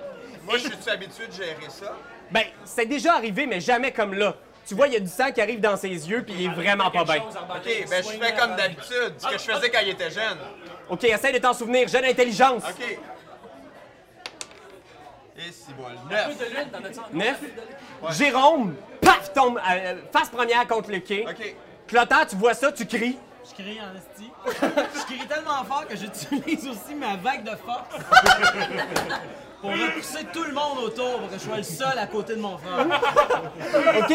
Speaker 2: Moi, je suis habitué de gérer ça.
Speaker 1: Ben, c'est déjà arrivé, mais jamais comme là. Tu vois, il y a du sang qui arrive dans ses yeux, puis il est vraiment pas bien.
Speaker 2: OK, ben, je fais comme d'habitude, ce que je faisais quand il était jeune.
Speaker 1: OK, essaie de t'en souvenir. Jeune intelligence.
Speaker 2: OK. Et si bon, neuf.
Speaker 1: Neuf. Jérôme, paf, tombe euh, face première contre le quai.
Speaker 2: OK.
Speaker 1: Clotaire, tu vois ça, tu cries.
Speaker 8: Je crie en esti. je crie tellement fort que j'utilise aussi ma vague de
Speaker 7: [laughs]
Speaker 8: force pour repousser tout le monde autour pour que je sois le seul à côté de mon frère.
Speaker 1: OK?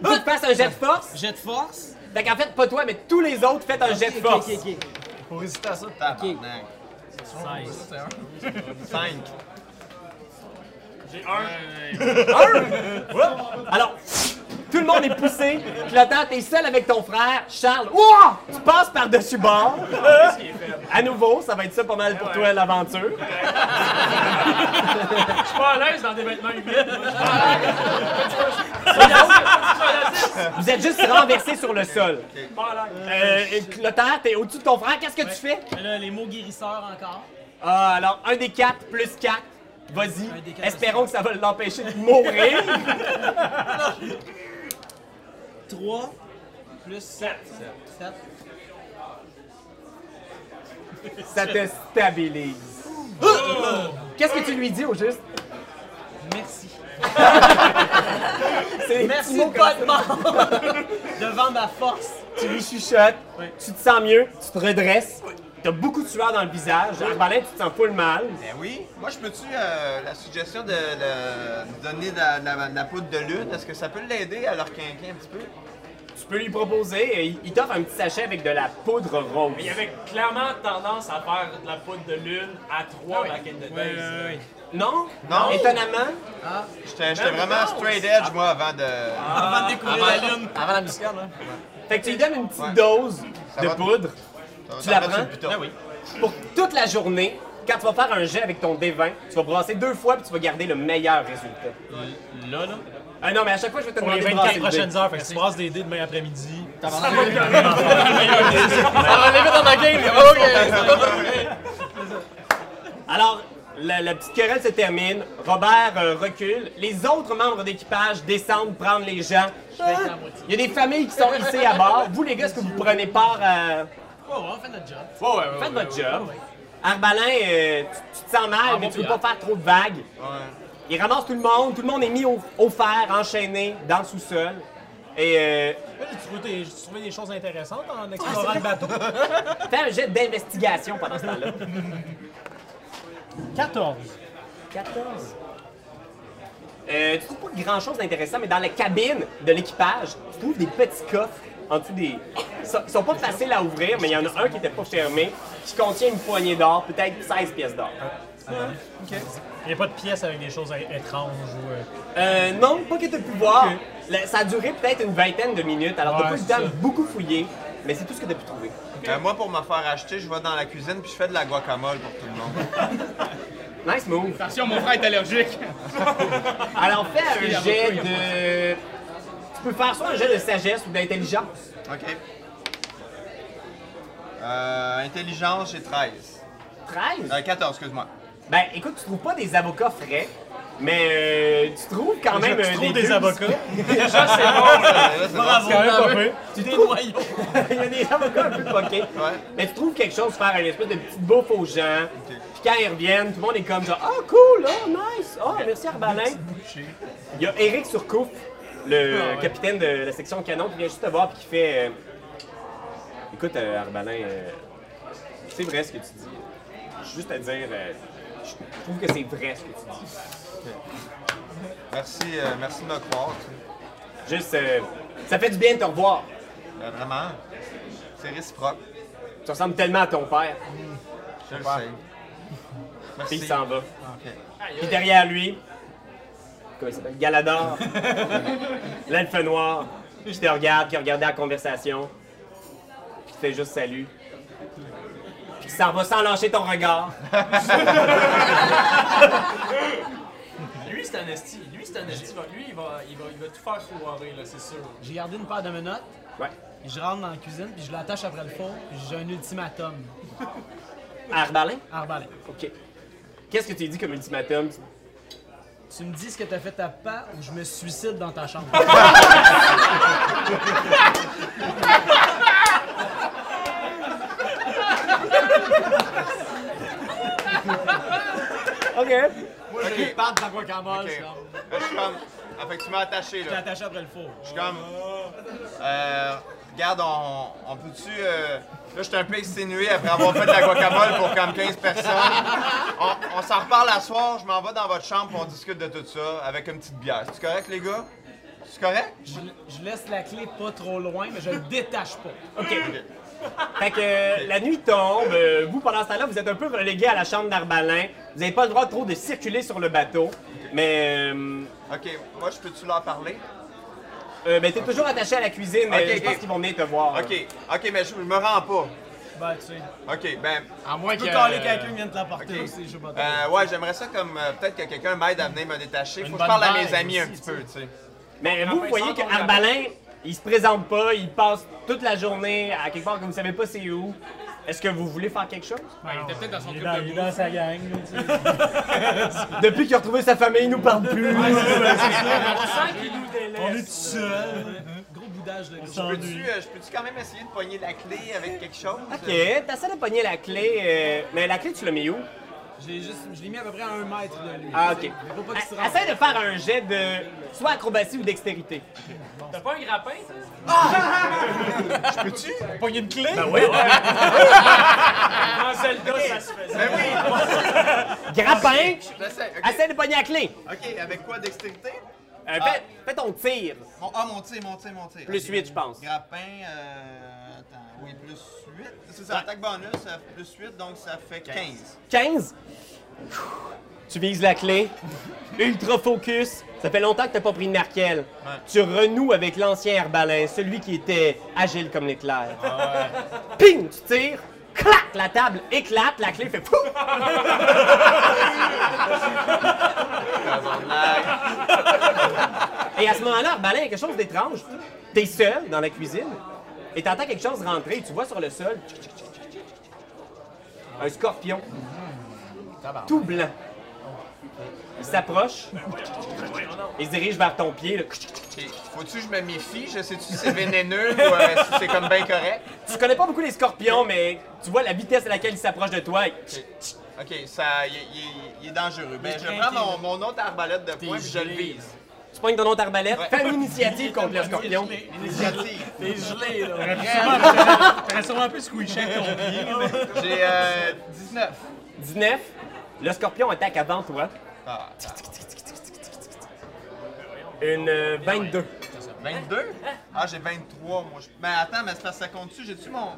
Speaker 1: Vous te passes un jet de force.
Speaker 8: Jet de force.
Speaker 1: Fait qu'en fait, pas toi, mais tous les autres, faites un jet de
Speaker 8: Ok,
Speaker 1: force.
Speaker 8: ok, ok.
Speaker 2: Pour résister à ça, tabarnak. 5.
Speaker 1: Alors, pff, Tout le monde est poussé. Clotan, t'es seul avec ton frère, Charles. Ouah! Tu passes par-dessus bord. à nouveau, ça va être ça pas mal pour toi, l'aventure.
Speaker 6: Je suis pas à l'aise dans des vêtements humides. moi.
Speaker 1: Vous êtes juste renversé sur le sol. Euh, et Clotaire, t'es au-dessus de ton frère, qu'est-ce que tu fais?
Speaker 8: Mais là, les mots guérisseurs encore.
Speaker 1: Ah, alors, un des quatre plus quatre. Vas-y,
Speaker 8: des quatre
Speaker 1: espérons que ça va l'empêcher de mourir.
Speaker 8: 3 plus 7. 7.
Speaker 1: ça te stabilise. Qu'est-ce que tu lui dis au juste?
Speaker 8: Merci.
Speaker 1: C'est des
Speaker 8: Merci
Speaker 1: petits mots
Speaker 8: de pas
Speaker 1: comme
Speaker 8: de mort devant ma force.
Speaker 1: Tu lui chuchotes, tu te sens mieux, tu te redresses. T'as beaucoup de sueur dans le visage. Arbalin, tu te sens full mal.
Speaker 2: Ben oui. Moi, je peux-tu euh, la suggestion de, de- de donner de la, de la- de la poudre de lune? Est-ce que ça peut l'aider à leur quinquin un petit peu?
Speaker 1: Tu peux lui proposer, et il- il t'offre un petit sachet avec de la poudre rose.
Speaker 6: Il y avait clairement tendance à faire de la poudre de lune à 3 back in the days.
Speaker 1: Non?
Speaker 2: Non.
Speaker 1: Étonnamment,
Speaker 2: J'étais j'étais vraiment straight edge, moi, avant de.
Speaker 7: Avant de découvrir la lune. Avant la muscade, là.
Speaker 1: Fait que tu lui donnes une petite
Speaker 2: Ouais.
Speaker 1: dose
Speaker 2: Ça
Speaker 1: de
Speaker 2: va.
Speaker 1: poudre Tu la prends?
Speaker 2: Ah oui.
Speaker 1: pour toute la journée. Quand tu vas faire un jet avec ton D20, tu vas brasser deux fois puis tu vas garder le meilleur résultat.
Speaker 4: Là, là.
Speaker 1: Ah non, mais à chaque fois, je vais te
Speaker 4: Pour
Speaker 1: demander
Speaker 4: les
Speaker 1: de brasser
Speaker 4: 24
Speaker 1: le dé.
Speaker 4: prochaines heures, fait que si tu brasses des dés demain après-midi.
Speaker 7: Ah, les mettre dans ma game, ok!
Speaker 1: Alors, la, la petite querelle se termine. Robert euh, recule. Les autres membres d'équipage descendent prendre les gens. Il y a des familles qui sont ici à bord. Vous, les gars, est-ce que vous prenez part à...
Speaker 8: Ouais, ouais, on fait notre job.
Speaker 1: Faites votre job. Arbalin, euh, tu, tu te sens mal,
Speaker 8: Ah,
Speaker 1: mais tu veux pas faire trop de vagues. Il ramasse tout le monde. Tout le monde est mis au, au fer, enchaîné, dans le sous-sol. Et euh,
Speaker 4: Là, J'ai trouvé, des- j'ai trouvé des choses intéressantes en explorant le bateau.
Speaker 1: fais un jet d'investigation pendant ce temps-là.
Speaker 4: 14.
Speaker 1: 14. Euh, tu trouves pas grand chose d'intéressant, mais dans la cabine de l'équipage, tu trouves des petits coffres en dessous des. Ils sont pas faciles à ouvrir, mais il y en a un qui était pas fermé, qui contient une poignée d'or, peut-être 16 pièces d'or.
Speaker 4: Il n'y a pas de pièces avec des choses é- étranges ou. euh,
Speaker 1: Euh, non, pas que tu pu voir. La- Ça a duré peut-être une vingtaine de minutes, alors t'as
Speaker 4: Ouais,
Speaker 1: pas eu le
Speaker 4: c'est
Speaker 1: temps de
Speaker 4: ça.
Speaker 1: beaucoup fouiller, mais c'est tout ce que t'as pu trouver.
Speaker 2: Euh, moi, pour me faire acheter, je vais dans la cuisine puis je fais de la guacamole pour tout le monde.
Speaker 1: Nice move.
Speaker 3: Attention, Ah, mon frère est allergique.
Speaker 1: Alors fais un jet de. Tu peux faire soit un jet de sagesse ou d'intelligence.
Speaker 2: [laughs] OK. Euh, intelligence, j'ai 13.
Speaker 1: 13.
Speaker 2: Euh, 14, excuse-moi.
Speaker 1: Ben, écoute, tu trouves pas des avocats frais, mais euh, tu trouves quand même
Speaker 4: tu
Speaker 1: euh,
Speaker 4: trouves
Speaker 1: bulles.
Speaker 4: des avocats.
Speaker 2: Euh, là, c'est bon.
Speaker 4: C'est quand même pas peu.
Speaker 1: Tu trouves... [laughs] Il y a des avocats un peu poqués. Mais tu trouves quelque chose, faire une espèce de petite bouffe aux gens. Puis quand ils reviennent, tout le monde est comme genre « Ah, cool! Ah, nice! Ah, merci Arbalin! » Il y a Eric Surcouf, le
Speaker 4: Ah,
Speaker 1: capitaine de la section canon, qui vient juste te voir puis qui fait euh, Écoute, euh, Arbalin, euh, c'est vrai ce que tu dis. J'ai juste à dire, euh, je trouve que c'est vrai ce que tu dis.
Speaker 2: [laughs] Merci, euh, merci de me croire. tu sais.
Speaker 1: Juste, euh, ça fait du bien de te revoir.
Speaker 2: Euh, vraiment, c'est réciproque.
Speaker 1: Tu ressembles tellement à ton père.
Speaker 2: Je le sais.
Speaker 1: Puis il
Speaker 2: Merci.
Speaker 1: s'en va.
Speaker 2: Ok.
Speaker 1: Puis derrière lui, comment il s'appelle
Speaker 2: [laughs]
Speaker 1: Galador, l'elfe noir, qui te regarde, qui regardait la conversation, puis qui te fait juste salut. Puis qui s'en va sans lâcher ton regard.
Speaker 6: Lui, c'est un esti. Lui, c'est un esti. Lui, il va, il, va, il va tout faire foirer, là, c'est sûr.
Speaker 8: J'ai gardé une paire de menottes,
Speaker 1: Ouais.
Speaker 8: puis je rentre dans la cuisine, puis je l'attache après le four, puis j'ai un ultimatum.
Speaker 1: Arbalin
Speaker 8: Arbalète.
Speaker 1: Ok. Qu'est-ce que tu lui dis comme ultimatum
Speaker 8: Tu me dis ce que t'as fait à pas ou je me suicide dans ta chambre.
Speaker 1: Ok.
Speaker 2: Ok.
Speaker 7: Parle de la guacamole,
Speaker 2: Ok.
Speaker 7: genre.
Speaker 2: Je suis comme. Ah, fait que tu m'as attaché, là.
Speaker 8: Attaché après le four.
Speaker 2: Je suis comme. Euh, regarde, on, on peut-tu. euh, Là, je suis un peu exténué après avoir fait de la guacamole pour comme 15 personnes. On, on s'en reparle à soir, je m'en vais dans votre chambre et on discute de tout ça avec une petite bière. C'est correct, les gars? C'est correct?
Speaker 8: Je, je laisse la clé pas trop loin, mais je le détache pas.
Speaker 1: Ok. Fait que euh, la nuit tombe, euh, vous pendant ce temps-là, vous êtes un peu relégué à la chambre d'Arbalin. Vous n'avez pas le droit trop de circuler sur le bateau. Mais euh,
Speaker 2: Ok, moi, je peux-tu leur parler?
Speaker 1: Euh, ben, t'es toujours attaché à la cuisine, mais
Speaker 2: Ok,
Speaker 1: je pense
Speaker 2: ok.
Speaker 1: qu'ils vont venir te voir.
Speaker 2: Ok, ok, mais je, je me rends pas.
Speaker 8: Ben, tu sais.
Speaker 2: Ok, ben.
Speaker 3: À moins
Speaker 8: Tu
Speaker 3: que.
Speaker 8: peux caler quelqu'un qui vient te l'apporter
Speaker 2: Ok.
Speaker 8: aussi, je sais pas.
Speaker 2: Euh, ouais, j'aimerais ça comme. euh, Peut-être que quelqu'un m'aide à venir me détacher. Faut que
Speaker 7: bonne
Speaker 2: je parle à mes
Speaker 7: vibe
Speaker 2: amis un
Speaker 7: aussi,
Speaker 2: petit peu, tu sais.
Speaker 1: Mais vous, vous voyez que
Speaker 6: encore là-bas.
Speaker 1: Arbalin, il se présente pas, il passe toute la journée à quelque part que vous savez pas c'est où. Est-ce que vous voulez faire quelque chose?
Speaker 3: Ouais, Ben, il était peut-être dans son
Speaker 4: Il
Speaker 3: club
Speaker 4: est dans, il
Speaker 3: de
Speaker 4: est dans
Speaker 3: bouffe.
Speaker 4: sa gang, là, tu sais.
Speaker 1: [laughs] Depuis qu'il a retrouvé sa famille, il nous parle plus.
Speaker 5: On sent qu'il nous
Speaker 4: On est
Speaker 5: délaisse.
Speaker 4: tout seul.
Speaker 8: Gros boudage de gros.
Speaker 4: On
Speaker 2: Peux-tu
Speaker 4: s'ennuie.
Speaker 2: euh, je peux-tu quand même essayer de pogner la clé avec quelque chose? Euh,
Speaker 1: Ok, t'essaies de pogner la clé, euh, mais la clé, tu l'as mis où?
Speaker 8: J'ai juste, je l'ai mis à peu près à un mètre de lui.
Speaker 1: Ah, ok.
Speaker 8: Faut pas qu'il se
Speaker 1: Essaye de faire un jet de soit acrobatie ou dextérité.
Speaker 5: T'as pas un grappin, ça?
Speaker 4: Pogner une clé?
Speaker 6: Dans Zelda, ça se faisait.
Speaker 2: Ben oui!
Speaker 1: [laughs] Grappin,
Speaker 2: J'essaie. Ok,
Speaker 1: essaie de pogner la clé.
Speaker 2: Ok, avec quoi? Dextérité?
Speaker 1: Euh, fais, fais ton tir.
Speaker 2: Mon, ah, mon tir, mon tir, mon tir.
Speaker 1: Plus
Speaker 2: Ok.
Speaker 1: 8, je pense.
Speaker 2: Grappin, euh, attends, oui, plus 8. C'est ça, attaque bonus, ça fait plus 8, donc ça fait 15.
Speaker 1: 15. Tu vises la clé. Ultra focus. Ça fait longtemps que t'as pas pris de Merkel. Tu renoues avec l'ancien herbalin, celui qui était agile comme l'éclair. Ping, tu tires. Clac, la table éclate, la clé fait pouf. Et à ce moment-là, Arbalin, il y a quelque chose d'étrange. T'es seul dans la cuisine et t'entends quelque chose rentrer. Tu vois sur le sol un scorpion. Tout blanc. Il s'approche. Il se dirige vers ton pied. là.
Speaker 2: Ok, Faut-tu que je me méfie? Je sais-tu si c'est vénéneux ou euh, si c'est comme bien correct?
Speaker 1: Tu connais pas beaucoup les scorpions, mais tu vois la vitesse à laquelle il s'approche de toi.
Speaker 2: Ok, Ok, ça, il est- il est- il est dangereux. Ben, je prends mon, mon autre arbalète de poing et je le vise.
Speaker 1: Tu pognes ton autre arbalète.
Speaker 2: Ouais.
Speaker 1: Fais une initiative contre le
Speaker 2: [laughs]
Speaker 1: scorpion.
Speaker 2: Initiative.
Speaker 4: T'aurais sûrement pu squisher avec ton pied.
Speaker 2: J'ai euh, 19.
Speaker 1: 19. Le scorpion attaque avant toi.
Speaker 2: Ah,
Speaker 1: Une euh, 22.
Speaker 2: 22? Ah, j'ai 23, moi. je- Mais attends, mais c'est parce que ça compte-tu? J'ai-tu mon...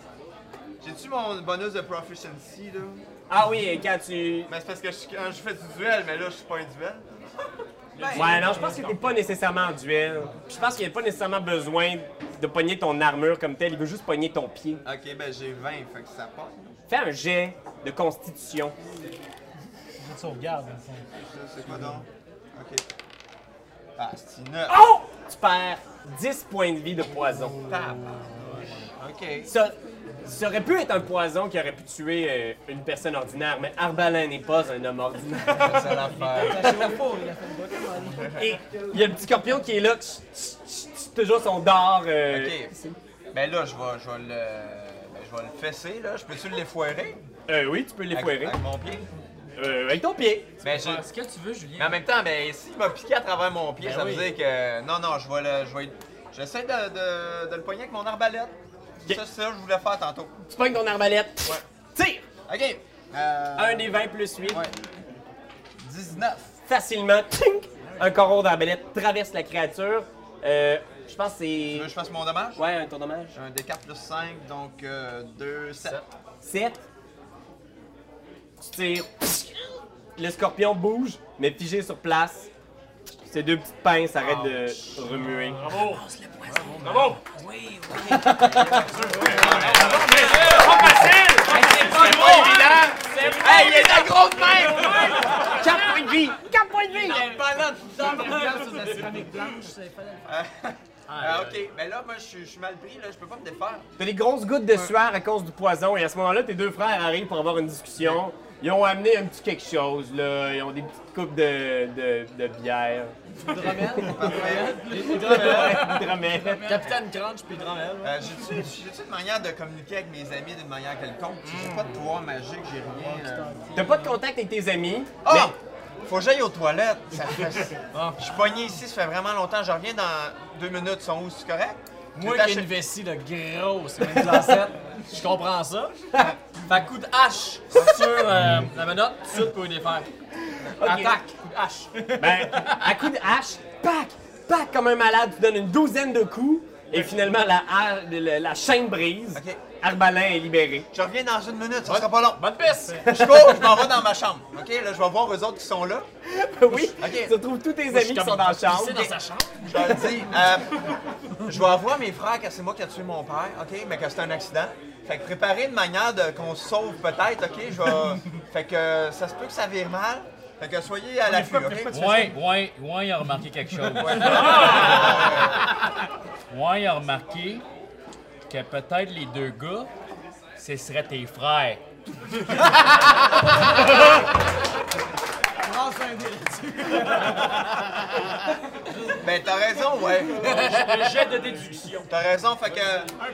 Speaker 2: J'ai-tu mon bonus de proficiency, là?
Speaker 1: Ah oui, et quand tu.
Speaker 2: Mais c'est parce que je- quand je fais du duel, mais là, je suis pas un duel.
Speaker 1: Ouais, non, je pense que t'es pas nécessairement en duel. Puis Je pense qu'il n'y a pas nécessairement besoin de pogner ton armure comme telle. Il veut juste pogner ton pied.
Speaker 2: Ok, ben j'ai 20, fait que ça passe.
Speaker 1: Fais un jet de constitution.
Speaker 4: Sauvegarde.
Speaker 2: Ça, C'est quoi donc? Ok. Ah, c'est 9.
Speaker 1: Oh! Tu perds 10 points de vie de poison.
Speaker 2: Ok.
Speaker 1: Ça, ça aurait pu être un poison qui aurait pu tuer euh, une personne ordinaire, mais Arbalin n'est pas un homme
Speaker 2: [laughs]
Speaker 1: ordinaire.
Speaker 2: C'est l'affaire.
Speaker 1: Et il y a le petit scorpion qui est là, qui toujours son dard. euh,
Speaker 2: Ok.
Speaker 1: ici.
Speaker 2: Ben là, je vais, je vais le... ben, je vais le fesser, là. Je peux-tu l'effoirer?
Speaker 1: Euh, oui, tu peux l'effouérer.
Speaker 2: Avec, avec mon pied?
Speaker 1: Euh, avec ton pied.
Speaker 2: Ben, je...
Speaker 5: Est-ce que tu veux, Julien?
Speaker 2: Mais en même temps, ben, s'il m'a piqué à travers mon
Speaker 1: Ben
Speaker 2: pied, ça veut dire que. Non, non, je vais le. Je vais... J'essaie de, de, de le poigner avec mon arbalète.
Speaker 1: Ok.
Speaker 2: Ça, c'est ça que je voulais faire tantôt.
Speaker 1: Tu pognes ton arbalète. Tire!
Speaker 2: Ok. Euh,
Speaker 1: Un des 20 plus 8.
Speaker 2: Ouais. 19.
Speaker 1: Facilement, tink! un coron d'arbalète traverse la créature. Euh, je pense que
Speaker 2: Tu
Speaker 1: c'est.
Speaker 2: veux que je fasse mon dommage?
Speaker 1: Ouais, un tour dommage.
Speaker 2: J'ai un D4 plus 5, donc euh, 2, 7.
Speaker 1: 7. Tu tires. Le scorpion bouge, mais figé sur place. Ses deux petites pinces arrêtent de remuer. Hey, il est la grosse main! 4 points de vie! 4 points de vie!
Speaker 2: Ah, ok, mais là, moi, je suis- je suis mal pris, là, je peux pas me défaire.
Speaker 1: T'as des grosses gouttes de sueur à cause du poison, et à ce moment-là, tes deux frères arrivent pour avoir une discussion. Ils ont amené un petit quelque chose, là. Ils ont des petites coupes de, de, de bière. [laughs] Hydromel.
Speaker 7: Capitaine Crunch puis Drummel.
Speaker 2: Euh, J'ai-tu j'ai-tu une manière de communiquer avec mes amis d'une manière quelconque? J'ai pas de pouvoir magique, j'ai rien. euh,
Speaker 1: T'as pas de contact avec tes amis.
Speaker 2: Ah! Faut que j'aille aux toilettes. Ça
Speaker 7: [laughs]
Speaker 2: fait... Ah! Je suis pogné ici, ça fait vraiment longtemps. Je reviens dans deux minutes. Ils sont où, c'est correct?
Speaker 7: Moi
Speaker 2: J'étais
Speaker 7: qui ai une
Speaker 2: chez-
Speaker 7: vessie de grosse, c'est même [laughs] lancette. Je comprends ça. Fait coup de hache sur euh, la menotte, tout de suite pour une défaire. Attaque, coup de hache.
Speaker 5: [laughs]
Speaker 1: Ben, à coup de hache, pac, pac, comme un malade, tu donnes une douzaine de coups. Et finalement, la, ha- la, la chaîne brise.
Speaker 2: Ok.
Speaker 1: Arbalin est libéré. [laughs]
Speaker 2: Je reviens dans une minute, ça sera pas long.
Speaker 7: Bonne piste!
Speaker 2: Je cours, je m'en vais dans ma chambre. OK, là, je vais voir eux autres qui sont là.
Speaker 1: oui,
Speaker 2: Ok.
Speaker 1: tu retrouves tous tes amis qui sont dans la chambre.
Speaker 7: C'est dans sa chambre.
Speaker 2: Je leur dis, euh, je vais avouer à mes frères que c'est moi qui ai tué mon père, OK, mais que c'était un accident. Fait que préparer une manière de- qu'on se sauve peut-être, OK, je vais... Fait que euh, ça se peut que ça vire mal. Fait que soyez à l'affût, OK?
Speaker 5: Ouais, ouais, ouais, il a remarqué quelque chose. [laughs] Ouais, il a remarqué que peut-être les deux gars, ce seraient tes frères.
Speaker 8: Lance un dé là-dessus.
Speaker 2: Ben, t'as raison,
Speaker 3: [laughs]
Speaker 2: ouais.
Speaker 6: Un jet de déduction.
Speaker 2: T'as raison, fait que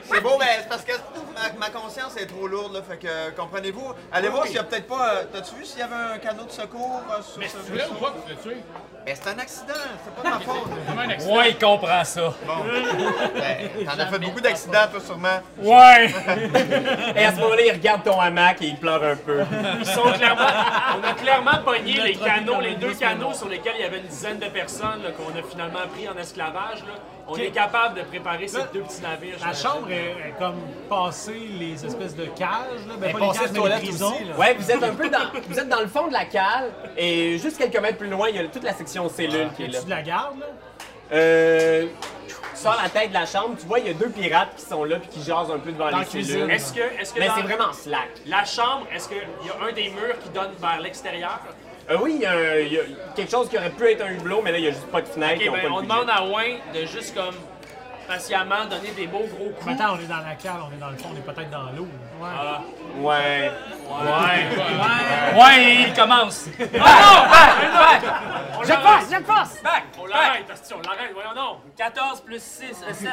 Speaker 2: c'est beau, mais c'est parce que ma, ma conscience est trop lourde, là, fait que comprenez-vous. Allez voir s'il y a peut-être pas. euh, T'as-tu vu s'il y avait un canot de secours euh, sur
Speaker 3: Mais
Speaker 2: ce
Speaker 3: si tu voulais ou pas que tu l'as tué?
Speaker 2: Mais c'est un accident, c'est
Speaker 3: [laughs]
Speaker 2: pas de ma faute.
Speaker 3: C'est vraiment un accident.
Speaker 5: Ouais, il comprend ça.
Speaker 2: Ben, T'en as fait beaucoup d'accidents, toi, sûrement.
Speaker 5: Ouais!
Speaker 1: Et à ce moment-là, il regarde ton hamac et il pleure un peu.
Speaker 6: Ils sont clairement. On a clairement pogné les canaux, les deux canaux sur lesquels il y avait une dizaine de personnes là, qu'on a finalement pris en esclavage. là. On est capable de préparer ces deux petits navires.
Speaker 4: La
Speaker 6: j'imagine.
Speaker 4: chambre est, est comme passée les espèces de cages, là. Ben, pas les
Speaker 7: passée
Speaker 4: cages,
Speaker 7: aux
Speaker 4: mais les
Speaker 7: toilettes
Speaker 4: prisons.
Speaker 7: aussi, là.
Speaker 1: Ouais, vous êtes un peu dans, vous êtes dans le fond de la cale et juste quelques mètres plus loin, il y a toute la section cellule qui est là.
Speaker 4: Tu de la garde, là?
Speaker 1: Euh, tu sors la tête de la chambre, tu vois, il y a deux pirates qui sont là puis qui jasent un peu devant
Speaker 4: la
Speaker 1: les
Speaker 4: cuisine.
Speaker 1: cellules.
Speaker 6: Est-ce que, est-ce que
Speaker 1: Mais
Speaker 6: dans
Speaker 1: c'est vraiment slack.
Speaker 6: la chambre, est-ce qu'il y a un des murs qui donne vers l'extérieur?
Speaker 1: Euh, oui, il y, a un- il y a quelque chose qui aurait pu être un hublot, mais là, il n'y a juste pas de fenêtre. ils
Speaker 6: Ok,
Speaker 1: ont
Speaker 6: ben,
Speaker 1: pas de
Speaker 6: on
Speaker 1: budget.
Speaker 6: demande à Wayne de juste comme patiemment donner des beaux gros coups.
Speaker 4: Mais attends, on est dans la cale, on est dans le fond, on est peut-être dans l'eau. Ouais.
Speaker 1: Ouais.
Speaker 5: Ouais, il
Speaker 7: [laughs]
Speaker 5: commence! Ah non!
Speaker 6: On
Speaker 5: Je
Speaker 6: l'arrête,
Speaker 5: passe, je passe! Back!
Speaker 6: On l'arrête, hostie, on l'arrête, voyons donc!
Speaker 5: 14 plus 6,
Speaker 7: euh,
Speaker 5: 7,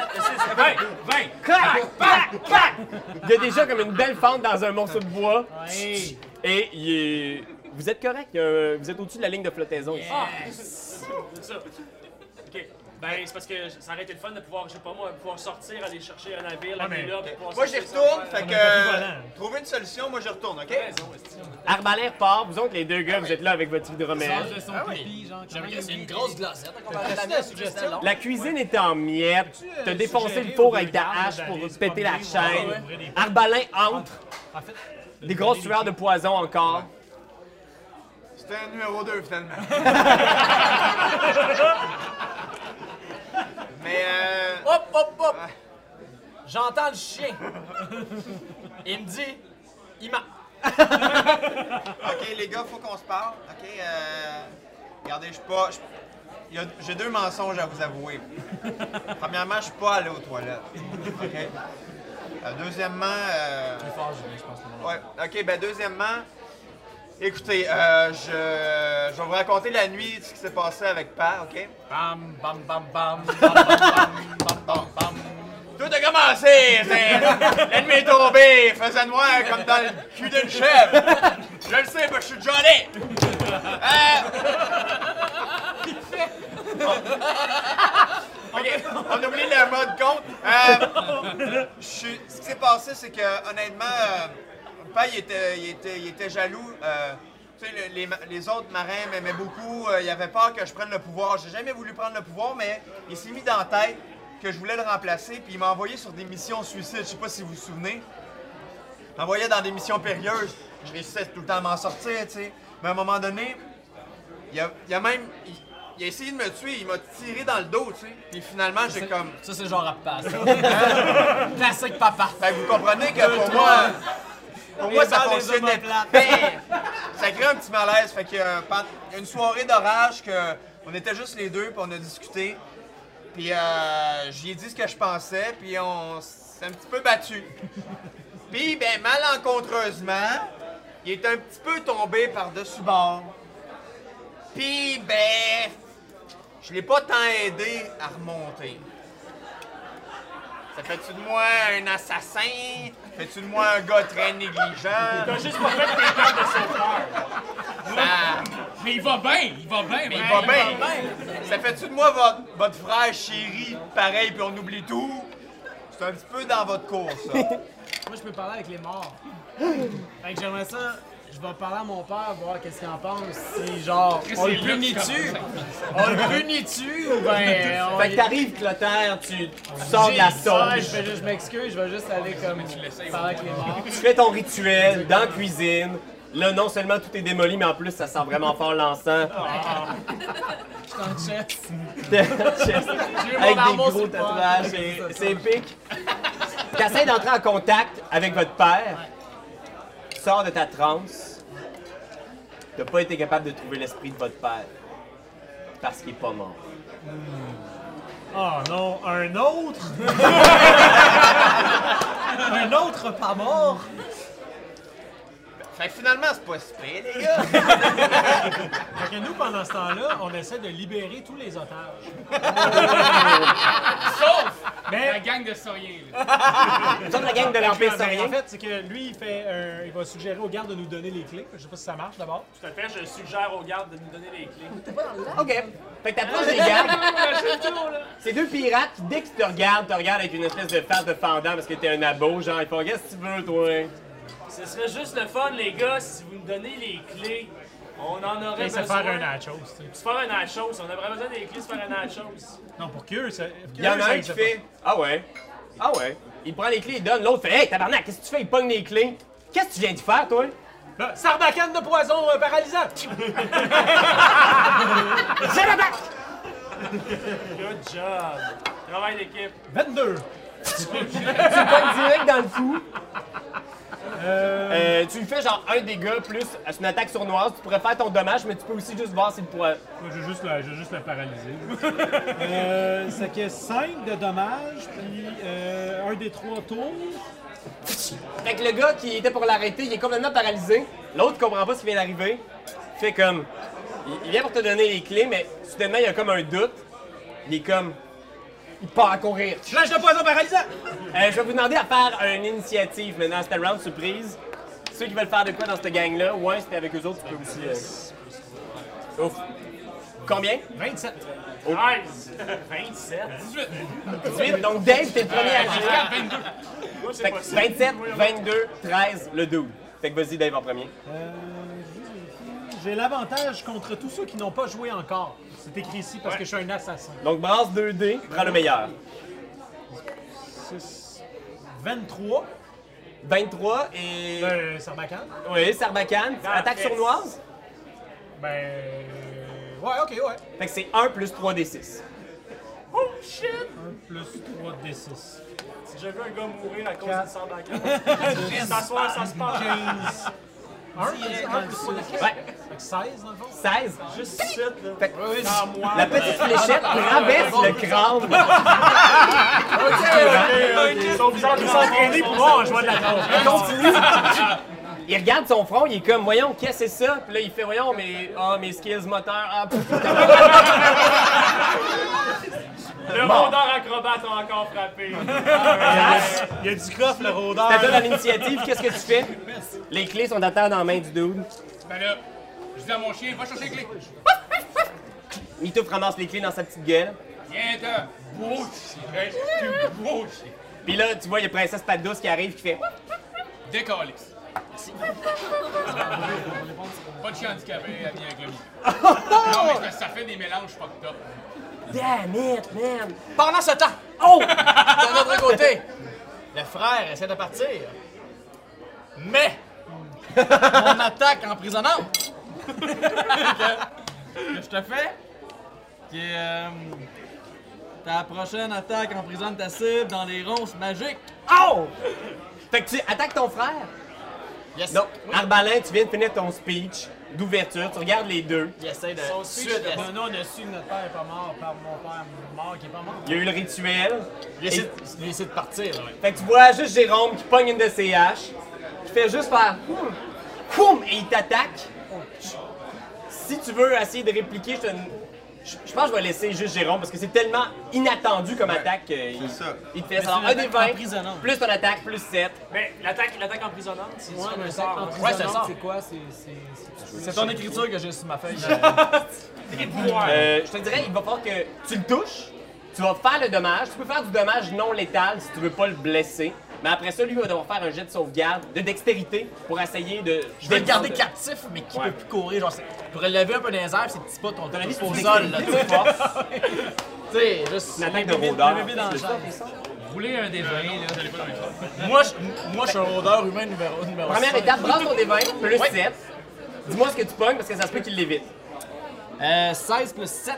Speaker 6: 20! 20!
Speaker 1: Clac, clac, clac. Il y a déjà comme une belle fente dans un morceau de bois. Et il est... Vous êtes correct, il y a un- vous êtes au-dessus de la ligne de flottaison ici.
Speaker 6: Ah! C'est ça. Ok. Ben, c'est parce que ça aurait été le fun de pouvoir, je sais pas moi, pouvoir sortir, aller chercher un navire, la
Speaker 4: mais-
Speaker 6: là, puis pouvoir
Speaker 2: Moi, j'y
Speaker 6: sortir
Speaker 2: retourne,
Speaker 6: ça.
Speaker 2: fait que. euh,
Speaker 4: un tapis volant.
Speaker 2: trouver une solution, moi, j'y retourne, OK?
Speaker 1: Arbalin repart, vous autres les deux gars, vous êtes là avec votre hydromel.
Speaker 8: de son pipi, genre. comment il
Speaker 7: C'est
Speaker 8: est
Speaker 7: une
Speaker 8: mis.
Speaker 7: grosse glacette. C'est la suggestion.
Speaker 1: La cuisine est en miettes, t'as défoncé le four avec ta hache pour péter la chaîne. Arbalin entre,
Speaker 4: En fait,
Speaker 1: des grosses sueurs de poison encore.
Speaker 2: C'était un numéro 2,
Speaker 7: [laughs]
Speaker 2: finalement. mais, euh.
Speaker 7: Hop, hop, hop! J'entends le chien. Il me dit, il m'a.
Speaker 2: [laughs] OK, les gars, faut qu'on se parle. OK, euh... Regardez, je suis pas... je- il y a- J'ai deux mensonges à vous avouer. Premièrement, je suis pas allé aux toilettes. OK? Euh, deuxièmement... Euh... Ouais, OK, ben deuxièmement... Écoutez, euh, je... je vais vous raconter la nuit, ce qui s'est passé avec Pa, OK?
Speaker 7: Bam, bam, bam, bam, bam, bam, bam, bam, bam.
Speaker 2: Tout a commencé! c'est- L'ennemi est tombé, il faisait noir comme dans le cul d'une chèvre! Je le sais, moi, je suis Johnny! Euh, Ok, on oublie le mode compte. Euh, je suis- Ce qui s'est passé, c'est que, honnêtement, euh, mon père, il était, il était- il était jaloux. euh, tu sais, le- les, ma- les autres marins m'aimaient beaucoup. euh, il avait peur que je prenne le pouvoir. J'ai jamais voulu prendre le pouvoir, mais il s'est mis dans la tête que je voulais le remplacer. Puis il m'a envoyé sur des missions suicides. Je sais pas si vous vous souvenez. Il m'envoyait dans des missions périlleuses. Je réussissais tout le temps à m'en sortir, tu sais. Mais à un moment donné, il a, il a même. Il, il a essayé de me tuer, il m'a tiré dans le dos, tu sais. Puis finalement, j'ai comme.
Speaker 7: Ça, c'est genre à passe.
Speaker 8: [laughs] Hein?
Speaker 7: Classique papa.
Speaker 2: Fait que vous comprenez que pour moi, pour moi ça fonctionnait pas. ça crée un petit malaise. Fait que euh, pendant- il y a une soirée d'orage que on était juste les deux, puis on a discuté. Puis euh, j'y ai dit ce que je pensais, puis on s'est un petit peu battu. Puis ben malencontreusement, il est un petit peu tombé par-dessus bord. Puis ben, je l'ai pas tant aidé à remonter. Ça fait-tu de moi un assassin? Fais-tu de moi un gars très négligent?
Speaker 6: T'as juste pas fait tes cartes de sauveur.
Speaker 2: Ça,
Speaker 3: Mais il va bien, il va bien, mais
Speaker 2: il va bien. Ça fait-tu de moi votre, votre frère chéri? Pareil, puis on oublie tout. C'est un [laughs] petit peu dans votre cours, ça.
Speaker 4: [gasps]
Speaker 8: Moi, je peux parler avec les morts. Fait que j'aimerais ça. je vais parler à mon père, voir qu'est-ce qu'il en pense. Si, genre, on le
Speaker 3: c'est là que tu
Speaker 8: punit-tu? On le punit-tu ou [laughs] ben. on
Speaker 1: Fait que
Speaker 8: y-
Speaker 1: t'arrives, Clotaire, tu, tu sors de la
Speaker 8: J'ai- ouais,
Speaker 1: sauce.
Speaker 8: je vais juste- je m'excuse, je vais juste aller comme. parler avec les morts.
Speaker 1: Tu fais ton rituel dans la cuisine. Là, non seulement tout est démoli, mais en plus, ça sent vraiment fort l'encens.
Speaker 8: Je t'en chef.
Speaker 1: [laughs] avec des
Speaker 8: marmot sur
Speaker 1: gros
Speaker 8: le bord.
Speaker 1: tatouages, c'est- c'est épique. T'essaies d'entrer en contact avec votre père. Tu sors de ta transe. T'as pas été capable de trouver l'esprit de votre père. Parce qu'il est pas mort.
Speaker 4: Oh non, un autre?
Speaker 8: [laughs]
Speaker 4: un autre pas mort?
Speaker 2: Fait que finalement, c'est pas si pire, les gars.
Speaker 4: Fait que nous, pendant ce temps-là, on essaie de libérer tous les otages.
Speaker 3: Sauf la
Speaker 4: Mais
Speaker 3: gang de sauriens, là.
Speaker 1: Nous sommes la gang de l'Empire
Speaker 4: mais
Speaker 1: saurien.
Speaker 4: euh, ben, en fait, c'est que lui, il, fait, euh, il va suggérer aux gardes de nous donner les clés. Je sais pas si ça marche d'abord.
Speaker 6: Tout à fait, je suggère aux gardes de nous donner les clés.
Speaker 1: OK. Fait que t'approches des gardes. C'est deux pirates qui, dès qu'ils te regardent, te regardent avec une espèce de face de fendant parce que t'es un abo. Genre, ils font « Qu'est-ce que tu veux, toi? »
Speaker 6: Ce serait juste le fun, les gars, si vous me donnez les clés. On en aurait
Speaker 4: Et se
Speaker 6: besoin.
Speaker 4: faire un nachos, tu sais.
Speaker 6: Se faire un nachos. On aurait besoin des clés, se faire un nachos.
Speaker 4: Non, pour qu'eux, ça.
Speaker 1: Il y en a un qui fait Ah ouais. Ah ouais. Il prend les clés, il donne. L'autre fait Hey, tabarnak, qu'est-ce que tu fais Il pogne les clés. Qu'est-ce que tu viens de faire, toi
Speaker 4: Sarbacane de poison euh,
Speaker 1: [laughs]
Speaker 4: paralysant!
Speaker 1: J'ai la bac
Speaker 6: Good job. Travail d'équipe.
Speaker 4: 22!
Speaker 1: Pogne direct dans le cou. Euh, tu lui fais genre un dégât plus une attaque sournoise. Tu pourrais faire ton dommage, mais tu peux aussi juste voir si le poids.
Speaker 4: Moi, je vais juste le, je vais juste le paralyser. euh, c'est que 5 de dommages, puis euh, un des trois tours.
Speaker 1: Fait que le gars qui était pour l'arrêter, il est complètement paralysé. L'autre comprend pas ce qui vient d'arriver. Fait comme. il- Il vient pour te donner les clés, mais soudainement, il y a comme un doute. Il est comme. Il part à courir.
Speaker 4: Lâche de poison paralysant!
Speaker 1: Euh, je vais vous demander à faire une initiative maintenant. C'était round surprise. Ceux qui veulent faire de quoi dans cette gang-là, ouais, c'était avec eux autres, tu peux aussi. euh, Ouf. Combien
Speaker 4: 27.
Speaker 6: 13. 27.
Speaker 1: 18. Donc Dave, t'es le premier à
Speaker 3: Ah,
Speaker 1: jouer.
Speaker 3: 22.
Speaker 6: Moi, c'est
Speaker 1: Fait que
Speaker 6: possible.
Speaker 1: 27, 22, 13, le 12. Fait que vas-y, Dave en premier.
Speaker 4: Euh, J'ai l'avantage contre tous ceux qui n'ont pas joué encore. C'est écrit ici parce que je suis un assassin.
Speaker 1: Donc brasse 2D, prends le meilleur.
Speaker 4: 23.
Speaker 1: 23 et.
Speaker 4: Euh, Sarbacane.
Speaker 1: Oui, Sarbacane, attaque
Speaker 6: yes.
Speaker 1: sournoise.
Speaker 4: Ben. Ouais, ok, ouais.
Speaker 1: Fait que c'est 1 plus 3D6.
Speaker 6: Oh shit!
Speaker 4: 1 plus 3 D6.
Speaker 6: Si j'ai vu un gars mourir à cause d'une sarbacane. S'asseoir, ça se passe.
Speaker 4: 15. 1 plus 1 plus
Speaker 1: Ouais,
Speaker 4: 6. Fait que 16 dans le fond.
Speaker 1: 16.
Speaker 6: Juste ici, là.
Speaker 1: Fait que
Speaker 6: Sans moi.
Speaker 1: la petite fléchette
Speaker 6: ah,
Speaker 1: traverse le crâne.
Speaker 6: Ils sont bizarres, ils sont entraînés pour moi en jouant de la danse.
Speaker 1: Il continue. Il regarde son front, il est comme, voyons, qu'est-ce que c'est ça? Puis là, il fait, voyons, mais, ah, mes skills moteurs, ah, pff.
Speaker 6: Le rondeur acrobate a encore frappé.
Speaker 4: Il y a du coffre, le rôdeur.
Speaker 1: T'as donné à l'initiative, qu'est-ce que tu fais? Les clés sont à terre dans la main du dude.
Speaker 3: Ben là, je dis à mon chien, va chercher les clés.
Speaker 1: Mitouf ramasse les clés dans sa petite gueule.
Speaker 3: Viens-t'en. Beau chien. Tu beau chien.
Speaker 1: Puis là, tu vois, il y a Princesse Padouce qui arrive, qui fait,
Speaker 3: Décalix. Pas de chien handicapé, elle vient avec le mien. Non, mais c'est parce que ça fait des mélanges fucked up.
Speaker 1: damn it, man.
Speaker 7: Pendant ce temps, oh! De notre côté, le frère essaie de partir. Mais, mon attaque
Speaker 8: [laughs]
Speaker 7: emprisonnante.
Speaker 8: que je te fais, qui est euh, ta prochaine attaque emprisonne ta cible dans les ronces magiques.
Speaker 1: Oh! Fait que tu attaques ton frère.
Speaker 7: Yes.
Speaker 1: Donc, Arbalin, tu viens de finir ton speech d'ouverture, tu regardes les deux.
Speaker 7: il essaie de.
Speaker 8: Ensuite,
Speaker 7: Sud, est-
Speaker 8: on a su que notre père est pas
Speaker 4: Ah,
Speaker 8: mort par mon père mort qui est pas mort.
Speaker 1: Il y a eu le rituel.
Speaker 7: il essaie de- il essaie de partir. ouais.
Speaker 1: Fait que tu vois juste Jérôme qui pogne une de ses haches, qui fait juste faire Hum! Hum! et il t'attaque. Si tu veux essayer de répliquer, je, te- je- je pense que je vais laisser juste Jérôme parce que c'est tellement inattendu comme attaque qu'il
Speaker 2: ça.
Speaker 1: il te fait
Speaker 8: c'est
Speaker 1: genre
Speaker 8: une
Speaker 1: un des
Speaker 8: attaque
Speaker 1: 20,
Speaker 8: emprisonnante.
Speaker 1: plus ton attaque, plus 7.
Speaker 6: Mais l'attaque l'attaque emprisonnante, c'est
Speaker 8: Ouais,
Speaker 6: ça,
Speaker 8: mais
Speaker 6: le
Speaker 8: ça,
Speaker 6: sort.
Speaker 7: Ouais, c'est ça.
Speaker 8: c'est quoi? C'est. c'est- c'est-
Speaker 7: C'est ton écriture que j'ai sur ma feuille.
Speaker 6: Des pouvoirs.
Speaker 1: Euh, je te dirais, il va falloir que tu le touches, tu vas faire le dommage. Tu peux faire du dommage non létal si tu veux pas le blesser. Mais après ça, lui va devoir faire un jet de sauvegarde, de dextérité, pour essayer de.
Speaker 7: Je vais le garder captif, mais qui
Speaker 1: Ouais.
Speaker 7: peut plus courir. Genre, c'est- je pourrais le lever un peu dans les airs, pis ses petits pas ton
Speaker 1: avis,
Speaker 7: tennis
Speaker 1: tu
Speaker 7: au
Speaker 1: fais
Speaker 7: sol, là, tu sais. [laughs] Tu sais, juste.
Speaker 1: Une attaque de
Speaker 7: bébé-
Speaker 1: rôdeur.
Speaker 7: bébé dans le champ.
Speaker 5: Roulez un des vingt, là.
Speaker 3: J'allais pas dans les choses.
Speaker 7: Moi, je, moi, je suis un rôdeur humain numéro, numéro
Speaker 1: Première
Speaker 7: cinq.
Speaker 1: étape, brasse ton D20, plus
Speaker 7: Ouais.
Speaker 1: 7. Dis-moi ce que tu pognes parce que ça se peut qu'il l'évite.
Speaker 7: Euh, 16 plus 7.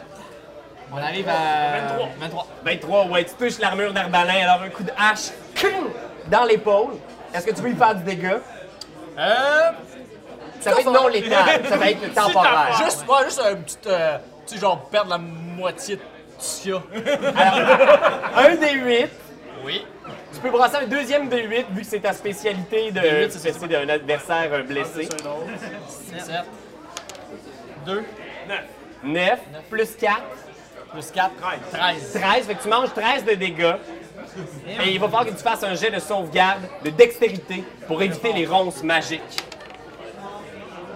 Speaker 7: On arrive à.
Speaker 6: 23.
Speaker 7: 23.
Speaker 1: 23, ouais, tu touches l'armure d'arbalin, alors un coup de hache cling, dans l'épaule. Est-ce que tu veux lui faire du dégât?
Speaker 7: Euh.
Speaker 1: Ça va être non létal, ça va [laughs] être temporaire.
Speaker 7: Juste, ouais, juste un petit. euh, tu sais, genre, perdre la moitié de ce
Speaker 1: [laughs]
Speaker 7: qu'il y a.
Speaker 1: Un D8,
Speaker 7: Oui.
Speaker 1: tu peux brasser un deuxième D8 vu que c'est ta spécialité de
Speaker 7: D8, c'est Ah,
Speaker 1: c'est d'un adversaire euh, blessé.
Speaker 7: 7. 2.
Speaker 1: 9 plus 4,
Speaker 7: Plus 4. 13.
Speaker 1: 13, fait que tu manges 13 de dégâts. Et il va falloir que tu fasses un jet de sauvegarde, de dextérité, pour éviter les ronces magiques.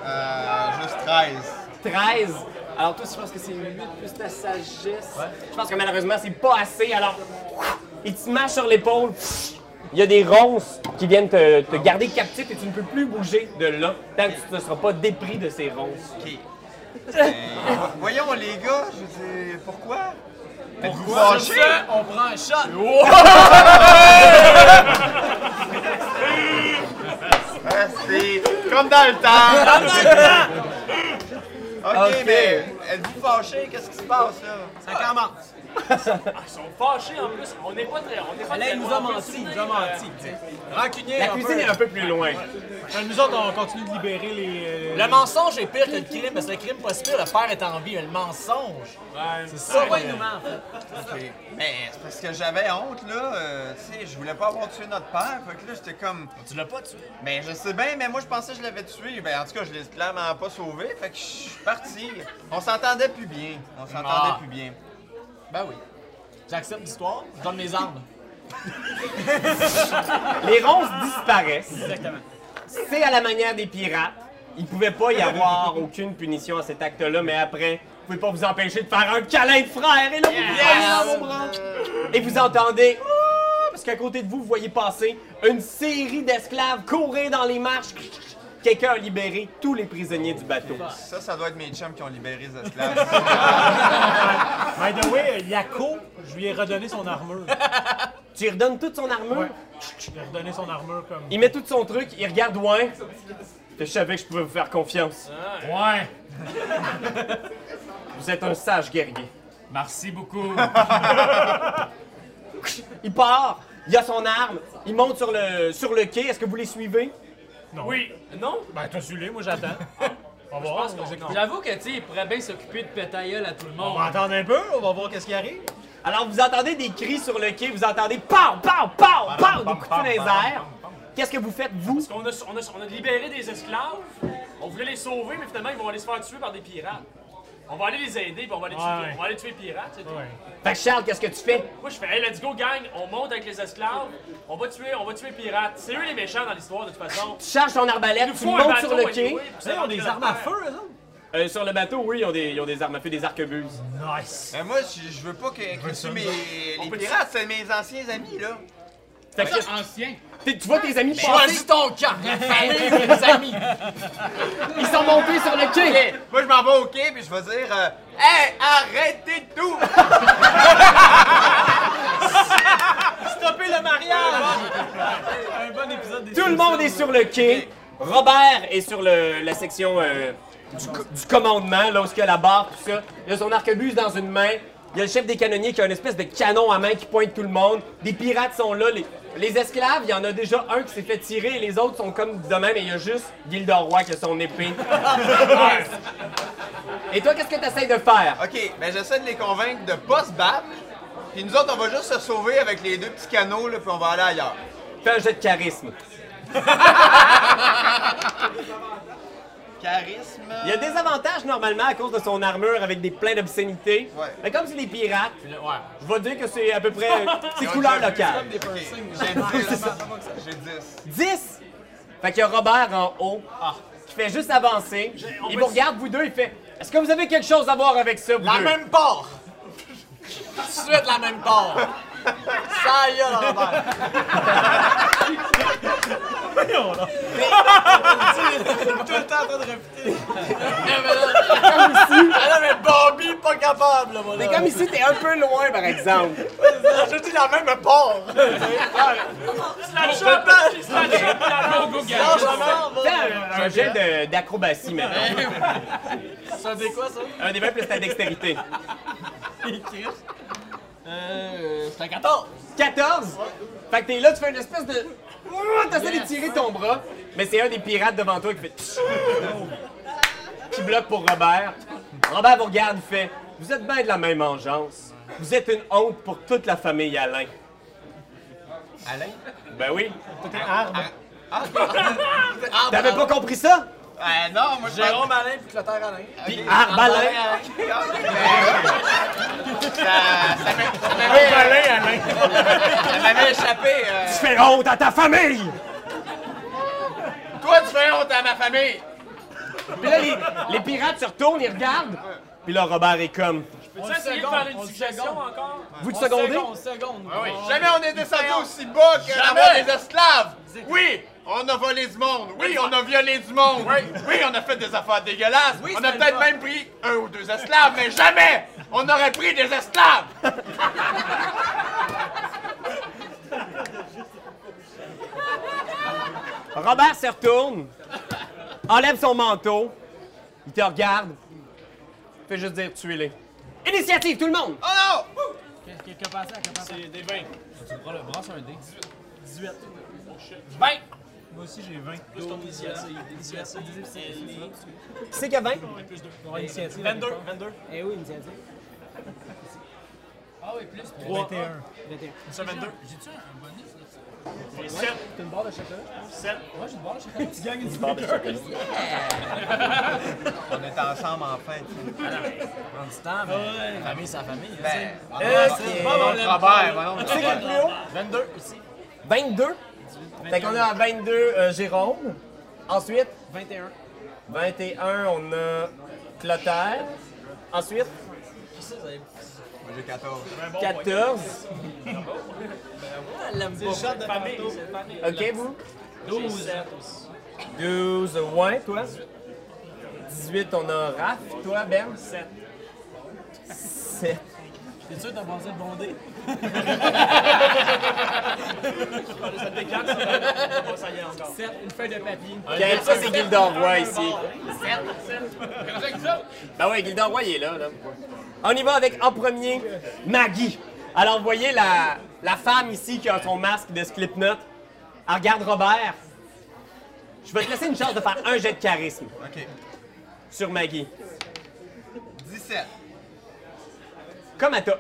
Speaker 2: Euh, juste 13.
Speaker 1: 13. Alors toi, je pense que c'est 8 plus ta sagesse. Je pense que malheureusement, c'est pas assez. Alors, il te mâche sur l'épaule. Il y a des ronces qui viennent te, te garder captif et tu ne peux plus bouger de là tant que tu ne seras pas dépris de ces ronces.
Speaker 2: Ok. Euh, voyons les gars, je dis pourquoi? Pourquoi?
Speaker 7: On prend un shot.
Speaker 2: [laughs] Ah, C'est comme dans le temps. ok, mais êtes-vous fâchés? Qu'est-ce qui se passe là?
Speaker 8: Ça commence.
Speaker 6: Ils sont fâchés en plus. On n'est pas très. On n'est pas
Speaker 8: Là,
Speaker 6: très
Speaker 8: il nous
Speaker 6: loin.
Speaker 8: a menti, il nous a menti. tu sais.
Speaker 7: Rancunier.
Speaker 1: La
Speaker 7: un peu.
Speaker 1: cuisine est un peu plus loin.
Speaker 4: Enfin, nous autres, on continue de libérer les. euh,
Speaker 7: Le mensonge est pire que le crime, parce que le crime, pas si pire, le père est en vie, mais le mensonge. c'est ça.
Speaker 8: Pourquoi il nous ment, en fait?
Speaker 2: Ok. Mais c'est parce que j'avais honte là. euh, tu sais, je voulais pas avoir tué notre père. Fait que là, j'étais comme.
Speaker 7: Tu l'as pas tué.
Speaker 2: Mais je sais bien, mais moi je pensais que je l'avais tué. Ben en tout cas, je l'ai clairement pas sauvé. Fait que je suis parti. On s'entendait plus bien. On s'entendait
Speaker 7: Ah.
Speaker 2: plus bien.
Speaker 7: Ben oui. J'accepte l'histoire, je donne mes armes.
Speaker 1: Les ronces disparaissent. Exactement. C'est à la manière des pirates. Il pouvait pas y avoir aucune punition à cet acte-là, mais après, vous pouvez pas vous empêcher de faire un câlin de frère. Et là, vous vous prenez dans vos bras. Et vous entendez. Ah Parce qu'à côté de vous, vous voyez passer une série d'esclaves courir dans les marches. Quelqu'un a libéré tous les prisonniers du bateau.
Speaker 2: Ça, ça doit être mes chums qui ont libéré les
Speaker 7: [laughs]
Speaker 2: esclaves.
Speaker 4: By the way, Yako, je lui ai redonné son armure.
Speaker 1: Tu lui redonnes toute son armure.
Speaker 4: Je lui ai redonné son armure comme.
Speaker 1: Il met tout son truc, il regarde loin. Je savais que je pouvais vous faire confiance.
Speaker 3: Ouais.
Speaker 1: Vous êtes un sage guerrier.
Speaker 3: Merci beaucoup.
Speaker 1: Il part, il a son arme, il monte sur le, sur le quai. Est-ce que vous les suivez?
Speaker 6: Oui. Non?
Speaker 4: Ben, t'as su les, moi j'attends. On va
Speaker 6: Je
Speaker 4: voir.
Speaker 6: pense qu'on. non.
Speaker 5: J'avoue que, tu sais, il pourrait bien s'occuper de pétailleul à tout le
Speaker 4: On
Speaker 5: monde.
Speaker 4: va attendre un peu, on va voir qu'est-ce qui arrive.
Speaker 1: Alors, vous entendez des cris sur le quai, vous entendez pow, pow, pow, pow, des coups de feu dans les airs. Qu'est-ce que vous faites, vous?
Speaker 6: On a, on, a, on a libéré des esclaves. On voulait les sauver, mais finalement, ils vont aller se faire tuer par des pirates. On va aller les aider, puis on va aller,
Speaker 4: Ouais.
Speaker 6: tuer, on va aller tuer les pirates, c'est tout.
Speaker 4: Ouais.
Speaker 1: Fait que Charles, qu'est-ce que tu fais?
Speaker 6: Moi, je fais, hey, let's go, gang, on monte avec les esclaves, on va tuer, on va tuer les pirates. C'est eux les méchants dans l'histoire, de toute façon.
Speaker 1: Tu charges ton arbalète, tu
Speaker 6: Faut un
Speaker 1: montes
Speaker 6: bateau
Speaker 1: sur le
Speaker 6: à
Speaker 1: quai.
Speaker 6: jouer, puis
Speaker 4: Hey,
Speaker 6: ça
Speaker 4: on a des
Speaker 6: rentre
Speaker 4: armes
Speaker 6: dans
Speaker 4: à
Speaker 6: la terre.
Speaker 4: feu, eux autres.
Speaker 1: Euh, sur le bateau, oui, ils ont des, ils ont des armes à feu, des arquebuses.
Speaker 4: Nice.
Speaker 2: mais Ben, moi, je je veux pas que, que tu mes. Les pirates, c'est mes anciens amis là.
Speaker 1: Fait que
Speaker 3: Ancien.
Speaker 1: t'es- tu vois tes amis passer,
Speaker 7: Choisis ton camp, la famille, les amis.
Speaker 1: ils sont montés sur le quai.
Speaker 2: Moi, je m'en vais au quai puis je vais dire euh, Hey, arrêtez tout!
Speaker 7: [laughs] Stopper le mariage.
Speaker 8: Un bon épisode des
Speaker 1: Tout le monde est sur le quai. Robert est sur le- la section euh, du, co- du commandement, là où il y a la barre, tout ça. Il a son arquebuse dans une main. Il y a le chef des canonniers qui a une espèce de canon à main qui pointe tout le monde. Des pirates sont là. Les, les esclaves, il y en a déjà un qui s'est fait tirer et les autres sont comme de même. Et il y a juste Gilderoy qui a son épée. et toi, qu'est-ce que tu essaies de faire?
Speaker 2: Ok, ben j'essaie de les convaincre de pas se battre. Puis nous autres, on va juste se sauver avec les deux petits canots là, puis on va aller ailleurs.
Speaker 1: Fais un jet de charisme.
Speaker 2: Charisme.
Speaker 1: Il y a des avantages normalement à cause de son armure avec des pleins d'obscénités.
Speaker 2: Ouais.
Speaker 1: Mais comme c'est des pirates,
Speaker 7: Ouais.
Speaker 1: je vais dire que c'est à peu [laughs] près. C'est couleur locale.
Speaker 2: Ok, J'ai 10. J'ai 10.
Speaker 1: 10! Fait qu'il y a Robert en haut
Speaker 7: Ah.
Speaker 1: qui fait juste avancer. Il vous regarde, vous deux, il fait Est-ce que vous avez quelque chose à voir avec ça, vous
Speaker 7: La
Speaker 1: deux?
Speaker 7: même part. Tout de suite la même part. Ça y est, Robert.
Speaker 4: non, non.
Speaker 7: tout le temps en train de répéter. Ah non, mais Bambi, pas capable, là, moi, là.
Speaker 1: Mais comme ici, t'es un peu loin, par exemple.
Speaker 7: Je dis la même part.
Speaker 3: Regarde,
Speaker 1: Fais
Speaker 2: Euh,
Speaker 1: un, un jet de- d'acrobatie maintenant.
Speaker 7: Ça fait quoi, ça?
Speaker 1: Un des vingt plus ta dextérité.
Speaker 7: Euh, c'est un 14.
Speaker 1: 14! Fait que t'es là, tu fais une espèce de. Ouh, T'essaies de tirer ton bras, mais c'est un des pirates devant toi qui fait. tch- qui bloque pour Robert. Robert vous regarde, fait. Vous êtes bien de la même engeance. Vous êtes une honte pour toute la famille Alain.
Speaker 2: Alain?
Speaker 1: Ben oui.
Speaker 2: Ah, ok.
Speaker 7: ben,
Speaker 2: Ah,
Speaker 1: T'avais pas compris ça?
Speaker 2: Ah, non, moi je
Speaker 7: Jérôme Alain puis Clotaire Alain.
Speaker 1: Puis
Speaker 7: Ah, ben,
Speaker 1: Arbalin.
Speaker 2: Ça m'avait échappé. euh,
Speaker 1: Tu fais honte à ta famille!
Speaker 2: Toi, tu fais honte à ma famille.
Speaker 1: Puis là, les, les pirates se retournent, ils regardent. Puis là, Robert est comme.
Speaker 6: Tu sais, essayer de faire une suggestion encore?
Speaker 1: Vous te secondez?
Speaker 7: Seconde, seconde.
Speaker 2: Oui. Jamais on est descendu aussi bas que d'avoir des esclaves. Oui, on a volé du monde. Oui, on a violé du monde. Oui, on a fait des affaires dégueulasses. on a peut-être même pris un ou deux esclaves, mais jamais on aurait pris des esclaves.
Speaker 1: Robert se retourne, enlève son manteau, il te regarde, fait juste dire tuez-les. Initiative, tout le monde!
Speaker 2: Oh non!
Speaker 8: Qu'est-ce qui a passé à comment
Speaker 6: C'est des 20.
Speaker 8: Brasse un dé. 18.
Speaker 4: Moi aussi, j'ai 20.
Speaker 1: Qui c'est qui a 20?
Speaker 8: Initiative.
Speaker 7: 22, 22.
Speaker 8: Eh oui, initiative. Ah oui, plus 3.
Speaker 4: 21.
Speaker 8: 21.
Speaker 6: Ça, 22.
Speaker 8: J'ai-tu un bonus là
Speaker 6: 7.
Speaker 8: T'as une barre de chocolat?
Speaker 6: 7.
Speaker 8: Moi, j'ai une barre de chocolat. [laughs] tu gagnes une
Speaker 2: On est ensemble enfin.
Speaker 8: En du temps, mais la famille, c'est la famille. hein.
Speaker 2: Ben,
Speaker 1: c'est
Speaker 2: Robert, voyons,
Speaker 1: Qui c'est qui a le plus haut?
Speaker 8: 22 ici.
Speaker 1: 22? Fait qu'on a à 22 euh, Jérôme. Ensuite,
Speaker 8: 21.
Speaker 1: 21, on a Clotaire. Ensuite,
Speaker 2: Moi j'ai 14.
Speaker 1: 14.
Speaker 8: Elle l'aime pas. C'est de famille.
Speaker 1: OK, vous? 12. 12, ouais, toi? 18, on a Raph. Toi, Ben? 7. 7.
Speaker 8: T'es sûr que t'as pensé le bon dé?
Speaker 6: Ça y est, encore.
Speaker 8: 7, une feuille de papier.
Speaker 1: Quel- ça, c'est Gildor Roy ici. Ben ouais, Gildor Roy il est là, là. On y va avec en premier Maggie. Alors, vous voyez la, la femme ici qui a son masque de Slipknot. Elle regarde Robert. Je vais te laisser une chance de faire un jet de charisme
Speaker 2: Ok.
Speaker 1: sur Maggie.
Speaker 2: 17.
Speaker 1: Comme elle t'a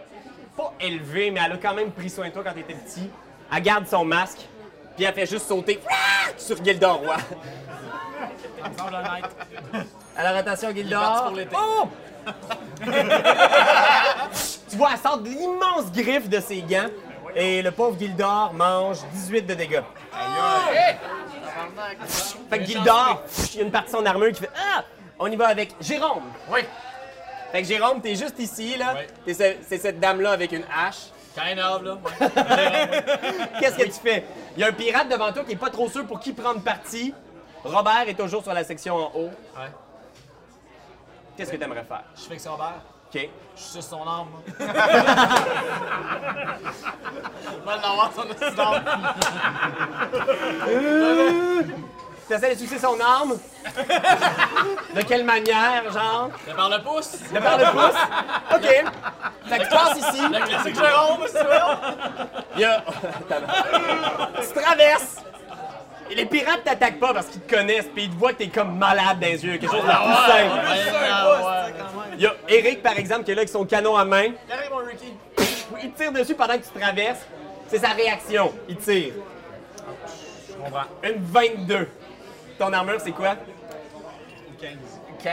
Speaker 1: pas élevé, mais elle a quand même pris soin de toi quand t'étais petit, elle garde son masque, puis elle fait juste sauter [laughs] Ah! sur Gildor Roy. Alors attention, Gildor. Oh! tu vois, elle sort de l'immense griffe de ses gants et le pauvre Gildor mange 18 de dégâts. Fait que Gildor, pff, il y a une partie de son armure qui fait Ah! On y va avec Jérôme.
Speaker 7: Oui.
Speaker 1: Fait que Jérôme, t'es juste ici, là. T'es ce- c'est cette dame-là avec une hache.
Speaker 7: Kind of, là.
Speaker 1: [laughs] Qu'est-ce que tu fais? Il y a un pirate devant toi qui est pas trop sûr pour qui prendre parti. Robert est toujours sur la section en haut.
Speaker 7: Ouais.
Speaker 1: Qu'est-ce que t'aimerais faire?
Speaker 7: Je fais que ça Robert.
Speaker 1: OK.
Speaker 7: Je suis sur son arme. moi.
Speaker 1: [laughs]
Speaker 7: Je vais l'avoir, son petit arme.
Speaker 1: T'essaies de sucer
Speaker 7: [laughs]
Speaker 1: son arme? de quelle manière, genre?
Speaker 7: C'est par le pouce.
Speaker 1: De par le pouce? OK. Fait que tu passes ici.
Speaker 7: Classique Jérôme, c'est ça.
Speaker 1: Il y a... [laughs] tu traverses. Et les pirates t'attaquent pas parce qu'ils te connaissent puis ils te voient que t'es comme malade dans les yeux, quelque chose de
Speaker 7: Ah
Speaker 1: plus simple. Il y a Eric, par exemple, qui est là avec son canon à main.
Speaker 7: Arrive, mon Ricky.
Speaker 1: Oui, Il tire dessus pendant que tu traverses. C'est sa réaction. Il tire. Une 22. Ton armure, c'est quoi?
Speaker 8: 15.
Speaker 6: 15.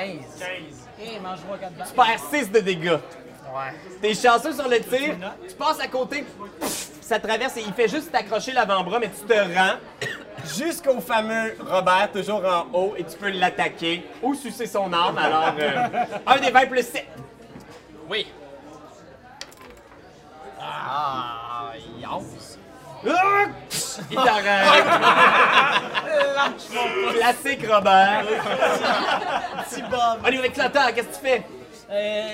Speaker 8: Eh, mange 3 4 balles.
Speaker 1: Tu perds 6 de dégâts. Ouais. T'es chanceux sur le tir. Tu passes à côté. pff, Ça traverse et il fait juste t'accrocher l'avant-bras, mais tu te rends [coughs] jusqu'au fameux Robert, toujours en haut, et tu peux l'attaquer ou sucer son arme. Alors, euh, un des 20 plus 7.
Speaker 7: Oui. Ah, yos.
Speaker 1: Ah! Il t'arrête. Classique, Robert.
Speaker 8: Petit Bob.
Speaker 1: Allez, avec l'attaque, qu'est-ce que tu fais?
Speaker 8: Euh,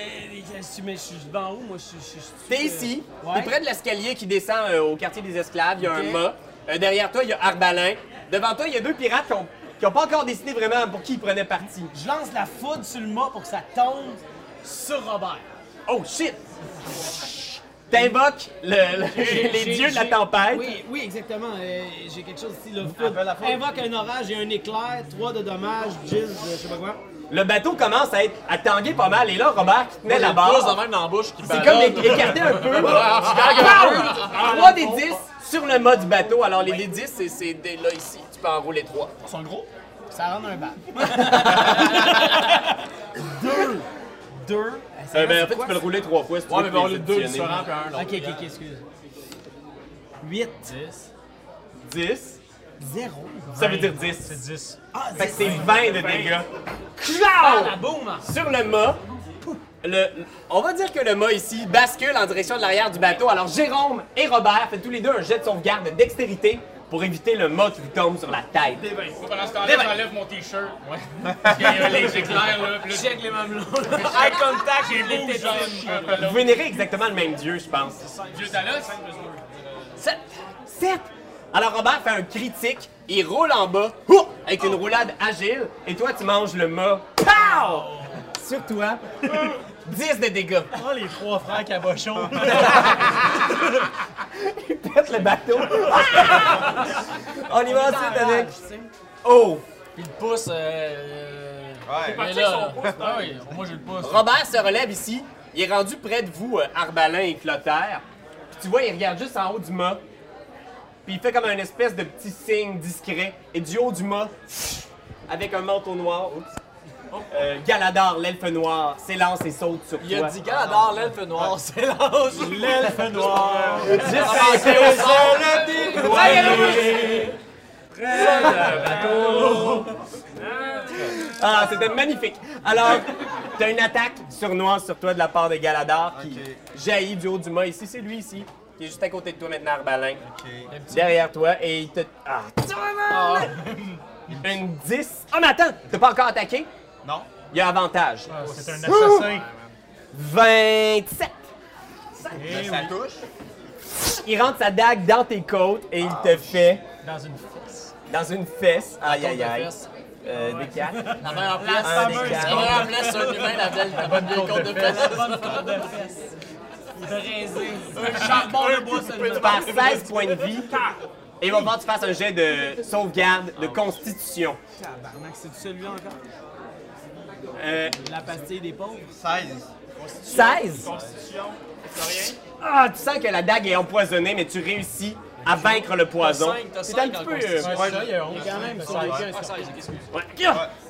Speaker 8: qu'est-ce que tu mets? Je suis devant où? Moi, je suis. je suis-
Speaker 1: T'es ici,
Speaker 8: Ouais.
Speaker 1: t'es près de l'escalier qui descend euh, au quartier des esclaves, il y a
Speaker 8: Ok.
Speaker 1: un mât. Euh, derrière toi, il y a Arbalin. Devant toi, il y a deux pirates qui ont, qui ont pas encore décidé vraiment pour qui ils prenaient parti.
Speaker 8: Je lance la foudre sur le mât pour que ça tombe sur Robert.
Speaker 1: Oh shit! T'invoques le- le- les dieux de la tempête.
Speaker 8: Oui, oui, exactement. Euh, J'ai quelque chose ici, là. Foudre. Invoque un orage et un éclair, 3 de dommages, 10, de je sais pas quoi.
Speaker 1: Le bateau commence à, être, à tanguer pas mal. Et là, Robert qui tenait la
Speaker 7: Pousse de
Speaker 1: barre,
Speaker 7: même dans la bouche qui
Speaker 1: c'est comme é- écarté un [laughs] peu. Ah, Pow! 3 des 10 sur le mât du bateau. Alors, les D10, c'est- c'est des- là ici. Tu peux en rouler 3.
Speaker 8: sont gros. Ça rend un
Speaker 1: [laughs]
Speaker 8: bal. deux. Deux. Ah, ça rend-
Speaker 1: en fait, Euh, ben, tu peux le rouler 3 fois si tu
Speaker 7: Ouais, mais bon, les deux différents, puis un long.
Speaker 8: Ok, ok, ok, excuse. 8. 10.
Speaker 1: 10.
Speaker 8: 0.
Speaker 1: Ça veut dire 10.
Speaker 4: C'est 10.
Speaker 8: Ah,
Speaker 1: Fait que c'est
Speaker 8: 10.
Speaker 1: 20 de dégâts.
Speaker 8: Ah,
Speaker 1: Clown!
Speaker 8: la boum!
Speaker 1: Sur le mât, le, on va dire que le mât ici bascule en direction de l'arrière du bateau. Alors Jérôme et Robert faites tous les deux un jet de sauvegarde de dextérité pour éviter le mât qui vous tombe sur la tête.
Speaker 3: Moi, pendant ce temps-là, j'enlève mon t-shirt. Ouais. Parce qu'il y a les éclairs, là. Puis là,
Speaker 5: Check les mamelons. Eye contact,
Speaker 3: j'ai beau, genre, je suis un peu là.
Speaker 1: Vous vénérez exactement le même dieu, je pense.
Speaker 3: Dieu Talos,
Speaker 1: 7! 7! Alors Robert fait un critique, il roule en bas, hou, avec une roulade agile, et toi tu manges le mât. Pow! Sur toi, 10 de dégâts.
Speaker 4: Oh, les trois frères [laughs] cabochons.
Speaker 1: Pète le bateau. [laughs] on y va ensuite avec.
Speaker 8: Tu sais.
Speaker 1: Oh!
Speaker 7: Puis le pouce. euh,
Speaker 2: Ouais.
Speaker 7: Mais là. Ah oui, moi j'ai le pouce.
Speaker 1: Robert se relève ici. Il est rendu près de vous, euh, Arbalin et Clotaire. Puis tu vois, il regarde juste en haut du mât. Puis il fait comme un espèce de petit signe discret. Et du haut du mât, [sniffs] avec un manteau noir, oups, euh, Galadar, l'elfe noir, s'élance et saute sur
Speaker 7: Il
Speaker 1: toi.
Speaker 7: a dit Galadar, l'elfe
Speaker 1: [laughs]
Speaker 7: noir, c'est là aussi.
Speaker 4: L'elfe noir.
Speaker 7: C'est au sol, le dé-
Speaker 1: Ouais, il y en a plus! Ah, c'était magnifique. Alors, t'as une attaque sournoise sur toi de la part de Galadar qui
Speaker 2: Ok.
Speaker 1: jaillit du haut du mât. Ici, c'est lui ici, qui est juste à côté de toi maintenant, Arbalin.
Speaker 2: Ok.
Speaker 1: derrière toi et il te. Ah, tu vois, man! Une 10. Oh, mais attends, t'as pas encore attaqué?
Speaker 2: Non.
Speaker 1: Il y a avantage.
Speaker 4: C'est un assassin.
Speaker 1: 27.
Speaker 7: Eh
Speaker 2: Ben, ça touche.
Speaker 1: Il rentre sa dague dans tes côtes et il te fait
Speaker 4: Dans une fesse.
Speaker 1: dans une fesse. Aïe, aïe, aïe.
Speaker 7: fesse.
Speaker 1: Euh, des quatre.
Speaker 7: La main en place.
Speaker 1: Un des
Speaker 7: La
Speaker 1: quatre.
Speaker 7: main en place sur un humain, la belle la bonne vieille côte de fesse.
Speaker 8: Charbon de bois seulement.
Speaker 1: Tu perds 16 points de vie et il va falloir que tu fasses un jet de sauvegarde de constitution.
Speaker 8: Tabarnak, c'est celui-là encore?
Speaker 1: Euh,
Speaker 8: La pastille des pauvres.
Speaker 2: 16.
Speaker 1: 16? Ah, tu sens que la dague est empoisonnée, mais tu réussis à vaincre le poison.
Speaker 7: cinq, t'as
Speaker 1: C'est
Speaker 7: cinq
Speaker 1: un petit
Speaker 7: en
Speaker 1: peu. euh,
Speaker 7: constitution.
Speaker 4: Ouais, ça, il y a 11.
Speaker 8: Quand même,
Speaker 4: ça,
Speaker 8: ça,
Speaker 7: Ah, ça, excuse.
Speaker 1: Ouais.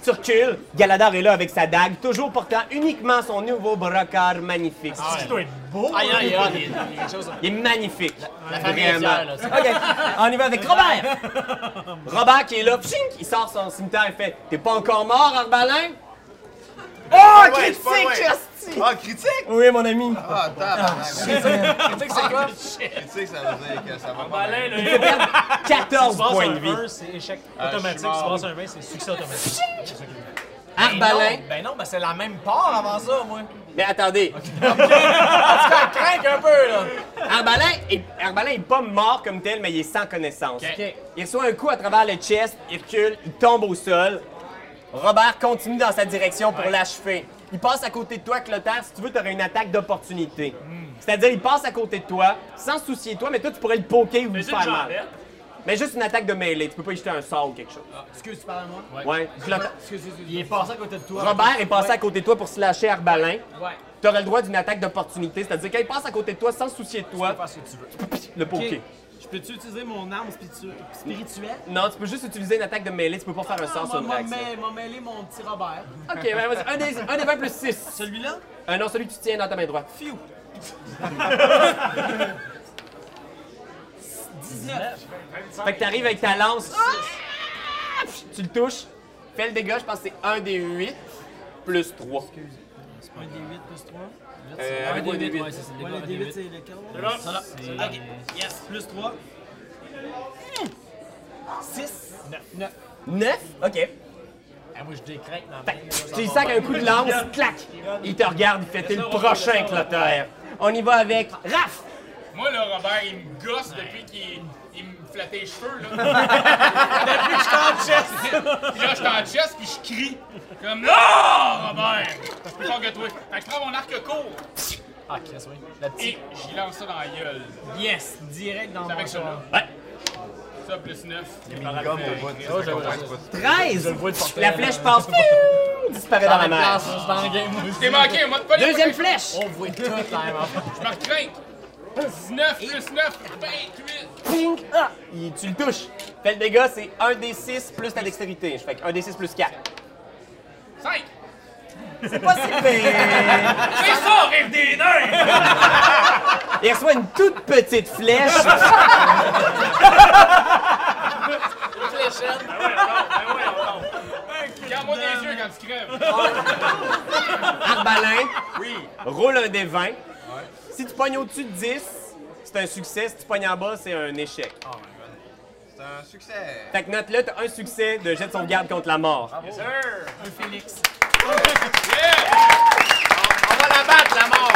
Speaker 1: Tu recules. Galadar est là avec sa dague, toujours portant uniquement son nouveau brocard magnifique.
Speaker 4: Ça doit être beau.
Speaker 7: Aïe, aïe, aïe, il y a- il y a quelque chose.
Speaker 1: hein? Il est magnifique.
Speaker 7: La famille est fière, là.
Speaker 1: OK, on y va avec Robert. Robert qui est là, pshing, il sort son cimetière et fait T'es pas encore mort, Arbalin Oh,
Speaker 2: Ah Ouais, c'est
Speaker 1: critique,
Speaker 2: pas loin.
Speaker 1: hostie!
Speaker 2: Ah, critique?
Speaker 1: Oui, mon ami.
Speaker 2: Ah, [laughs] tabarnak.
Speaker 7: Tu sais que c'est quoi?
Speaker 2: Critique, ça veut dire que ça va pas
Speaker 6: Alain,
Speaker 2: mal.
Speaker 6: là,
Speaker 1: Il te perdre 14
Speaker 4: Tu passes
Speaker 1: points
Speaker 4: un
Speaker 1: de vie.
Speaker 4: 1, c'est échec
Speaker 2: Ah, je suis
Speaker 4: automatique. Tu
Speaker 2: mort.
Speaker 4: passes un 20, c'est succès automatique. C'est ça qu'il veut.
Speaker 1: Arbalin.
Speaker 7: Non, Ben non, ben c'est la même part avant ça, moi.
Speaker 1: Mais attendez,
Speaker 7: [laughs] Ça craque un peu, là.
Speaker 1: Arbalin est, Arbalin est pas mort comme tel, mais il est sans connaissance. Il reçoit un coup à travers le chest, il recule, il tombe au sol. Robert continue dans sa direction pour l'achever. Il passe à côté de toi, Clotaire. Si tu veux, tu une attaque d'opportunité.
Speaker 7: Hmm.
Speaker 1: C'est-à-dire, il passe à côté de toi, sans se soucier de toi, mais toi, tu pourrais le poker ou lui
Speaker 6: c'est une
Speaker 1: faire mal.
Speaker 6: jambette.
Speaker 1: Mais juste une attaque de mêlée. Tu peux pas y jeter un sort ou quelque chose.
Speaker 8: Ah, Excuse, tu parles à moi?
Speaker 1: Ouais. Clotard-
Speaker 8: Excuse, excuse.
Speaker 7: Il est passé à côté de toi.
Speaker 1: Robert est passé à côté de toi pour se lâcher Arbalin.
Speaker 8: Ouais.
Speaker 1: Tu aurais le droit d'une attaque d'opportunité. C'est-à-dire, quand il passe à côté de toi, sans se soucier de toi,
Speaker 7: Fais ce que tu veux.
Speaker 1: le poker.
Speaker 8: Ok. Je peux-tu utiliser mon arme spiritu- spirituelle? Ah,
Speaker 1: Non, tu peux juste utiliser une attaque de mêlée, tu peux pas faire un
Speaker 7: Ah,
Speaker 1: sort sur une
Speaker 8: m'a
Speaker 1: réaction.
Speaker 8: mêlé, m'a mêlé mon petit Robert.
Speaker 1: Ok, ben vas-y, un des, un des 20 plus 6.
Speaker 8: Celui-là?
Speaker 1: Euh, non, celui que tu tiens dans ta main droite.
Speaker 8: Phew! 19.
Speaker 1: Fait que t'arrives avec ta lance, Ah! tu le touches, fais le dégât, je pense que c'est un des 8 plus 3.
Speaker 8: 1 des 8 plus 3.
Speaker 1: Euh, avec un des 8.
Speaker 7: Ah, Ouais, ça, c'est le
Speaker 8: Ouais,
Speaker 7: dégât,
Speaker 8: le
Speaker 7: des
Speaker 8: D8
Speaker 7: huit.
Speaker 8: c'est lequel?
Speaker 6: là.
Speaker 8: Celui-là. Ok. Yes. Plus 3. 6.
Speaker 1: 9? OK.
Speaker 7: Ah, moi, je décrète dans
Speaker 1: Fait que Tu lui sacs un coup de lance, clac! Il te regarde, il fait t'es le prochain Clotaire. On y va avec Raph!
Speaker 3: Moi, là, Robert, il me gosse depuis qu'il il me flattait les cheveux,
Speaker 7: [laughs]
Speaker 3: là.
Speaker 8: Depuis que je t'en chasse.
Speaker 3: puis là, je suis en chest, puis je crie. Comme,
Speaker 8: Ah!
Speaker 3: non, Robert! Je suis plus fort que toi. Fait que je prends mon arc court
Speaker 7: Ah, Chris, oui. La petite.
Speaker 3: et j'y lance ça dans la gueule.
Speaker 8: Yes, direct dans
Speaker 3: C'est
Speaker 8: mon
Speaker 3: avec ça, là.
Speaker 1: Ouais.
Speaker 3: Ça, plus 9.
Speaker 2: Gomme de bout, ça, ça compresse pas.
Speaker 1: 13! La flèche passe, [laughs] fiou, disparaît dans la mer.
Speaker 7: C'est dans le game. moi aussi.
Speaker 3: T'es manqué, moi, de pas
Speaker 1: Deuxième flèche!
Speaker 7: On voit tout, là, mon frère.
Speaker 3: Je me recrinque. 19 plus 9, 28.
Speaker 1: Ping! Ah! Il- tu le touches. Fait le dégât, c'est 1d6 plus ta dextérité. Je fais que 1d6 plus 4.
Speaker 3: 5.
Speaker 1: C'est pas si pire!
Speaker 3: C'est ça, rire des nains!
Speaker 1: [laughs] Il reçoit une toute petite [laughs] flèche.
Speaker 3: Regarde-moi des yeux quand tu crèves.
Speaker 1: Arbalin. Roule un des 20. Si tu pognes au-dessus de 10, c'est un succès. Si tu pognes en bas, c'est un échec.
Speaker 2: C'est un succès.
Speaker 1: Fait que note-le, t'as un succès de jet de sauvegarde contre la mort.
Speaker 2: On va la battre, la mort!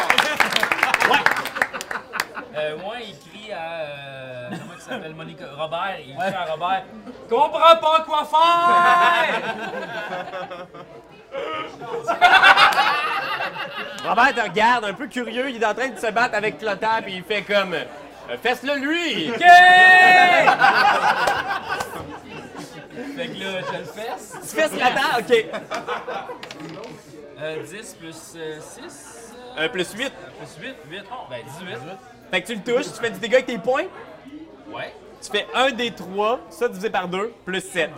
Speaker 5: Euh, moi, il crie à. Euh, comment il s'appelle Monica Robert. Il crie à Robert Comprends pas quoi faire
Speaker 1: Robert te regarde un peu curieux, il est en train de se battre avec Clotaire, puis il fait comme. euh, Fesse-le lui!
Speaker 5: OK Fait que là, je le fesse.
Speaker 1: Tu fesses Clotaire? Ok.
Speaker 5: Euh, 10 plus 6
Speaker 1: Un plus 8.
Speaker 5: plus 8, 8, oh, ben 18.
Speaker 1: Fait que tu le touches, tu fais du dégât avec tes poings.
Speaker 5: Ouais.
Speaker 1: Tu fais un des 3, ça divisé par 2, plus 7.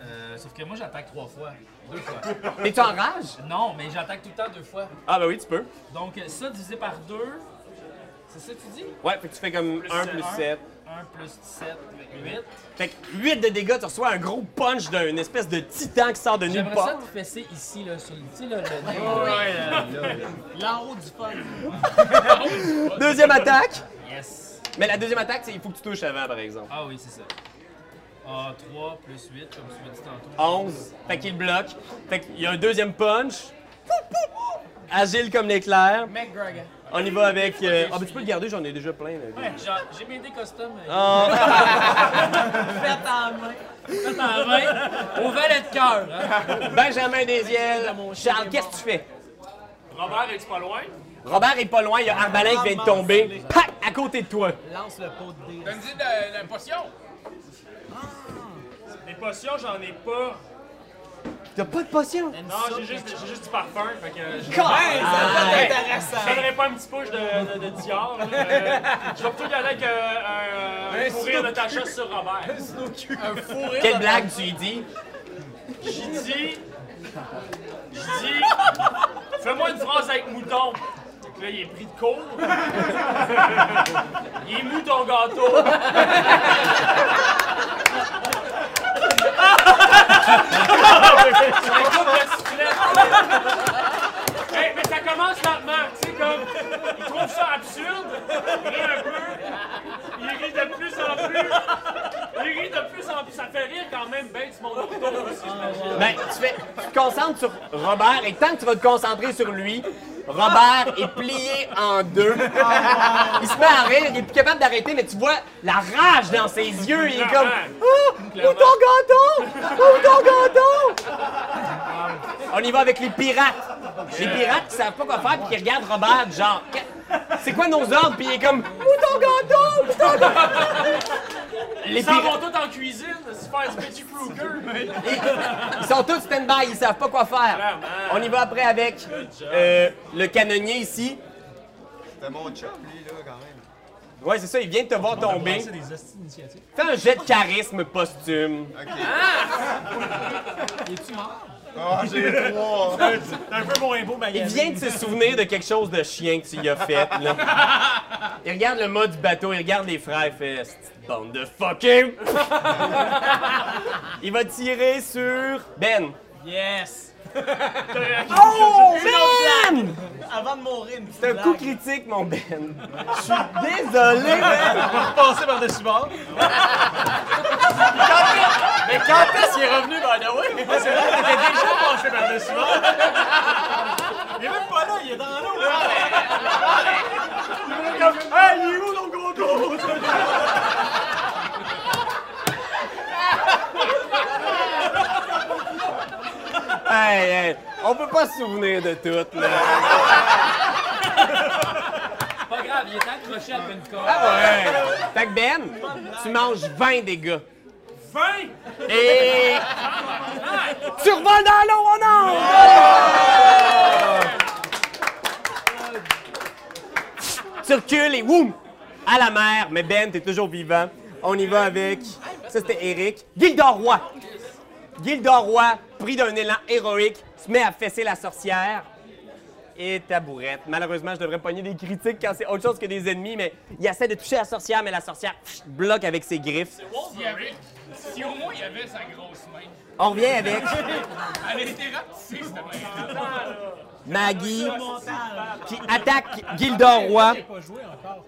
Speaker 5: Euh, sauf que moi, j'attaque trois fois. Deux fois.
Speaker 1: T'es-tu en rage?
Speaker 5: non, mais j'attaque tout le temps deux fois.
Speaker 1: Ah, bah oui, tu peux.
Speaker 5: Donc, euh, ça divisé par deux, c'est ça que tu dis?
Speaker 1: Ouais, fait que tu fais comme 1 plus 7.
Speaker 5: 1 plus 7, 8.
Speaker 1: Fait que 8 de dégâts, tu reçois un gros punch d'une espèce de titan qui sort de nulle
Speaker 5: J'aimerais ça
Speaker 1: part.
Speaker 5: te fesser ici, là, sur le. Tu sais, là, le
Speaker 8: L'en haut du fun.
Speaker 1: Deuxième attaque.
Speaker 5: Yes.
Speaker 1: Mais la deuxième attaque, c'est il faut que tu touches avant, par exemple.
Speaker 5: Ah oui, c'est ça. Ah, 3 plus 8, comme tu m'as dit tantôt.
Speaker 1: 11. Fait qu'il bloque. Fait qu'il y a un deuxième punch. Agile comme l'éclair.
Speaker 8: McGregor.
Speaker 1: On y va avec. euh, Ah, ben tu peux le garder, j'en ai déjà plein. là.
Speaker 5: Genre, Ah, J'ai mes dés custom. euh, [laughs]
Speaker 8: Faites en main.
Speaker 5: Faites en main, au valet de cœur. hein.
Speaker 1: Benjamin Desiel. Charles, qu'est-ce que tu fais?
Speaker 6: Robert, es-tu pas loin?
Speaker 1: Robert est pas loin, il y a Arbalin qui vient de tomber. Pac! À côté de toi.
Speaker 8: Lance le pot de dé.
Speaker 3: Donne-y de la, la potion.
Speaker 6: Les potions, j'en ai pas.
Speaker 1: T'as pas de potion?
Speaker 6: Non, j'ai juste, j'ai juste du parfum. Fait que
Speaker 8: Hey,
Speaker 6: je
Speaker 8: ça peut
Speaker 1: Ah,
Speaker 8: être
Speaker 6: je
Speaker 8: intéressant.
Speaker 6: donnerai pas une petite push de, de, de Dior. là. Euh, je vais plutôt y aller avec euh, un, un sourire de ta chasse sur Robert.
Speaker 1: Quelle blague tu lui dis?
Speaker 6: J'ai dit. J'ai dit. Fais-moi une phrase avec mouton. Fait que là, il est pris de court. il est mou ton gâteau. Un couple de sifflets. Hey, mais ça commence lentement, tu sais, comme, il trouve ça absurde, il rit un peu, il rit de plus en plus, il rit de plus en plus, ça fait rire quand même ben du monde autour aussi, j'imagine.
Speaker 1: Ben, tu, fais, tu te concentres sur Robert et tant que tu vas te concentrer sur lui, Robert est plié en deux.
Speaker 6: Ah.
Speaker 1: Il se met à rire, il est plus capable d'arrêter, mais tu vois la rage dans ses yeux. Il est comme Ah! Où ton gâteau? Où ton gâteau? On y va avec les pirates. Les pirates qui savent pas quoi faire puis qui regardent Robert, genre, Qu'est- c'est quoi nos ordres? Puis il est comme Où ton gâteau? Où ton gâteau? Les
Speaker 6: Ils s'en
Speaker 1: pirates.
Speaker 6: vont tous en cuisine, se faire ce petit Kruger, mais.
Speaker 1: Ils sont tous stand-by, ils savent pas quoi faire. On y va après avec euh, le canonnier ici.
Speaker 2: C'était mon chum, lui, là, quand même.
Speaker 1: Ouais, c'est ça, il vient de te voir tomber.
Speaker 4: C'est des hosties d'initiative.
Speaker 1: Fais un jet de charisme posthume.
Speaker 2: Ok. Il [laughs] est-tu mort? Oh, j'ai trois.
Speaker 4: C'est un peu mon beau
Speaker 1: Il
Speaker 4: magasin.
Speaker 1: vient de se souvenir de quelque chose de chien que tu y as fait, là. Il regarde le mât du bateau, il regarde les frères, il fait Cette bande de fucking! Il va tirer sur Ben.
Speaker 8: Yes.
Speaker 1: Oh, Ben!
Speaker 8: Avant de mourir, une petite
Speaker 1: C'est un coup
Speaker 8: blague.
Speaker 1: critique, mon Ben. Je suis désolé, Ben!
Speaker 4: Passer par-dessus bord.
Speaker 7: qui est revenu, by the way.
Speaker 4: C'est vrai, t'étais déjà passé par-dessus l'autre.
Speaker 7: Il est même pas là, il est dans l'eau, là.
Speaker 4: Hey, il est où ton gros dos?
Speaker 1: Hey, hey, on peut pas se souvenir de tout, là.
Speaker 5: Pas grave, il est accroché à une corde.
Speaker 1: Ouais. Fait que Ben, tu manges 20 dégâts.
Speaker 6: 20!
Speaker 1: Et. tu revoles dans l'eau, oh non! Tu recules et woum! À la mer, mais Ben, t'es toujours vivant. On y va avec. Ça, c'était Eric. Gildor Roy! Gildor Roy, pris d'un élan héroïque, se met à fesser la sorcière et tabourette. Malheureusement, je devrais pogner des critiques quand c'est autre chose que des ennemis, mais il essaie de toucher la sorcière, mais la sorcière pff, bloque avec ses griffes.
Speaker 3: S'il y avait- Si au moins il y avait sa grosse main.
Speaker 1: On revient avec.
Speaker 3: Elle était rapetissée, cette main.
Speaker 1: Maggie qui attaque Gildor Roy.
Speaker 4: J'ai pas joué encore.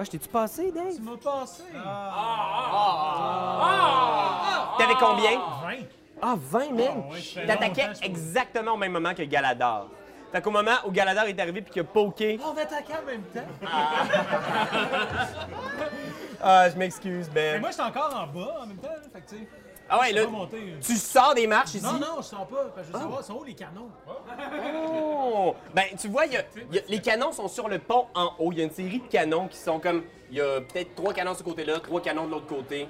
Speaker 1: Ah, je t'ai-tu passé, Dave?
Speaker 4: Tu m'as passé.
Speaker 1: T'avais combien?
Speaker 4: 20.
Speaker 1: Ah, 20 même!
Speaker 4: ouais, ça fait
Speaker 1: T'attaquais
Speaker 4: longtemps, je trouve.
Speaker 1: exactement au même moment que Galador. Fait qu'au moment où Galador est arrivé puis qu'il a poké.
Speaker 4: Ah!
Speaker 8: On attaquait en même temps.
Speaker 1: Ah, je m'excuse,
Speaker 4: Mais
Speaker 1: Ben.
Speaker 4: moi, j'étais encore en bas en même temps, là, fait que tu sais.
Speaker 1: Ah ouais,
Speaker 4: je
Speaker 1: là,
Speaker 4: suis pas monté.
Speaker 1: tu sors des marches ici.
Speaker 4: Non, non, je sens pas. parce que Je
Speaker 7: Ah.
Speaker 4: veux savoir, sont où les canons?
Speaker 1: Oh! Ben, tu vois, il y a- il y a- les canons sont sur le pont en haut. Il y a une série de canons qui sont comme. Il y a peut-être trois canons de ce côté-là, trois canons de l'autre côté.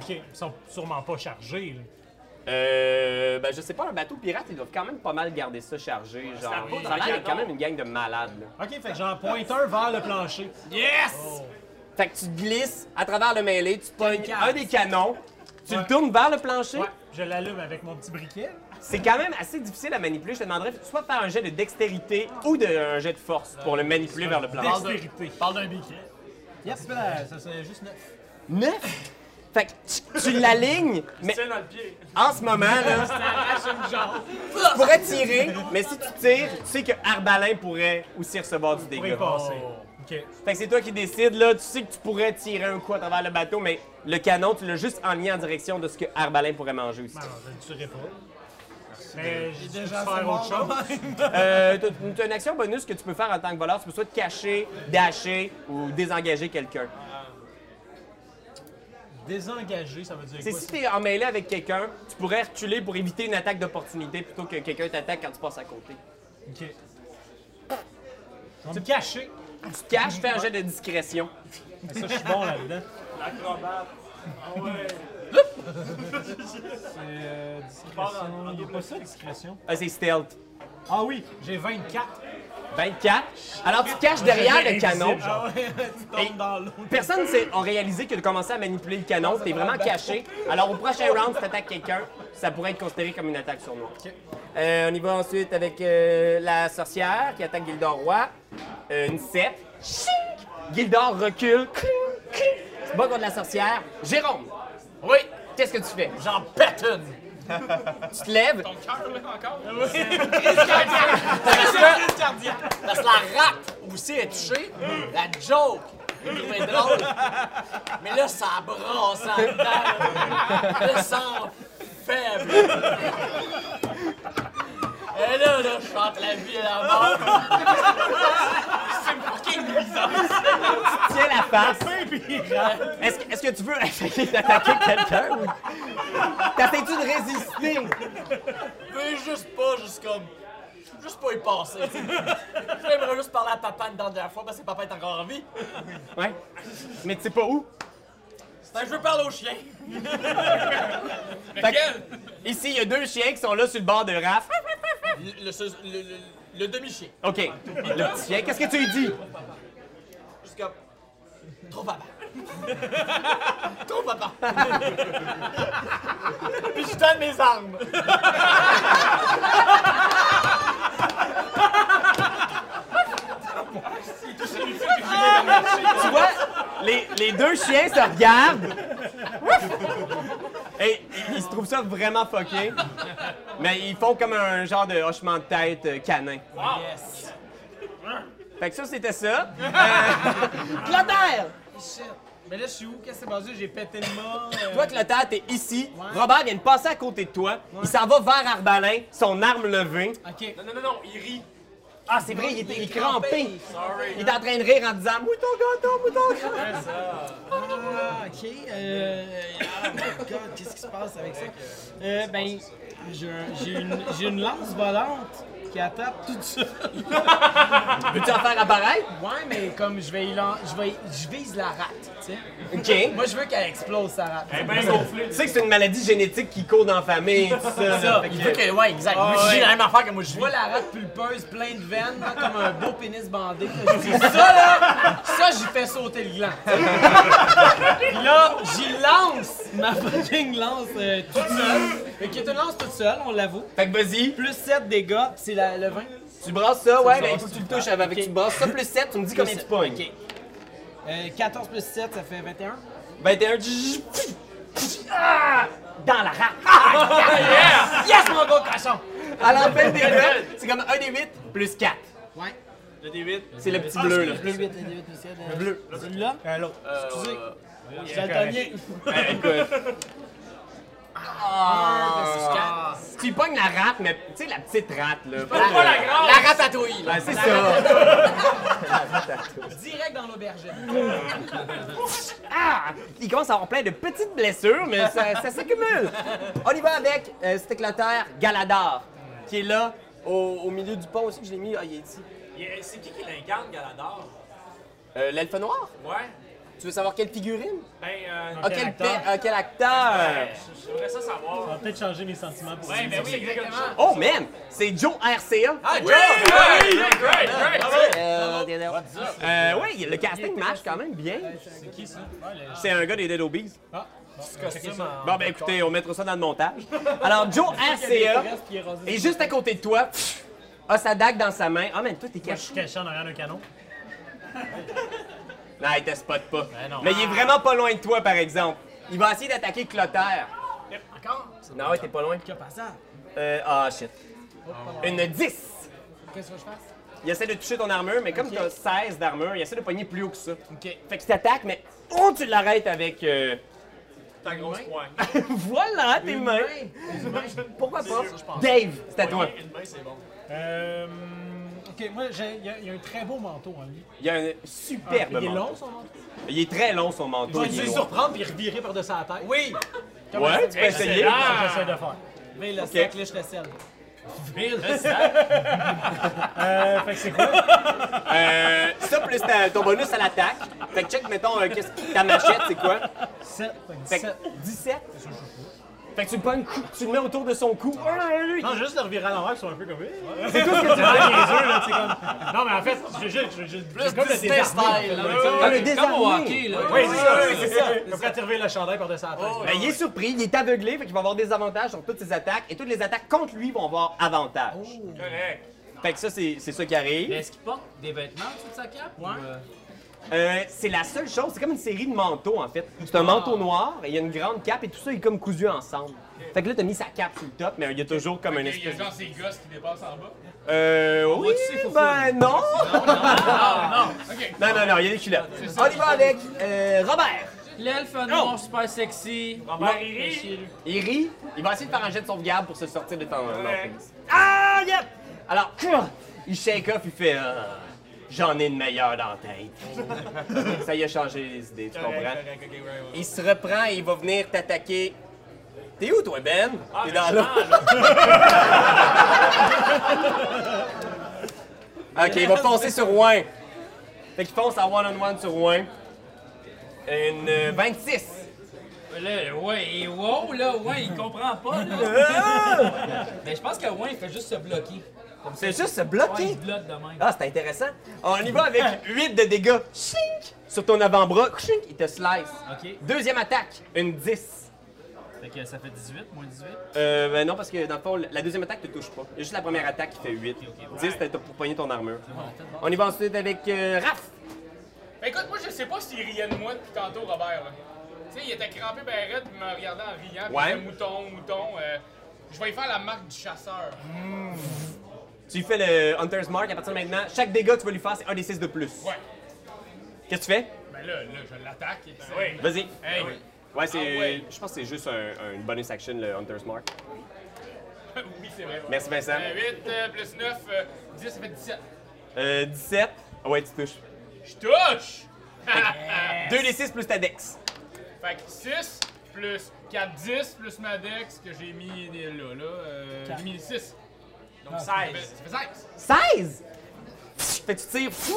Speaker 4: Ok, ils sont sûrement pas chargés. Là.
Speaker 1: Euh. Ben, je sais pas, un bateau pirate, ils doivent quand même pas mal garder ça chargé. Genre, ça a l'air d'être quand même une gang de malades, là.
Speaker 4: Ok, fait que j'en pointe un vers le plancher.
Speaker 1: Yes! Fait que tu glisses à travers le mêlé, tu pognes un des canons, tu le tournes vers le plancher.
Speaker 4: Ouais, je l'allume avec mon petit briquet.
Speaker 1: C'est quand même assez difficile à manipuler. Je te demanderais soit de faire un jet de dextérité ou de, un jet de force pour le manipuler vers le plancher.
Speaker 4: Dextérité.
Speaker 7: Parle d'un biquet.
Speaker 4: Yep, ça c'est juste neuf.
Speaker 1: Neuf! Fait que tu, tu l'alignes, mais
Speaker 6: C'est dans le pied.
Speaker 1: en ce moment,
Speaker 6: [laughs]
Speaker 1: là, tu pourrais tirer, mais si tu tires, tu sais que Arbalin pourrait aussi recevoir du
Speaker 4: Pour y
Speaker 1: dégât.
Speaker 4: passer. Oh. Ok.
Speaker 1: Fait que c'est toi qui décides, là. Tu sais que tu pourrais tirer un coup à travers le bateau, mais le canon, tu l'as juste enligné en direction de ce que Arbalin pourrait manger aussi.
Speaker 4: Alors, je le tuerai pas. Mais j'ai déjà
Speaker 8: c'est
Speaker 4: faire autre
Speaker 8: mort,
Speaker 4: chose. [laughs]
Speaker 1: Euh, t'as- t'as une action bonus que tu peux faire en tant que voleur. Tu peux soit te cacher, dasher ou désengager quelqu'un.
Speaker 4: Désengager, ça veut dire
Speaker 1: C'est
Speaker 4: quoi?
Speaker 1: si
Speaker 4: ça?
Speaker 1: t'es emmêlé avec quelqu'un, tu pourrais reculer pour éviter une attaque d'opportunité plutôt que quelqu'un t'attaque quand tu passes à côté.
Speaker 4: Ok. Je vais me cacher.
Speaker 1: Tu te caches, fais un jet de discrétion.
Speaker 4: Mais ça, je suis bon là-dedans.
Speaker 6: Acrobate.
Speaker 4: [laughs]
Speaker 6: Ah ouais.
Speaker 4: C'est euh, discrétion. Il n'y a pas ça, discrétion.
Speaker 1: Ah, c'est stealth.
Speaker 4: Ah oui, j'ai 24.
Speaker 1: 24. Alors tu te caches derrière le
Speaker 4: Invisible,
Speaker 1: canon.
Speaker 4: genre. [laughs]
Speaker 1: Et personne n'a réalisé que de commencer à manipuler le canon, t'es vraiment caché. Alors au prochain round, si t'attaques quelqu'un, ça pourrait être considéré comme une attaque sur nous. on y va ensuite avec euh, la sorcière qui attaque Gildor Roy. Euh, une 7. Chink! Gildor recule. Cling, cling. Tu bats contre la sorcière. Jérôme,
Speaker 7: Oui,
Speaker 1: qu'est-ce que tu fais?
Speaker 7: j'en pète une.
Speaker 1: Tu te lèves.
Speaker 3: Ton cœur, là, encore.
Speaker 7: Parce que, parce que la rate aussi est touchée, la joke est trouvée drôle. Mais là, ça brasse en dedans. là. Le sang faible. Et là, là, je chante la vie et la mort.
Speaker 1: Tiens la face. Est-ce que, est-ce que tu veux [laughs] essayer d'attaquer quelqu'un? ou- T'essayes-tu de résister?
Speaker 7: Je veux juste pas, juste comme. Juste pas y passer. tu sais. J'aimerais juste parler à papa une dernière fois parce que papa est encore en vie.
Speaker 1: Ouais. Mais tu sais pas où?
Speaker 7: Fait que Ben, je veux parler au chien.
Speaker 3: Lequel?
Speaker 1: Ici, il y a deux chiens qui sont là sur le bord de Raph.
Speaker 7: Le, le- le- le- le demi-chien.
Speaker 1: OK. Le petit chien, qu'est-ce que tu lui dis?
Speaker 7: Juste comme. Trop
Speaker 1: [laughs]
Speaker 7: papa. Trop papa. Puis je donne mes [laughs] armes.
Speaker 1: Tu vois, les, les deux chiens se regardent. Et ils- ils se trouvent ça vraiment fucké. Mais ils font comme un genre de hochement de tête euh, canin.
Speaker 7: Yes.
Speaker 1: [laughs] Fait que ça, c'était ça. Euh... Clotaire!
Speaker 6: Mais là, je suis où? Qu'est-ce qui s'est passé? J'ai pété le mât. euh,
Speaker 1: Toi, Clotaire, t'es ici. Robert vient de passer à côté de toi. Il s'en va vers Arbalin, son arme levée.
Speaker 6: Ok.
Speaker 5: Non, non, non, non, il rit.
Speaker 1: Ah, c'est vrai, il est, il est crampé. Il est en train de rire en disant Mouton gâteau, mouton gâteau.
Speaker 6: Ah, ok. Euh, ah, my God, qu'est-ce qui se passe avec ça? Euh, ben, j'ai un- j'ai une, j'ai une lance volante qui attaque tout ça.
Speaker 1: Veux-tu en faire apparaître
Speaker 6: Ouais, mais comme je vais y lan- je vais, je vise la rate, tu sais.
Speaker 1: Ok.
Speaker 6: Moi, je veux qu'elle explose sa rate.
Speaker 4: Elle est bien gonflée.
Speaker 1: Tu sais que c'est une maladie génétique qui court dans la famille, tout ça. là. Fait que-
Speaker 7: Il veut que, ouais, exact. Moi, je dis la même affaire que moi, je
Speaker 6: Je
Speaker 7: vis.
Speaker 6: vois Ah, la rate pulpeuse, plein de veines, là, comme un beau pénis bandé. là. Je dis, ça, là, ça, j'y fais sauter le gland. Puis là, j'y lance ma fucking lance euh, toute seule. Fait qu'il y a une lance toute seule, on l'avoue.
Speaker 1: Fait que vas-y,
Speaker 6: Plus 7 dégâts, puis c'est la- le 20.
Speaker 1: tu brasses ça, ouais, mais il faut que tu le touches avec tu brasses ça plus 7, tu me dis combien tu pognes.
Speaker 6: Ok. Euh, 14 plus 7, ça fait 21.
Speaker 1: 21. tch, tch, tch, ah! Dans la rate. Ah,
Speaker 6: Yes, mon gars, cochon!
Speaker 1: À l'enfer des huit, c'est comme 1 des 8 plus 4.
Speaker 6: Ouais. Ah,
Speaker 1: C'est le petit bleu, là.
Speaker 6: Le 8, le 8 plus 7. Le bleu. Celui-là?
Speaker 4: Euh, l'autre.
Speaker 6: Excusez. Je vais le donner.
Speaker 1: Ah. Tu y pognes la rate, mais tu sais, la petite rate, là.
Speaker 6: pas la grande.
Speaker 7: La ratatouille, là.
Speaker 1: Ah, c'est ça.
Speaker 6: Direct dans l'aubergine.
Speaker 1: Ah! Il commence à avoir plein de petites blessures, mais ça, ça s'accumule. On y va avec euh, cet éclataire Galadar, qui est là, au, au milieu du pont aussi que je l'ai mis. Ah, il est ici.
Speaker 8: C'est qui qui l'incarne, Galador?
Speaker 1: Euh, L'elfe noir?
Speaker 8: Ouais.
Speaker 1: Tu veux savoir quelle figurine?
Speaker 8: Ben, euh,
Speaker 1: Ah, quel, pe- ah, quel acteur?
Speaker 8: j'aimerais ça savoir.
Speaker 4: Ça va peut-être changer mes sentiments pour lui.
Speaker 8: ben oui, exactement.
Speaker 1: Oh, man! C'est Joe RCA.
Speaker 7: Ah, Joe!
Speaker 8: Great, great, great.
Speaker 1: Euh, euh, ouais, le casting marche quand même bien. C'est qui ça? C'est un gars des Dead Obies.
Speaker 4: Ah, bon, on va checker ça.
Speaker 1: Bon, ben écoutez, on mettra ça dans le montage. Alors, Joe RCA est juste à côté de toi. Pff, A sa dague dans sa main. Ah, man, toi, t'es
Speaker 4: Moi, je suis
Speaker 1: caché.
Speaker 4: caché en arrière d'un
Speaker 1: [laughs]
Speaker 4: canon.
Speaker 1: Non, il te spot pas.
Speaker 4: Ben non.
Speaker 1: Mais il est vraiment pas loin de toi, par exemple. Il va essayer d'attaquer Clotaire.
Speaker 6: Encore?
Speaker 1: Non, ouais, t'es pas loin.
Speaker 6: Pas ça.
Speaker 1: Euh, ah, shit. Une 10.
Speaker 6: Oh. Qu'est-ce que je fasse?
Speaker 1: Il essaie de toucher ton armure, mais comme t'as 16 d'armure, il essaie de pogner plus haut que ça.
Speaker 6: Ok.
Speaker 1: Fait qu'il t'attaque, mais oh, tu l'arrêtes avec... euh,
Speaker 8: Ta grosse poigne.
Speaker 1: [laughs] voilà, tes mains. Pourquoi pas? Dave, c'est à toi.
Speaker 8: Une main, c'est bon.
Speaker 4: Euh, ok, moi, j'ai- il y, a- il y a un très beau manteau en lui.
Speaker 1: Ah, Il a un superbe
Speaker 4: Il est
Speaker 1: manteau.
Speaker 4: long, son manteau?
Speaker 1: Il est très long, son manteau.
Speaker 4: Je
Speaker 1: il
Speaker 4: vais
Speaker 1: est
Speaker 4: le
Speaker 1: lourd.
Speaker 4: surprendre puis revirer par-dessus la tête.
Speaker 6: Oui!
Speaker 1: Ouais, tu peux
Speaker 4: ben,
Speaker 1: essayer.
Speaker 4: Ça, j'essaie de faire.
Speaker 6: Mais le sac, là, je te scelle.
Speaker 4: [laughs] Euh, fait que c'est quoi?
Speaker 1: Euh, ça, plus ta- ton bonus à l'attaque. Fait que check, mettons, euh, qu'est-ce que ta machette, c'est quoi?
Speaker 4: 7.
Speaker 1: Fait que 17. Fait que tu le pognes, cou- tu le mets autour de son cou. Ah,
Speaker 4: Non, juste le revirer à l'envers, ils sont un peu comme. eh. C'est tout ce que tu veux. là, tu sais, comme. Non, mais en fait, je juste. Je, je, j'ai comme le
Speaker 7: Disney
Speaker 4: désarmer.
Speaker 7: style, là.
Speaker 1: Ah, le désarmé.
Speaker 4: Oui, c'est ça, oui, c'est ça. Comme quand tu revires le chandail par-dessus la tête.
Speaker 1: Ben, il est surpris, il est aveuglé, fait qu'il va avoir des avantages sur toutes ses attaques. Et toutes les attaques contre lui vont avoir avantage.
Speaker 8: Correct.
Speaker 1: Fait que ça, c'est c'est ça qui arrive.
Speaker 5: Mais est-ce qu'il porte des vêtements en dessous de sa cape? ou, euh,
Speaker 1: Euh, c'est la seule chose, c'est comme une série de manteaux en fait. C'est un manteau noir, et il y a une grande cape et tout ça est comme cousu ensemble. Fait que là, t'as mis sa cape sur le top, mais il y a toujours comme un
Speaker 3: Il y a
Speaker 1: espèce de.
Speaker 3: genre ces gosses qui dépassent en bas.
Speaker 1: Euh. Oui, ben non! Ah,
Speaker 3: Ok.
Speaker 1: Non, non, non, il y a des culottes. On y va avec euh, Robert.
Speaker 5: L'elfe noir super sexy.
Speaker 8: Robert, il rit.
Speaker 1: Il rit, il va essayer de faire un jet de sauvegarde pour se sortir de ton. de l'emprise. Ah, yep! Alors, [clears throat] il shake off, il fait. Ah, J'en ai une meilleure dans la tête. ça y a changé les idées, tu comprends? Il se reprend et il va venir t'attaquer. T'es où, toi, Ben?
Speaker 5: Ah,
Speaker 1: T'es dans là. ok, il va foncer sur Wayne. Fait qu'il fonce en one-on-one sur Wayne. Une euh, 26.
Speaker 5: Là, ouais, et wow, là, ouais, il comprend pas, là.
Speaker 1: [laughs]
Speaker 5: Mais je pense que ouais, il fait juste se bloquer. Comme ça,
Speaker 1: C'est juste se
Speaker 5: ouais,
Speaker 1: bloquer.
Speaker 5: il se bloque de même.
Speaker 1: Ah, c'est intéressant. On y va avec 8 de dégâts. Chink! Sur ton avant-bras, chink, il te slice.
Speaker 5: OK.
Speaker 1: Deuxième attaque, une 10.
Speaker 5: Fait que ça fait 18, moins 18.
Speaker 1: Euh, ben non, parce que dans le fond, la deuxième attaque te touche pas. Il y a juste la première attaque qui fait 8. 10, t'as t'as pour pogner ton armure. On y va ensuite avec euh, Raph.
Speaker 3: Ben, écoute, moi, je sais pas s'il riait de moi depuis tantôt, Robert. là. Tu sais, il était crampé ben raide, puis il me regardait en riant. puis
Speaker 1: Ouais.
Speaker 3: il disait, mouton, mouton. euh, je vais y faire la marque du chasseur.
Speaker 1: Tu lui fais le Hunter's Mark à partir de maintenant. Chaque dégât que tu vas lui faire, c'est un des 6 de plus.
Speaker 3: Ouais.
Speaker 1: Qu'est-ce que tu fais?
Speaker 3: Ben, Ben là, là, je l'attaque.
Speaker 6: oui.
Speaker 1: Vas-y.
Speaker 3: Hey,
Speaker 1: Ouais, c'est.
Speaker 3: Ah ouais.
Speaker 1: Je pense que c'est juste un, un- une bonus action, le Hunter's Mark.
Speaker 3: [laughs] oui, c'est vrai.
Speaker 1: Merci, Vincent.
Speaker 3: 8 plus 9, 10, ça fait 17.
Speaker 1: Euh, 17. Ah ouais, tu touches.
Speaker 3: Je touche!
Speaker 1: 2 des 6 plus ta dex.
Speaker 3: Fait que 6 plus 4, 10 plus ma dex que j'ai mis là, là. Euh, j'ai mis 6.
Speaker 8: Donc
Speaker 3: Ben, Ça fait
Speaker 8: 16.
Speaker 3: 16.
Speaker 1: 16! Fait que tu tires, fou,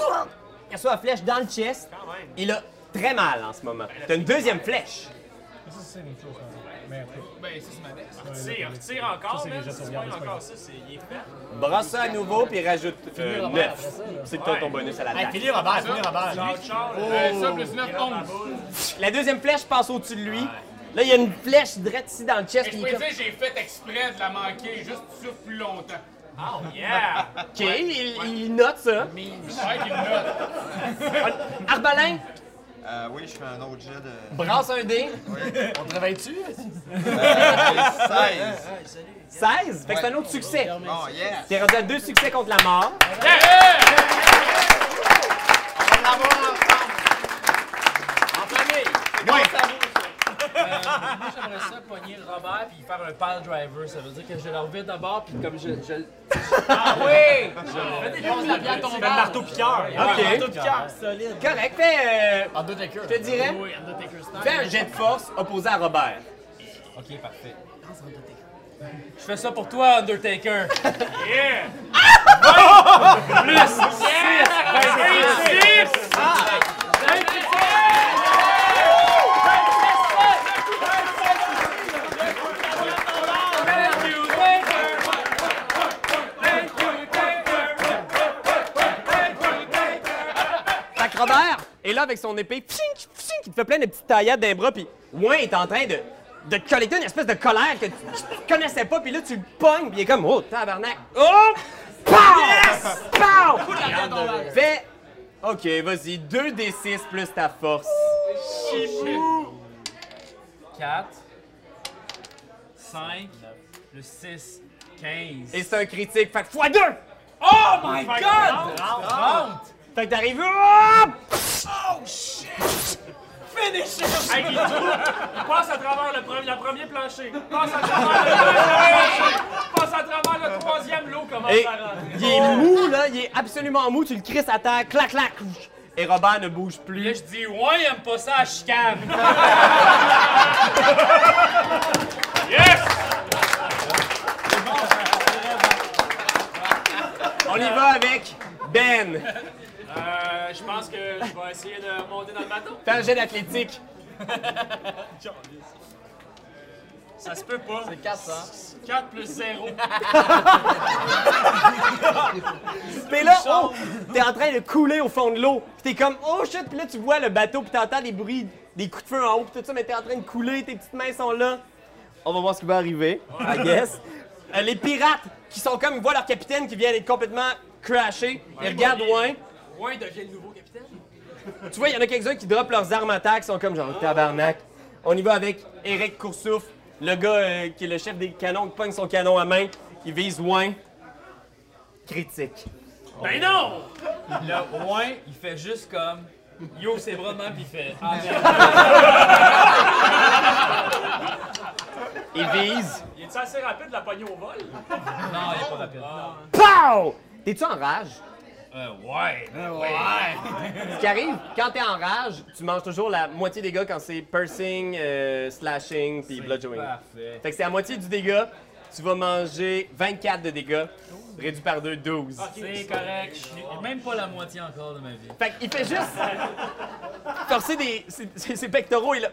Speaker 1: il reçoit la flèche dans le chest. Il a très mal en ce moment. T'as une deuxième flèche.
Speaker 4: Ça, c'est une chose. hein. Mais après.
Speaker 3: Ben, ça, c'est ma dex.
Speaker 6: Tire, retire encore,
Speaker 4: c'est
Speaker 6: man.
Speaker 4: déjà
Speaker 6: Si tu
Speaker 4: sauvegarde,
Speaker 6: pognes
Speaker 4: c'est pas
Speaker 6: encore ça, c'est il est fait.
Speaker 1: Brasse ça à nouveau, puis rajoute
Speaker 4: Finis Robert
Speaker 1: 9.
Speaker 4: après ça, là.
Speaker 1: C'est toi ton bonus à
Speaker 8: Hey,
Speaker 4: Ben,
Speaker 1: l'attaque.
Speaker 8: finis Robert, finis Robert.
Speaker 6: Genre,
Speaker 1: Oh!
Speaker 6: Charles,
Speaker 3: Euh, ça plus 9, 11.
Speaker 1: La deuxième flèche passe au-dessus de lui. Là, il y a une flèche droite ici dans le chest.
Speaker 3: Mais je
Speaker 1: puis
Speaker 3: peux
Speaker 1: il est
Speaker 3: dire
Speaker 1: comme-
Speaker 3: que j'ai fait exprès de la manquer, juste sur plus longtemps.
Speaker 6: Oh, yeah!
Speaker 1: Ok, il, il note ça.
Speaker 3: Ouais, qu'il note.
Speaker 1: Arbalin,
Speaker 2: Euh, oui, je fais un autre jet de.
Speaker 1: brasse un dé.
Speaker 8: On travaille-tu?
Speaker 2: Euh, 16.
Speaker 1: 16. Fait que c'est un autre succès.
Speaker 2: Bon, yes.
Speaker 1: T'es rendu à deux succès contre la mort.
Speaker 2: On va l'avoir ensemble.
Speaker 5: Euh, Moi, j'aimerais ça pogner Robert puis faire un pile driver. Ça veut dire que je le revire d'abord puis comme je. je... ah oui! Je fais des choses la pierre tombale.
Speaker 8: Marteau piqueur.
Speaker 1: Ok.
Speaker 8: piqueur, solide.
Speaker 1: Correct. Fais, euh,
Speaker 8: En deux taker.
Speaker 1: je te dirais,
Speaker 5: Oui, Undertaker style.
Speaker 1: fais un jet de force opposé à Robert.
Speaker 5: Ok, parfait. Je fais ça pour toi, Undertaker.
Speaker 6: Yeah!
Speaker 1: Fait que Robert est là avec son épée, pshink, pshink, il te fait plein de petites taillades d'un bras, puis Ouin est en train de, de te collecter une espèce de colère que tu, tu connaissais pas, puis là tu le pognes, puis il est comme Oh, tabarnak! Oh! Pow! Yes! Pow! Fais. Ok, vas-y, 2d6 plus ta force.
Speaker 5: 4, 5, le 6, 15.
Speaker 1: Et c'est un critique, fait que x2!
Speaker 5: Oh my god! 30!
Speaker 1: Fait que t'arrives. Oh!
Speaker 6: Hey, il trouve- passe à travers le premier, la première plancher. Passe à travers le deuxième plancher. Passe à travers le troisième lot commence
Speaker 1: Et
Speaker 6: à rentrer.
Speaker 1: il est mou, là, il est absolument mou, tu le crisses à terre, clac, clac! Et Robert ne bouge
Speaker 5: Là,
Speaker 1: plus.
Speaker 5: je dis, ouais, il aime pas ça, je chicane.
Speaker 1: On y va avec Ben.
Speaker 6: Euh, je pense que je vais essayer de monter dans le bateau.
Speaker 1: Fais un jet d'athlétique.
Speaker 6: Ça se peut pas.
Speaker 8: C'est hein? 400.
Speaker 6: 4 plus 0.
Speaker 1: Mais là, oh, t'es en train de couler au fond de l'eau. Puis t'es comme, oh shit, puis là tu vois le bateau, puis t'entends des bruits, des coups de feu en haut, puis tout ça, mais t'es en train de couler, tes petites mains sont là. On va voir ce qui va arriver, I guess. Euh, les pirates qui sont comme, ils voient leur capitaine qui vient d'être complètement crashé. Ils regardent loin.
Speaker 6: Ouin devient le nouveau capitaine.
Speaker 1: Tu vois, il y en a quelques-uns qui droppent leurs armes attaques, sont comme genre tabarnak. On y va avec Eric Coursouf, le gars euh, qui est le chef des canons, qui pogne son canon à main, il vise loin. Critique.
Speaker 6: Ben non!
Speaker 5: Le ouin, il fait juste comme. Il ouvre ses bras de main puis il fait. Ah merde.
Speaker 1: Il vise.
Speaker 6: Il est assez rapide de la poignée au vol?
Speaker 5: Non, il est pas rapide.
Speaker 1: POW! T'es-tu en rage?
Speaker 5: Euh, ouais.
Speaker 1: Ce qui arrive, quand t'es en rage, tu manges toujours la moitié des dégâts quand c'est piercing, euh, slashing, puis bludgeoning.
Speaker 5: Parfait.
Speaker 1: Fait que c'est à moitié du dégât, tu vas manger 24 de dégâts, réduit par 2, 12.
Speaker 5: C'est correct. Je suis même pas la moitié encore de ma vie.
Speaker 1: Fait qu'il fait juste forcer des, ses, ses- ses pectoraux et là,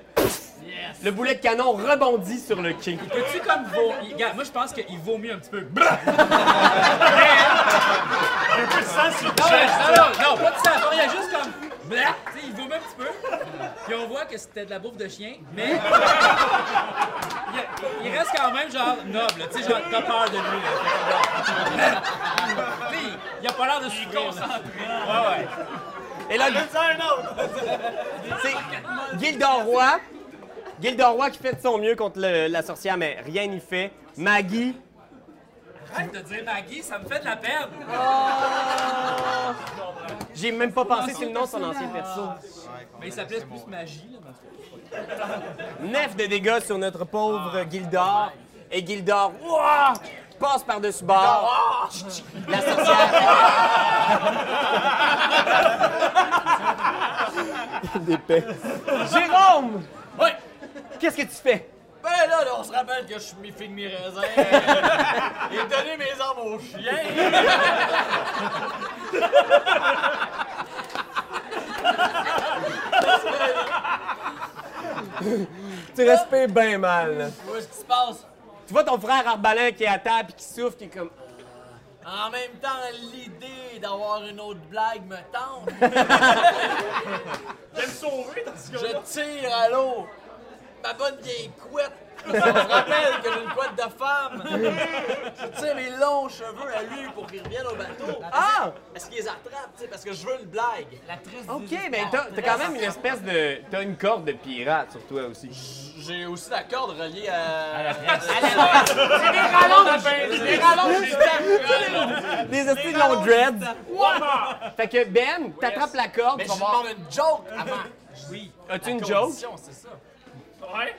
Speaker 1: le boulet de canon rebondit sur le quai.
Speaker 5: Peux-tu comme vaut. Regarde, moi je pense qu'il vomit un petit peu. Non, non, non, pas de ça. Il y a juste comme. Blah! Tu sais, il vomit un petit peu. Puis on voit que c'était de la bouffe de chien, mais. Il, il reste quand même genre noble, tu sais, genre t'as peur de lui. là. Tu sais, il a pas l'air de souffrir. là. Ouais, ouais.
Speaker 1: Et là, [laughs] c'est Gildor Roy. Gildor Roy qui fait de son mieux contre le- la sorcière, mais rien n'y fait. Maggie,
Speaker 5: Arrête de dire Maggie, ça me fait de la peine.
Speaker 1: j'ai même pas pensé c'est le nom de son ancien perso.
Speaker 9: Mais il s'appelait plus magie, là, mais en tout cas.
Speaker 1: 9 de dégâts sur notre pauvre Gildor. Et Gildor, ouah, passe par-dessus bord. La sorcière. D'épais. Jérôme!
Speaker 10: Ouais.
Speaker 1: Qu'est-ce que tu fais?
Speaker 10: Ben là, là, on se rappelle que je suis mi-figue, [laughs] mi-raisin. euh, J'ai donné mes armes au chien.
Speaker 1: Tu respires bien mal. là.
Speaker 10: Où est-ce qui se passe?
Speaker 1: Tu vois ton frère Arbalin qui est à table et qui souffle, qui est comme.
Speaker 10: En même temps, l'idée d'avoir une autre blague me tente. [laughs]
Speaker 11: J'aime sauver dans ce cas-là.
Speaker 10: Je tire à l'eau. Ma bonne vieille [laughs] couette. On se rappelle que j'ai une couette de femme. Je tire mes longs cheveux à lui pour qu'il revienne au bateau.
Speaker 1: Ah!
Speaker 10: Est-ce qu'il les attrape, tu sais, parce que je veux une blague.
Speaker 9: L'actrice
Speaker 1: Ok,
Speaker 9: du-
Speaker 1: ben t'as t'as quand même une espèce de. T'as une corde de pirate sur toi [laughs] aussi.
Speaker 10: J'ai aussi la corde reliée à...
Speaker 9: la
Speaker 11: C'est des
Speaker 5: [laughs]
Speaker 11: rallonges!
Speaker 5: Ben,
Speaker 11: C'est des rallonges!
Speaker 1: Des esprits de long dreads. Fait que Ben, t'attrapes la corde,
Speaker 10: Mais
Speaker 1: tu
Speaker 10: je
Speaker 1: vas
Speaker 10: lui
Speaker 1: voir.
Speaker 10: demande une joke avant.
Speaker 9: Oui.
Speaker 1: As-tu
Speaker 9: La
Speaker 1: une
Speaker 10: [laughs]
Speaker 1: joke?
Speaker 9: condition, c'est ça.
Speaker 11: Ouais.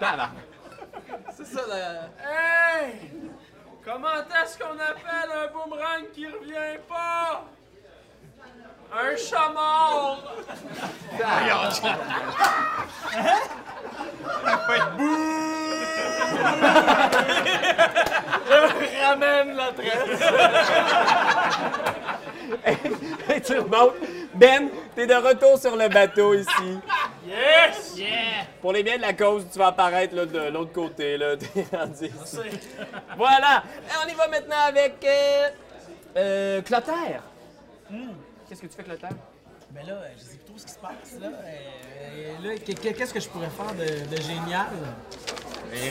Speaker 1: Tabarnak.
Speaker 10: C'est ça, la...
Speaker 11: Hey! Comment est-ce qu'on appelle un boomerang qui revient pas? Un chat mort!
Speaker 1: [laughs] Et tu remontes. Ben, t'es de retour sur le bateau ici.
Speaker 11: Yes!
Speaker 1: Pour les biens de la cause, tu vas apparaître là, de l'autre côté. Là. [laughs] T'es rendu ici. Voilà. Et on y va maintenant avec euh, euh, Clotaire. Hmm. Qu'est-ce que tu fais, Clotaire?
Speaker 5: Mais là, euh, je sais plus trop ce qui se passe, là. Euh, euh, là, qu'est- qu'est- qu'est-ce que je pourrais faire de, de génial?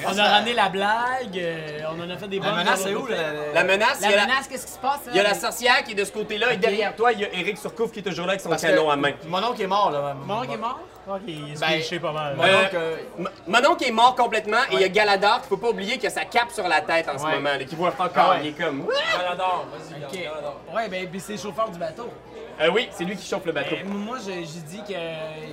Speaker 5: On a ramené la blague, euh, on en a fait des bonnes.
Speaker 10: menace,
Speaker 5: de
Speaker 10: c'est
Speaker 5: l'autre
Speaker 10: où, Euh, la-
Speaker 5: côté.
Speaker 1: La menace, il y a la-
Speaker 9: qu'est-ce qui se passe?
Speaker 1: il y a la sorcière qui est de ce côté-là et derrière toi, il y a Eric Surcouf qui est toujours là avec son canon à main.
Speaker 10: Mon oncle est mort, là.
Speaker 5: Mon oncle est mort? Ok, il est glitché pas mal.
Speaker 10: Mon
Speaker 1: Euh,
Speaker 10: oncle, euh,
Speaker 1: M- Manon qui est mort complètement et il y a Galadar qu'il faut pas oublier qu'il a sa cape sur la tête en ce moment, là, qui voit pas
Speaker 10: Ah
Speaker 1: encore, il est comme...
Speaker 10: Galador, vas-y, Galador.
Speaker 5: Ouais, ben, ben, c'est le chauffeur du bateau.
Speaker 1: Euh, oui, c'est lui qui chauffe le bateau.
Speaker 5: Ben, moi, je- j'ai dit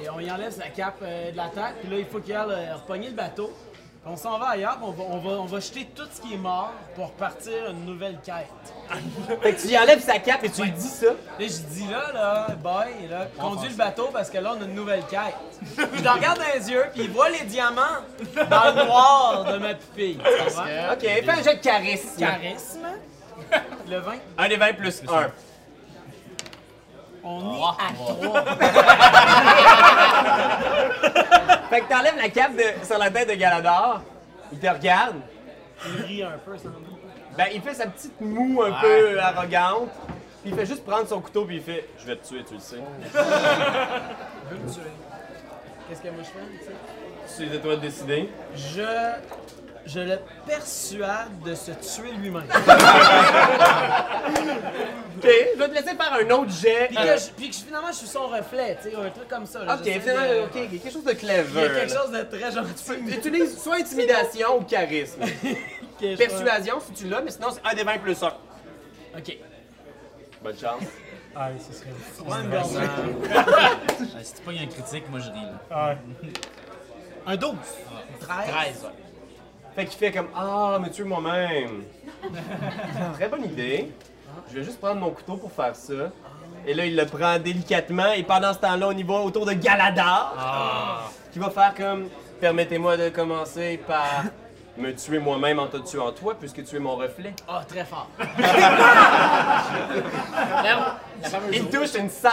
Speaker 5: qu'on y enlève sa cape euh, de la tête, puis là, il faut qu'il aille euh, repogner le bateau. Puis On s'en va ailleurs, puis on va, on, va, on va jeter tout ce qui est mort pour partir une nouvelle quête.
Speaker 1: Fait que tu lui enlèves sa cape et tu lui dis ça.
Speaker 5: Là, je dis là, là, boy, là, conduis le bateau parce que là, on a une nouvelle quête. je le regarde dans les yeux, puis il voit les diamants dans le noir de ma pupille. Tu comprends?
Speaker 1: Ok, fais un jet de charisme.
Speaker 5: Charisme, le vin,
Speaker 1: Un des 20 plus 1.
Speaker 5: on est à trois.
Speaker 1: Fait que t'enlèves la cape de- sur la tête de Galador, il te regarde,
Speaker 5: Il rit un peu, sans doute.
Speaker 1: ben il fait sa petite moue un peu arrogante, puis il fait juste prendre son couteau puis il fait « Je vais te tuer, tu le sais.
Speaker 5: Il veut me tuer. Qu'est- ce que moi je fais, tu sais?
Speaker 1: C'est de toi de décider.
Speaker 5: Je. Je le persuade de se tuer
Speaker 1: [laughs]
Speaker 5: lui-même. »
Speaker 1: Ok, je vais te laisser faire un autre jet.
Speaker 5: Puis
Speaker 1: Euh,
Speaker 5: que, je- puis que je- finalement, je suis son reflet, tu sais, un truc comme ça. là.
Speaker 1: Ok,
Speaker 5: J'essaie
Speaker 1: finalement,
Speaker 5: de-
Speaker 1: ok, quelque chose de
Speaker 5: Il y a
Speaker 1: clever.
Speaker 5: quelque
Speaker 1: là.
Speaker 5: chose de très gentil.
Speaker 1: Utilise soit intimidation ou charisme. [laughs]
Speaker 5: que je-
Speaker 1: Persuasion si tu l'as, mais sinon c'est un des 20 plus 1.
Speaker 5: Ok.
Speaker 1: Bonne chance.
Speaker 4: Ah, oui, ce serait fou.
Speaker 9: [laughs] Si tu pognes un critique, moi je ris. là.
Speaker 4: Ah
Speaker 5: Un 12. 13.
Speaker 9: 13, ouais.
Speaker 1: Fait qu'il fait comme Ah, mais tue
Speaker 4: [laughs]
Speaker 1: moi-même. Très bonne idée. Je vais juste prendre mon couteau pour faire ça. Et là, il le prend délicatement. Et pendant ce temps-là, on y va autour de Galadar. Qui va faire comme Permettez-moi de commencer par me tuer moi-même en te tuant toi, puisque tu es mon reflet.
Speaker 5: Ah, très fort.
Speaker 1: Il touche une 16.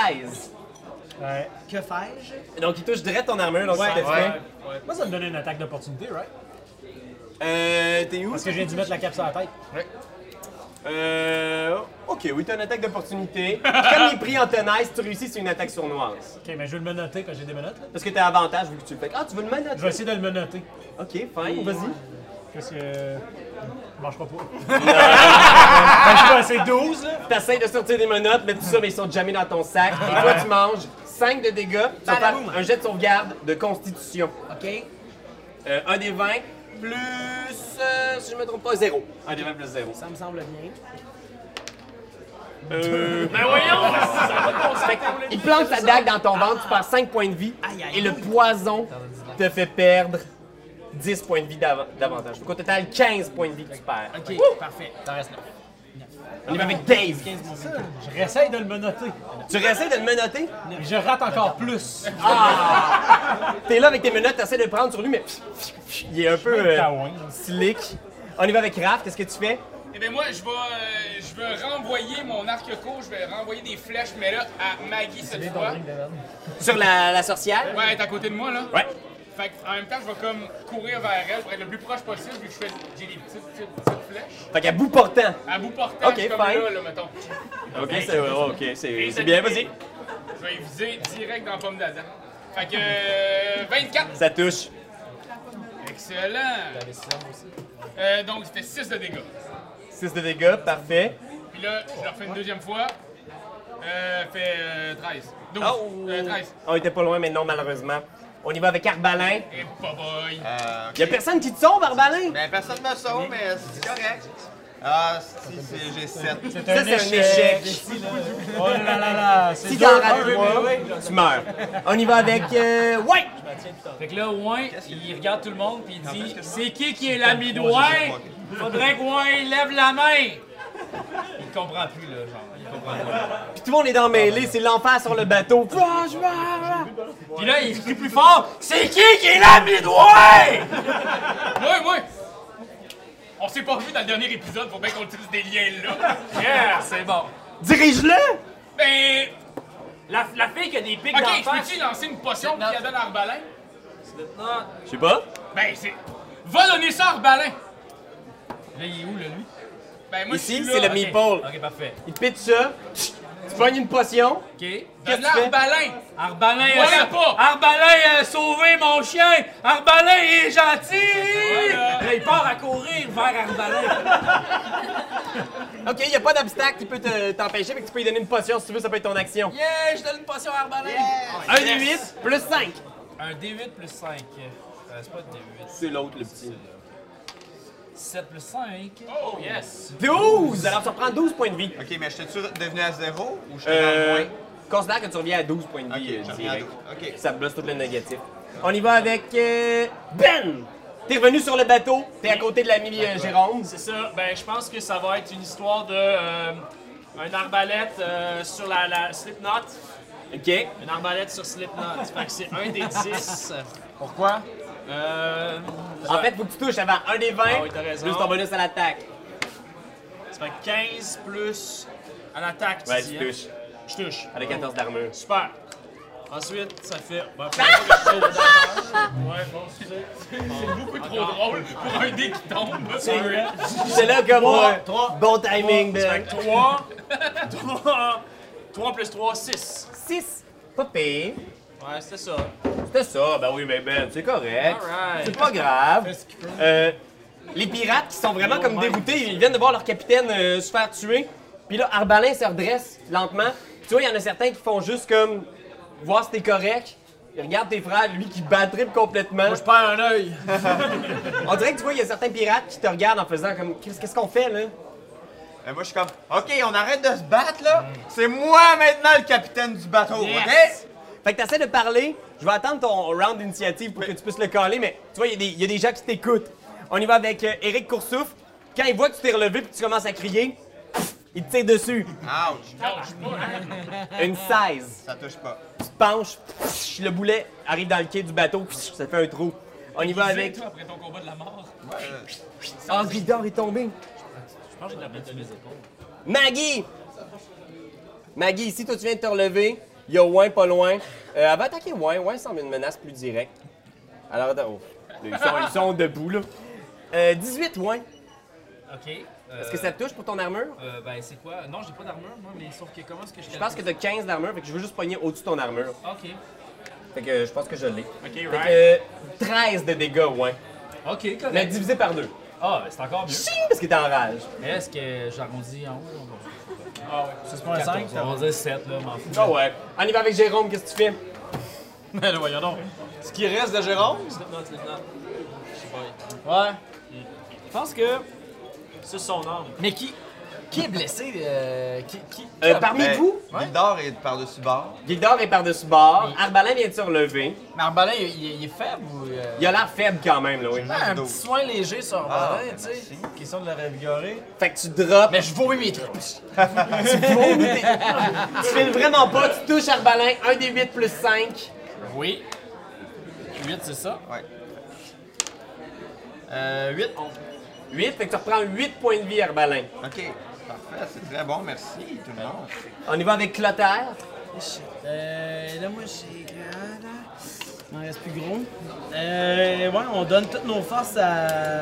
Speaker 4: Ouais.
Speaker 5: Que fais-je?
Speaker 1: Donc, il touche direct ton armure. Donc, ça te fait.
Speaker 4: Moi, ça me donnait une attaque d'opportunité, right?
Speaker 1: Euh, t'es où?
Speaker 4: Parce que je viens d'y mettre la cape sur la tête.
Speaker 1: Euh. Ok, oui, t'as une attaque d'opportunité. [laughs] Comme il est pris en tenaille, si tu réussis, c'est une attaque sournoise.
Speaker 4: Ok, mais je vais le menotter parce que j'ai des menottes. là.
Speaker 1: Parce que t'as avantage vu que tu le fais. Ah, tu veux le manoter?
Speaker 4: Je vais essayer de le menotter.
Speaker 1: Ok, fine, vas-y.
Speaker 4: Parce que. Ça marchera [laughs] pas. Ben, je sais pas, c'est 12, là.
Speaker 1: T'essayes de sortir des menottes, mais tout ça, mais ils sont jamais dans ton sac. Et toi, tu manges 5 de dégâts. Tu vas faire un jet de sauvegarde de constitution.
Speaker 5: Ok.
Speaker 1: Euh, un des 20 plus. euh, si je me trompe pas, 0. Un des 20 plus 0.
Speaker 5: Ça me semble bien.
Speaker 6: Mais voyons, ça va pas de bon sens.
Speaker 1: Il plante sa dague dans ton ventre, tu perds 5 points de vie et le poison te fait perdre 10 points de vie d'ava- d'avantage. Donc au total, 15 points de vie que tu perds.
Speaker 5: Ok, parfait. T'en restes là.
Speaker 1: On y va avec Dave.
Speaker 4: Je réessaye de le menotter.
Speaker 1: Tu essaies de le menotter?
Speaker 4: Mais je rate encore plus.
Speaker 1: Ah! T'es là avec tes menottes, t'essaies de le prendre sur lui, mais pff, pff, pff, il est un peu euh,
Speaker 4: Taouin.
Speaker 1: slick. On y va avec Raph, qu'est-ce que tu fais?
Speaker 3: Eh bien, moi, je vais, euh, je vais renvoyer mon arc court, je vais renvoyer des flèches, mais là, à Maggie cette fois.
Speaker 1: Sur la, la sorcière?
Speaker 3: Ouais, elle est à côté de moi, là.
Speaker 1: Ouais.
Speaker 3: Fait que, en même temps, je vais comme courir vers elle pour être le plus proche possible, vu que je fais, j'ai des petites, petites, petites flèches.
Speaker 1: Fait qu'à bout portant.
Speaker 3: À bout portant,
Speaker 1: Ok,
Speaker 3: je suis comme
Speaker 1: fine.
Speaker 3: là, là, mettons.
Speaker 1: Ok, c'est ok, c'est- c'est bien, vas-y.
Speaker 3: Je vais viser direct dans la pomme d'Adam. Fait que, euh, 24.
Speaker 1: Ça touche.
Speaker 3: Excellent. Euh, donc, c'était 6 de dégâts.
Speaker 1: 6 de dégâts, parfait.
Speaker 3: Puis là, je le refais une deuxième fois. Euh, fait euh, 13. 12.
Speaker 1: Oh!
Speaker 3: Euh, 13.
Speaker 1: On était pas loin, mais non, malheureusement. On y va avec Arbalin.
Speaker 3: Et bye Eh, boy.
Speaker 2: Euh, ok.
Speaker 1: Y'a personne qui te sauve, Arbalin?
Speaker 2: Ben, personne ne me sauve, mais c'est correct. Ah, si, c'est- j'ai 7.
Speaker 1: Ça, c'est un échec.
Speaker 4: Oh là là là, c'est
Speaker 1: Si
Speaker 4: deux,
Speaker 1: t'en
Speaker 4: un,
Speaker 1: rates
Speaker 4: oui,
Speaker 1: trois,
Speaker 4: oui, oui.
Speaker 1: tu meurs. On y va avec. euh, ouais!
Speaker 5: Fait que là, Ouin, il regarde tout le monde puis il dit
Speaker 2: parce que-
Speaker 5: C'est qui qui est l'ami de Ouin Faudrait que Ouin lève la main Il comprend plus, là, genre. Il comprend pas.
Speaker 1: Puis tout le monde est dans mêlée, c'est l'enfer sur le bateau. Ah, je meurs!
Speaker 5: Puis là, il crie plus fort C'est qui qui est l'ami de Ouin
Speaker 3: Ouais, ouais. On s'est pas vu dans le dernier épisode, faut bien qu'on utilise des liens là. [laughs]
Speaker 5: Yeah C'est bon.
Speaker 1: Dirige-le!
Speaker 3: Ben,
Speaker 5: La, la fille qui a des pics
Speaker 3: ok,
Speaker 5: dans le
Speaker 3: je peux-tu lancer une potion qui la donne à Arbalin?
Speaker 1: Je sais pas.
Speaker 3: Ben, c'est. Va donner ça à Arbalin!
Speaker 5: Là, il est où, là, lui
Speaker 3: Ben, moi, je
Speaker 1: Ici,
Speaker 3: suis
Speaker 1: c'est
Speaker 3: là.
Speaker 1: le meeple.
Speaker 5: Ok, parfait.
Speaker 1: Il te pitch ça. Tu pognes une potion.
Speaker 5: Ok.
Speaker 1: Qu'est-ce
Speaker 3: Donne-la
Speaker 1: que tu
Speaker 3: à
Speaker 1: fais?
Speaker 3: Arbalin!
Speaker 5: Arbalin a,
Speaker 3: Voilà pas!
Speaker 5: Arbalin a sauvé mon chien! Arbalin il est gentil! Là, il part à courir vers Arbalin.
Speaker 1: Ok, y a pas d'obstacle qui peut te- t'empêcher, mais tu peux lui donner une potion si tu veux, ça peut être ton action.
Speaker 5: Yeah, je donne une potion à Arbalin!
Speaker 1: Un des 8 plus 5.
Speaker 5: Un D8 plus 5. c'est pas D8.
Speaker 1: C'est l'autre, le petit.
Speaker 5: 7 plus 5.
Speaker 1: 12! Alors, tu reprends 12 points de vie.
Speaker 2: Ok, mais j'étais-tu devenu à 0 ou j'étais
Speaker 1: Euh, considère que tu reviens à 12 points de
Speaker 2: dans le
Speaker 1: vie
Speaker 2: moins?
Speaker 1: euh,
Speaker 2: Ok, j'étais à
Speaker 1: direct.
Speaker 2: 12. Ok.
Speaker 1: Ça blosse tout le négatif. On y va avec euh, Ben! T'es revenu sur le bateau, t'es à côté de l'ami euh, Jérôme.
Speaker 6: C'est ça. Ben, je pense que ça va être une histoire de. euh, un arbalète euh, sur la, la Slipknot.
Speaker 1: Ok.
Speaker 6: Une arbalète sur Slipknot. [laughs] fait que c'est un
Speaker 3: [laughs]
Speaker 6: des 10.
Speaker 2: Pourquoi?
Speaker 6: Euh.
Speaker 1: En fait, faut que tu touches avant un des 20,
Speaker 6: Ah oui, t'as raison.
Speaker 1: plus ton bonus à l'attaque.
Speaker 6: Ça fait 15 plus à l'attaque. tu dis, hein? Je touche.
Speaker 1: Avec 14 d'armure.
Speaker 6: Super. Ensuite, ça fait. Ben, faut pas que je saute. ouais, bon, excusez.
Speaker 3: Beaucoup trop drôle pour un dé qui tombe.
Speaker 1: C'est là comme euh, bon timing, Ben.
Speaker 6: [laughs] 3. 3. 3 plus 3, 6.
Speaker 1: 6. Pas pire.
Speaker 6: Ouais, c'était ça.
Speaker 1: C'était ça, ben oui, ben Ben, c'est correct.
Speaker 6: Alright.
Speaker 1: C'est pas grave. Euh, les pirates qui sont
Speaker 6: Oh
Speaker 1: vraiment comme déroutés, ils viennent de voir leur capitaine euh, se faire tuer. Puis là, Arbalin se redresse lentement. Tu vois, il y en a certains qui font juste comme voir si t'es correct. Ils regardent tes frères, lui qui bat trip complètement.
Speaker 6: Je perds un œil.
Speaker 1: [laughs] On dirait que tu vois, il y a certains pirates qui te regardent en faisant comme Qu'est-ce qu'est-ce qu'on fait là
Speaker 2: Ben, moi, je suis comme, ok, on arrête de se battre là. C'est moi maintenant le capitaine du bateau, ok?
Speaker 1: Fait que t'essaies de parler. Je vais attendre ton round d'initiative pour que tu puisses le caler, mais tu vois, il y a des- il y, a des gens qui t'écoutent. On y va avec euh, Eric Coursouf. Quand il voit que tu t'es relevé et que tu commences à crier, pff, il te tire dessus.
Speaker 2: Ouch,
Speaker 1: Une 16.
Speaker 2: ça touche pas.
Speaker 1: Tu te penches, pff, le boulet arrive dans le quai du bateau, pff, ça fait un trou. On y va avec.
Speaker 3: Toi, après ton combat de la mort.
Speaker 1: Ah, Gridor est tombé. Maggie! Maggie, ici, toi, tu viens de te relever. Il y a Wayne pas loin. Euh, elle va attaquer Wayne. Wayne semble une menace plus directe. Alors, attends. oh. Là, Ils, sont, ils sont debout, là. Euh, 18, Wayne.
Speaker 5: Ok. euh,
Speaker 1: Est-ce que ça te touche pour ton armure?
Speaker 5: euh, ben, c'est quoi Non, j'ai pas d'armure, moi, mais sauf que comment est-ce que je
Speaker 1: Je pense que t'as 15 d'armure, fait que je veux juste pogner au-dessus de ton armure.
Speaker 5: Ok.
Speaker 1: Fait que euh, je pense que je l'ai.
Speaker 6: Ok,
Speaker 1: Fait
Speaker 6: right.
Speaker 1: que euh, 13 de dégâts, Wayne.
Speaker 5: Ok,
Speaker 1: Mais
Speaker 5: correct.
Speaker 1: divisé par deux.
Speaker 5: Ah, ben, c'est encore mieux.
Speaker 1: Ching! Parce qu'il est en rage.
Speaker 5: Mais est-ce que j'arrondis en haut là, bon,
Speaker 4: C'est pas un 5,
Speaker 5: Ah On va dire 7, là, m'en fous.
Speaker 1: Ah ouais. On y va avec Jérôme, qu'est-ce que tu fais?
Speaker 4: mais voyons donc.
Speaker 7: Ce qui reste de Jérôme?
Speaker 8: Hmm.
Speaker 6: Ouais. Je pense que. C'est son arme.
Speaker 5: Mais qui
Speaker 7: Qui est blessé? euh, qui, qui-
Speaker 1: Euh, parmi
Speaker 2: Ben,
Speaker 1: vous,
Speaker 2: Gildor est par-dessus bord.
Speaker 1: Gildor est par-dessus
Speaker 5: Mm.
Speaker 1: bord, Arbalin vient de se relever.
Speaker 7: Mais Arbalin, il, il- il est faible ou... euh,
Speaker 1: Il a l'air faible quand même, là, oui.
Speaker 7: Ouais, un petit soin léger sur
Speaker 2: Ah,
Speaker 7: Arbalin,
Speaker 2: ben,
Speaker 7: tu sais.
Speaker 2: merci.
Speaker 12: Question de le revigorer.
Speaker 5: Mm.
Speaker 1: Fait que tu drops,
Speaker 7: Mais je vomis mes trucs.
Speaker 1: [laughs] tu files vraiment pas, tu touches Arbalin, 1 des 8 plus 5.
Speaker 5: Oui. 8, c'est ça?
Speaker 2: Ouais.
Speaker 5: Euh, 8.
Speaker 1: 8, fait que tu reprends 8 points de vie, Arbalin.
Speaker 2: Ok, parfait, c'est très bon, merci tout le monde.
Speaker 1: On y va avec Clotaire.
Speaker 8: Euh, là, moi, j'ai. euh, là, Il m'en reste plus gros. Euh, ouais, on donne toutes nos forces à.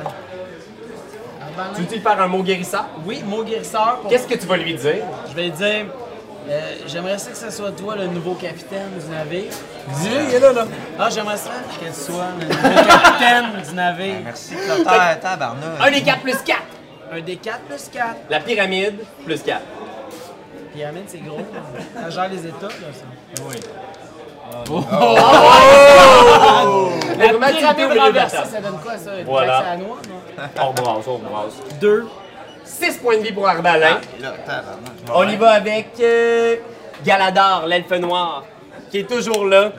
Speaker 1: Tu veux-tu lui faire un mot guérisseur?
Speaker 8: Oui, mot guérisseur. pour-
Speaker 1: Qu'est-ce que tu vas lui dire?
Speaker 8: Je vais dire. euh, j'aimerais ça que ce soit toi le nouveau capitaine du navire.
Speaker 12: Dis-le, il est là, là.
Speaker 8: Ah, j'aimerais ça que tu sois le nouveau capitaine du navire.
Speaker 2: Merci Clotaire, tabarnak.
Speaker 1: 1 des 4 plus 4.
Speaker 8: Un des 4 plus 4.
Speaker 1: La pyramide plus 4.
Speaker 8: Pyramide, c'est gros. Ça gère les états, là, ça.
Speaker 1: La maturité
Speaker 8: Pyramide
Speaker 1: au milieu de la
Speaker 8: renversée,
Speaker 1: table.
Speaker 8: ça donne quoi, ça? Une
Speaker 1: Voilà.
Speaker 8: taxe à la noix, non?
Speaker 1: On brasse, on brasse.
Speaker 8: 2.
Speaker 1: 6 points de vie pour Arbalin.
Speaker 2: Là, tabarnak.
Speaker 1: On y va avec euh, Galador, l'elfe noir, qui est toujours là.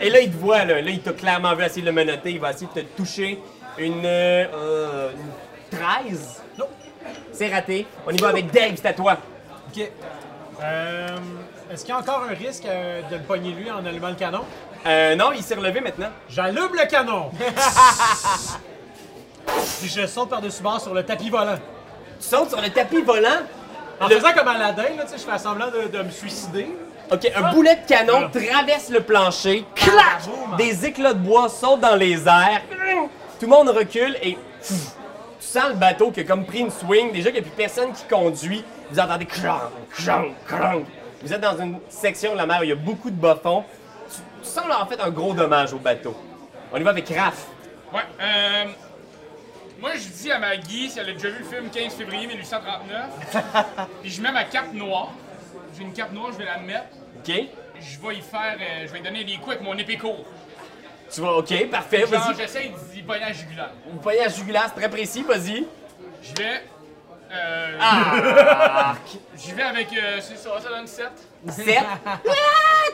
Speaker 1: Et là, il te voit, là. Là, il t'a clairement vu essayer de le menotter. Il va essayer de te toucher. Une, euh, euh, une 13. Non. C'est raté. On y va avec Dave, c'est à toi.
Speaker 4: Ok. Euh, Est-ce qu'il y a encore un risque euh, de le pogner lui en allumant le canon?
Speaker 1: Euh, non, il s'est relevé maintenant.
Speaker 4: J'allume le
Speaker 8: [laughs]
Speaker 4: canon! Puis je saute par-dessus bord sur le tapis volant.
Speaker 1: Tu sautes sur le tapis volant.
Speaker 4: En
Speaker 1: Le-
Speaker 4: faisant comme Aladdin, là, tu sais, je fais semblant de, de me suicider.
Speaker 1: OK, un boulet de canon traverse le plancher. Clac! Des éclats de bois sautent dans les airs. Tout le monde recule et pff, tu sens le bateau qui a comme pris une swing. Déjà qu'il n'y a plus personne qui conduit. Vous entendez clang, clang, clang. Vous êtes dans une section de la mer où il y a beaucoup de bas-fonds. Tu, tu sens là, en fait un gros dommage au bateau. On y va avec Raph.
Speaker 3: Ouais, euh. Moi, je dis à Maggie, si elle a déjà vu le film 15 février
Speaker 6: [laughs]
Speaker 3: 1839, puis je mets ma cape noire. J'ai une cape noire, je vais la mettre.
Speaker 1: OK?
Speaker 3: Je vais y faire. euh, je vais lui donner des coups avec mon épée courte.
Speaker 1: Tu vas, OK, parfait,
Speaker 3: Genre,
Speaker 1: vas-y.
Speaker 3: j'essaie d'y pogner la jugulaire.
Speaker 1: Vous voyez à jugulaire, c'est très précis, vas-y.
Speaker 3: Je vais. Euh.
Speaker 6: Ah.
Speaker 3: J'y vais avec. euh, c'est ça, ça donne 7.
Speaker 1: 7. Ah,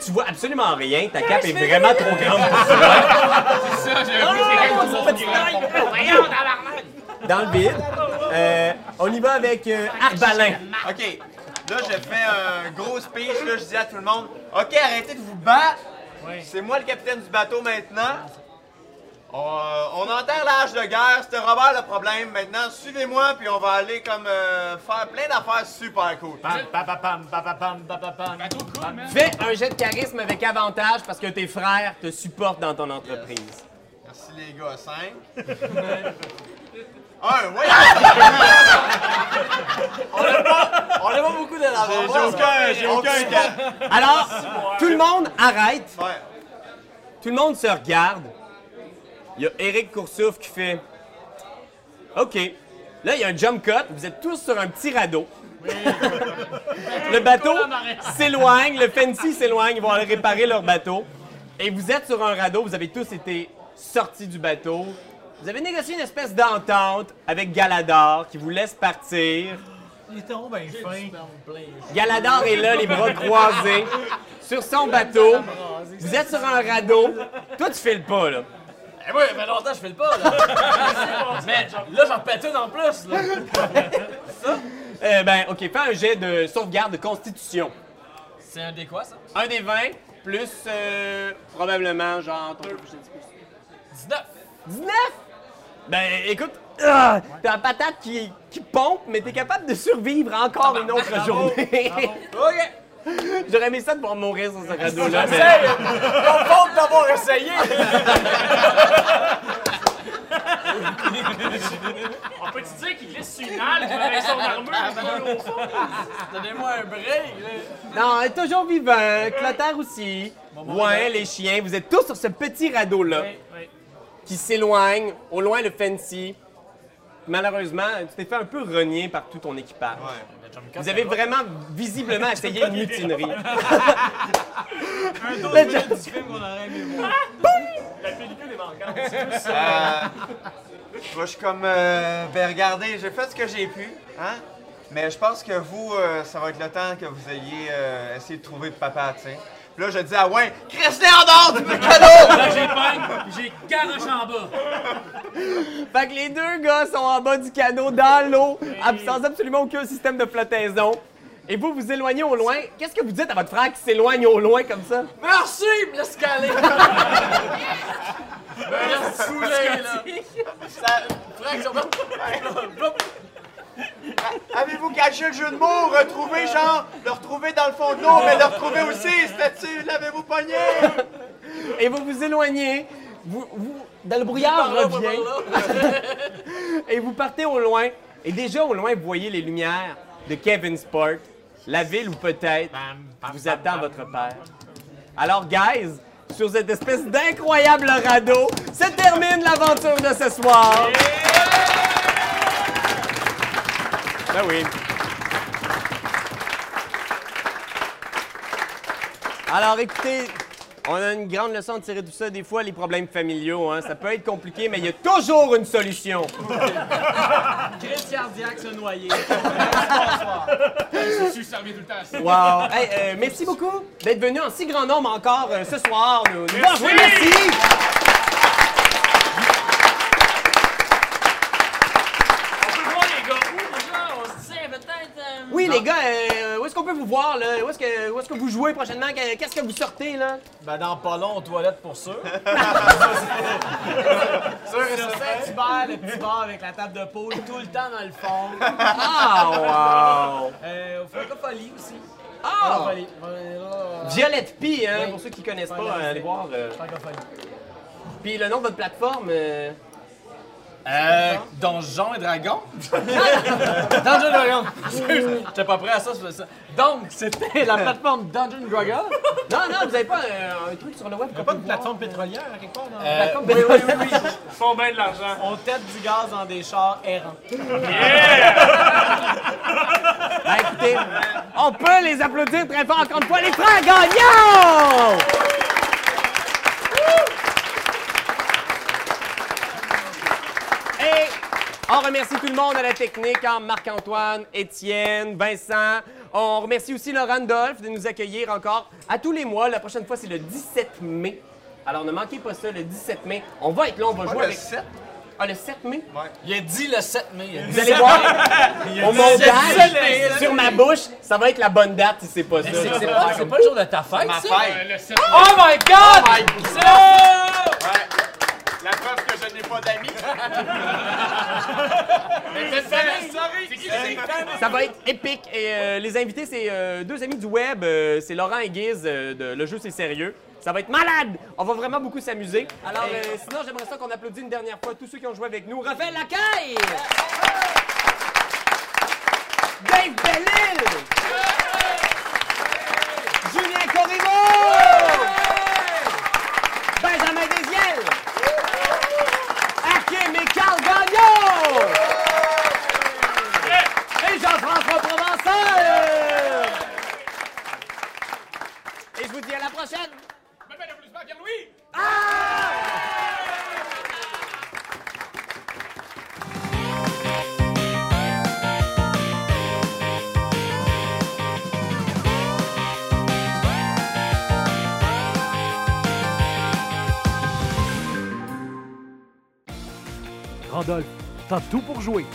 Speaker 1: tu vois absolument rien. Ta cape est vraiment trop grande pour ça.
Speaker 3: C'est ça,
Speaker 6: Ah.
Speaker 3: j'ai un peu
Speaker 1: dans le vide. Euh, on y va avec euh, Arbalin.
Speaker 2: Ok, là je fais un gros speech, là je dis à tout le monde, ok arrêtez de vous battre, c'est moi le capitaine du bateau maintenant. On, on enterre l'âge de guerre, c'était Robert le problème. Maintenant, suivez-moi, puis on va aller comme euh, faire plein d'affaires super cool.
Speaker 12: Pam, pam, pam, pam, pam, pam, pam, pam, pam, pam.
Speaker 3: Bateau cool, man.
Speaker 1: Fais un jet de charisme avec avantage parce que tes frères te supportent dans ton entreprise.
Speaker 2: Merci les gars, 5. [laughs] Un, ouais!
Speaker 7: On n'a pas beaucoup de
Speaker 2: J'ai
Speaker 7: l'argent.
Speaker 2: aucun, j'ai aucun gars.
Speaker 1: Alors, tout le monde arrête.
Speaker 2: Ouais.
Speaker 1: Tout le monde se regarde. Il y a Eric Coursouf qui fait OK. Là, il y a un jump cut. Vous êtes tous sur un petit radeau. le bateau s'éloigne, le Fancy s'éloigne. Ils vont aller réparer leur bateau. Et vous êtes sur un radeau. Vous avez tous été sortis du bateau. Vous avez négocié une espèce d'entente avec Galador qui vous laisse partir.
Speaker 4: Il est donc bien fin.
Speaker 1: Galador est là, les bras croisés, sur son bateau. Vous êtes sur un radeau. Toi, tu fais le pas, là.
Speaker 7: Eh oui, ça fait longtemps que je fais le pas, là.
Speaker 1: [laughs]
Speaker 7: Mais là, j'en pète une en plus, là.
Speaker 1: Euh, ben, OK, fais un jet de sauvegarde de constitution.
Speaker 7: C'est un des quoi, ça?
Speaker 1: Un des 20, plus euh, probablement, genre, ton-
Speaker 7: 19.
Speaker 1: 19! Ben, écoute, ah, t'as la patate qui, qui pompe, mais t'es capable de survivre encore une autre journée. [laughs]
Speaker 7: OK.
Speaker 1: J'aurais aimé ça de pouvoir mourir sur ce radeau-là, mais...
Speaker 7: Hey, on compte d'avoir essayé.
Speaker 6: On peut-tu dire qu'il glisse sur une halle avec son armure?
Speaker 7: Donnez-moi un break, là.
Speaker 1: Non, elle est toujours vivant. Clotaire aussi. ouais, les chiens. Vous êtes tous sur ce petit radeau-là. Qui s'éloigne. Au loin, le Fancy. Malheureusement, tu t'es fait un peu renier par tout ton équipage. Vous avez vraiment visiblement essayé une mutinerie.
Speaker 4: Un
Speaker 1: Le
Speaker 4: autre film qu'on aurait aimé voir.
Speaker 6: La pellicule est manquante.
Speaker 2: Euh, Moi, je suis comme. euh, ben, regardez, j'ai fait ce que j'ai pu, hein? Mais je pense que vous, euh, ça va être le temps que vous ayez euh, essayé de trouver papa, tu sais. Puis là, je dis ah à Wayne, Christian en dehors du cadeau!
Speaker 5: Là, j'ai peint, j'ai garoché en bas.
Speaker 1: [laughs] Fait que les deux gars sont en bas du canot, dans l'eau, ab- sans absolument aucun système de flottaison. Et vous vous éloignez au loin. Qu'est-ce que vous dites à votre frère qui s'éloigne au loin comme ça?
Speaker 7: Merci, il me laisse
Speaker 1: [laughs]
Speaker 7: caler. Merci, saoulé, là. Ça, frère, ils ont
Speaker 2: Avez-vous caché le jeu de mots? Retrouver, genre, le retrouver dans le fond de l'eau, mais le retrouver aussi, c'était-tu, l'avez-vous pogné?
Speaker 1: [laughs] Et vous vous éloignez. Vous, vous, dans le brouillard revient. [laughs] et vous partez au loin. Et déjà au loin, vous voyez les lumières de Kevin's Park, la ville où peut-être vous attend votre père. Alors, guys, sur cette espèce d'incroyable radeau, se termine l'aventure de ce soir. Ben oui. Alors, écoutez, on a une grande leçon à tirer de tout ça. Des fois, les problèmes familiaux, hein, ça peut être compliqué, mais il y a toujours une solution.
Speaker 8: Crise cardiaque se
Speaker 7: [laughs]
Speaker 8: noyer.
Speaker 3: Je suis servi tout le temps à ça.
Speaker 1: Wow! Hey, euh, merci beaucoup d'être venu en si grand nombre encore euh, ce soir. Nous, nous avoir joué. merci!
Speaker 7: On peut voir les gars où déjà? On se disait peut-être. euh,
Speaker 1: Oui, les gars, euh, où est-ce qu'on peut vous voir? Là? Où est-ce que, où est-ce que vous jouez prochainement? Que- Qu'est-ce que vous sortez? là?
Speaker 12: Ben, dans pas long, aux toilettes pour sûr.
Speaker 8: Sur Saint-Hubert, le petit bar avec la table de poule, tout le temps dans le fond.
Speaker 7: [laughs]
Speaker 1: Ah, wow!
Speaker 8: Euh, au Francopolis aussi.
Speaker 1: Ah!
Speaker 8: Francopolie. Euh,
Speaker 1: Violette P, hein,
Speaker 8: Oui.
Speaker 1: pour ceux qui connaissent pas,
Speaker 8: Ouais,
Speaker 1: euh,
Speaker 8: ouais.
Speaker 1: allez voir. euh.
Speaker 8: Francopolie.
Speaker 1: Puis le nom de votre plateforme, euh,
Speaker 12: Euh. Donjon et Dragon? Dungeon Dragon!
Speaker 7: [laughs]
Speaker 12: J'étais pas prêt à ça, c'est ça. Donc, c'était la plateforme Dungeon Dragon.
Speaker 7: [laughs]
Speaker 1: Non, non, vous avez pas euh, un truc sur le web? qu'on
Speaker 4: Pas
Speaker 1: peut
Speaker 4: de plateforme pétrolière à quelque part, non?
Speaker 12: Euh,
Speaker 1: voir? Ben, oui, oui, oui.
Speaker 6: Ils font bien de l'argent.
Speaker 8: On tête du gaz dans des chars errants.
Speaker 1: Ben, écoutez, on peut les applaudir très fort encore une fois, les frères gagnants! Et on remercie tout le monde à la technique, hein, Marc-Antoine, Étienne, Vincent. On remercie aussi Laurent Dolph de nous accueillir encore à tous les mois. La prochaine fois, c'est le 17 mai. Alors ne manquez pas ça, le 17 mai. On va être là, on va jouer
Speaker 2: Moi, le
Speaker 1: avec...
Speaker 2: 7,
Speaker 1: Ah, le 7 mai?
Speaker 7: Il a dit le 7 mai. il a dit.
Speaker 1: Vous allez voir, au montage, sur ma bouche, ça va être la bonne date si c'est pas ça.
Speaker 7: C'est c'est pas, c'est pas le jour de ta fête,
Speaker 2: ma
Speaker 7: ça?
Speaker 2: fête.
Speaker 3: Euh, le sept-
Speaker 7: Oh my god!
Speaker 2: Ouais. La preuve que je n'ai pas d'amis.
Speaker 3: C'est qui c'est?
Speaker 1: Ça va être épique. Et euh, les invités, c'est euh, deux amis du web. euh, c'est Laurent et Guise euh, de Le jeu, c'est sérieux. Ça va être malade! On va vraiment beaucoup s'amuser. Alors, euh, sinon, j'aimerais ça qu'on applaudisse une dernière fois tous ceux qui ont joué avec nous. Raphaël Lacaille! Dave Bellil! Julien Corriveau! Benjamin Desiel! Hakim et Carl Gagnon! Et Jean-François Provençal! Et je vous dis à la prochaine!
Speaker 3: Même un applaudissement à Pierre-Louis!
Speaker 13: Randolph, t'as tout pour jouer.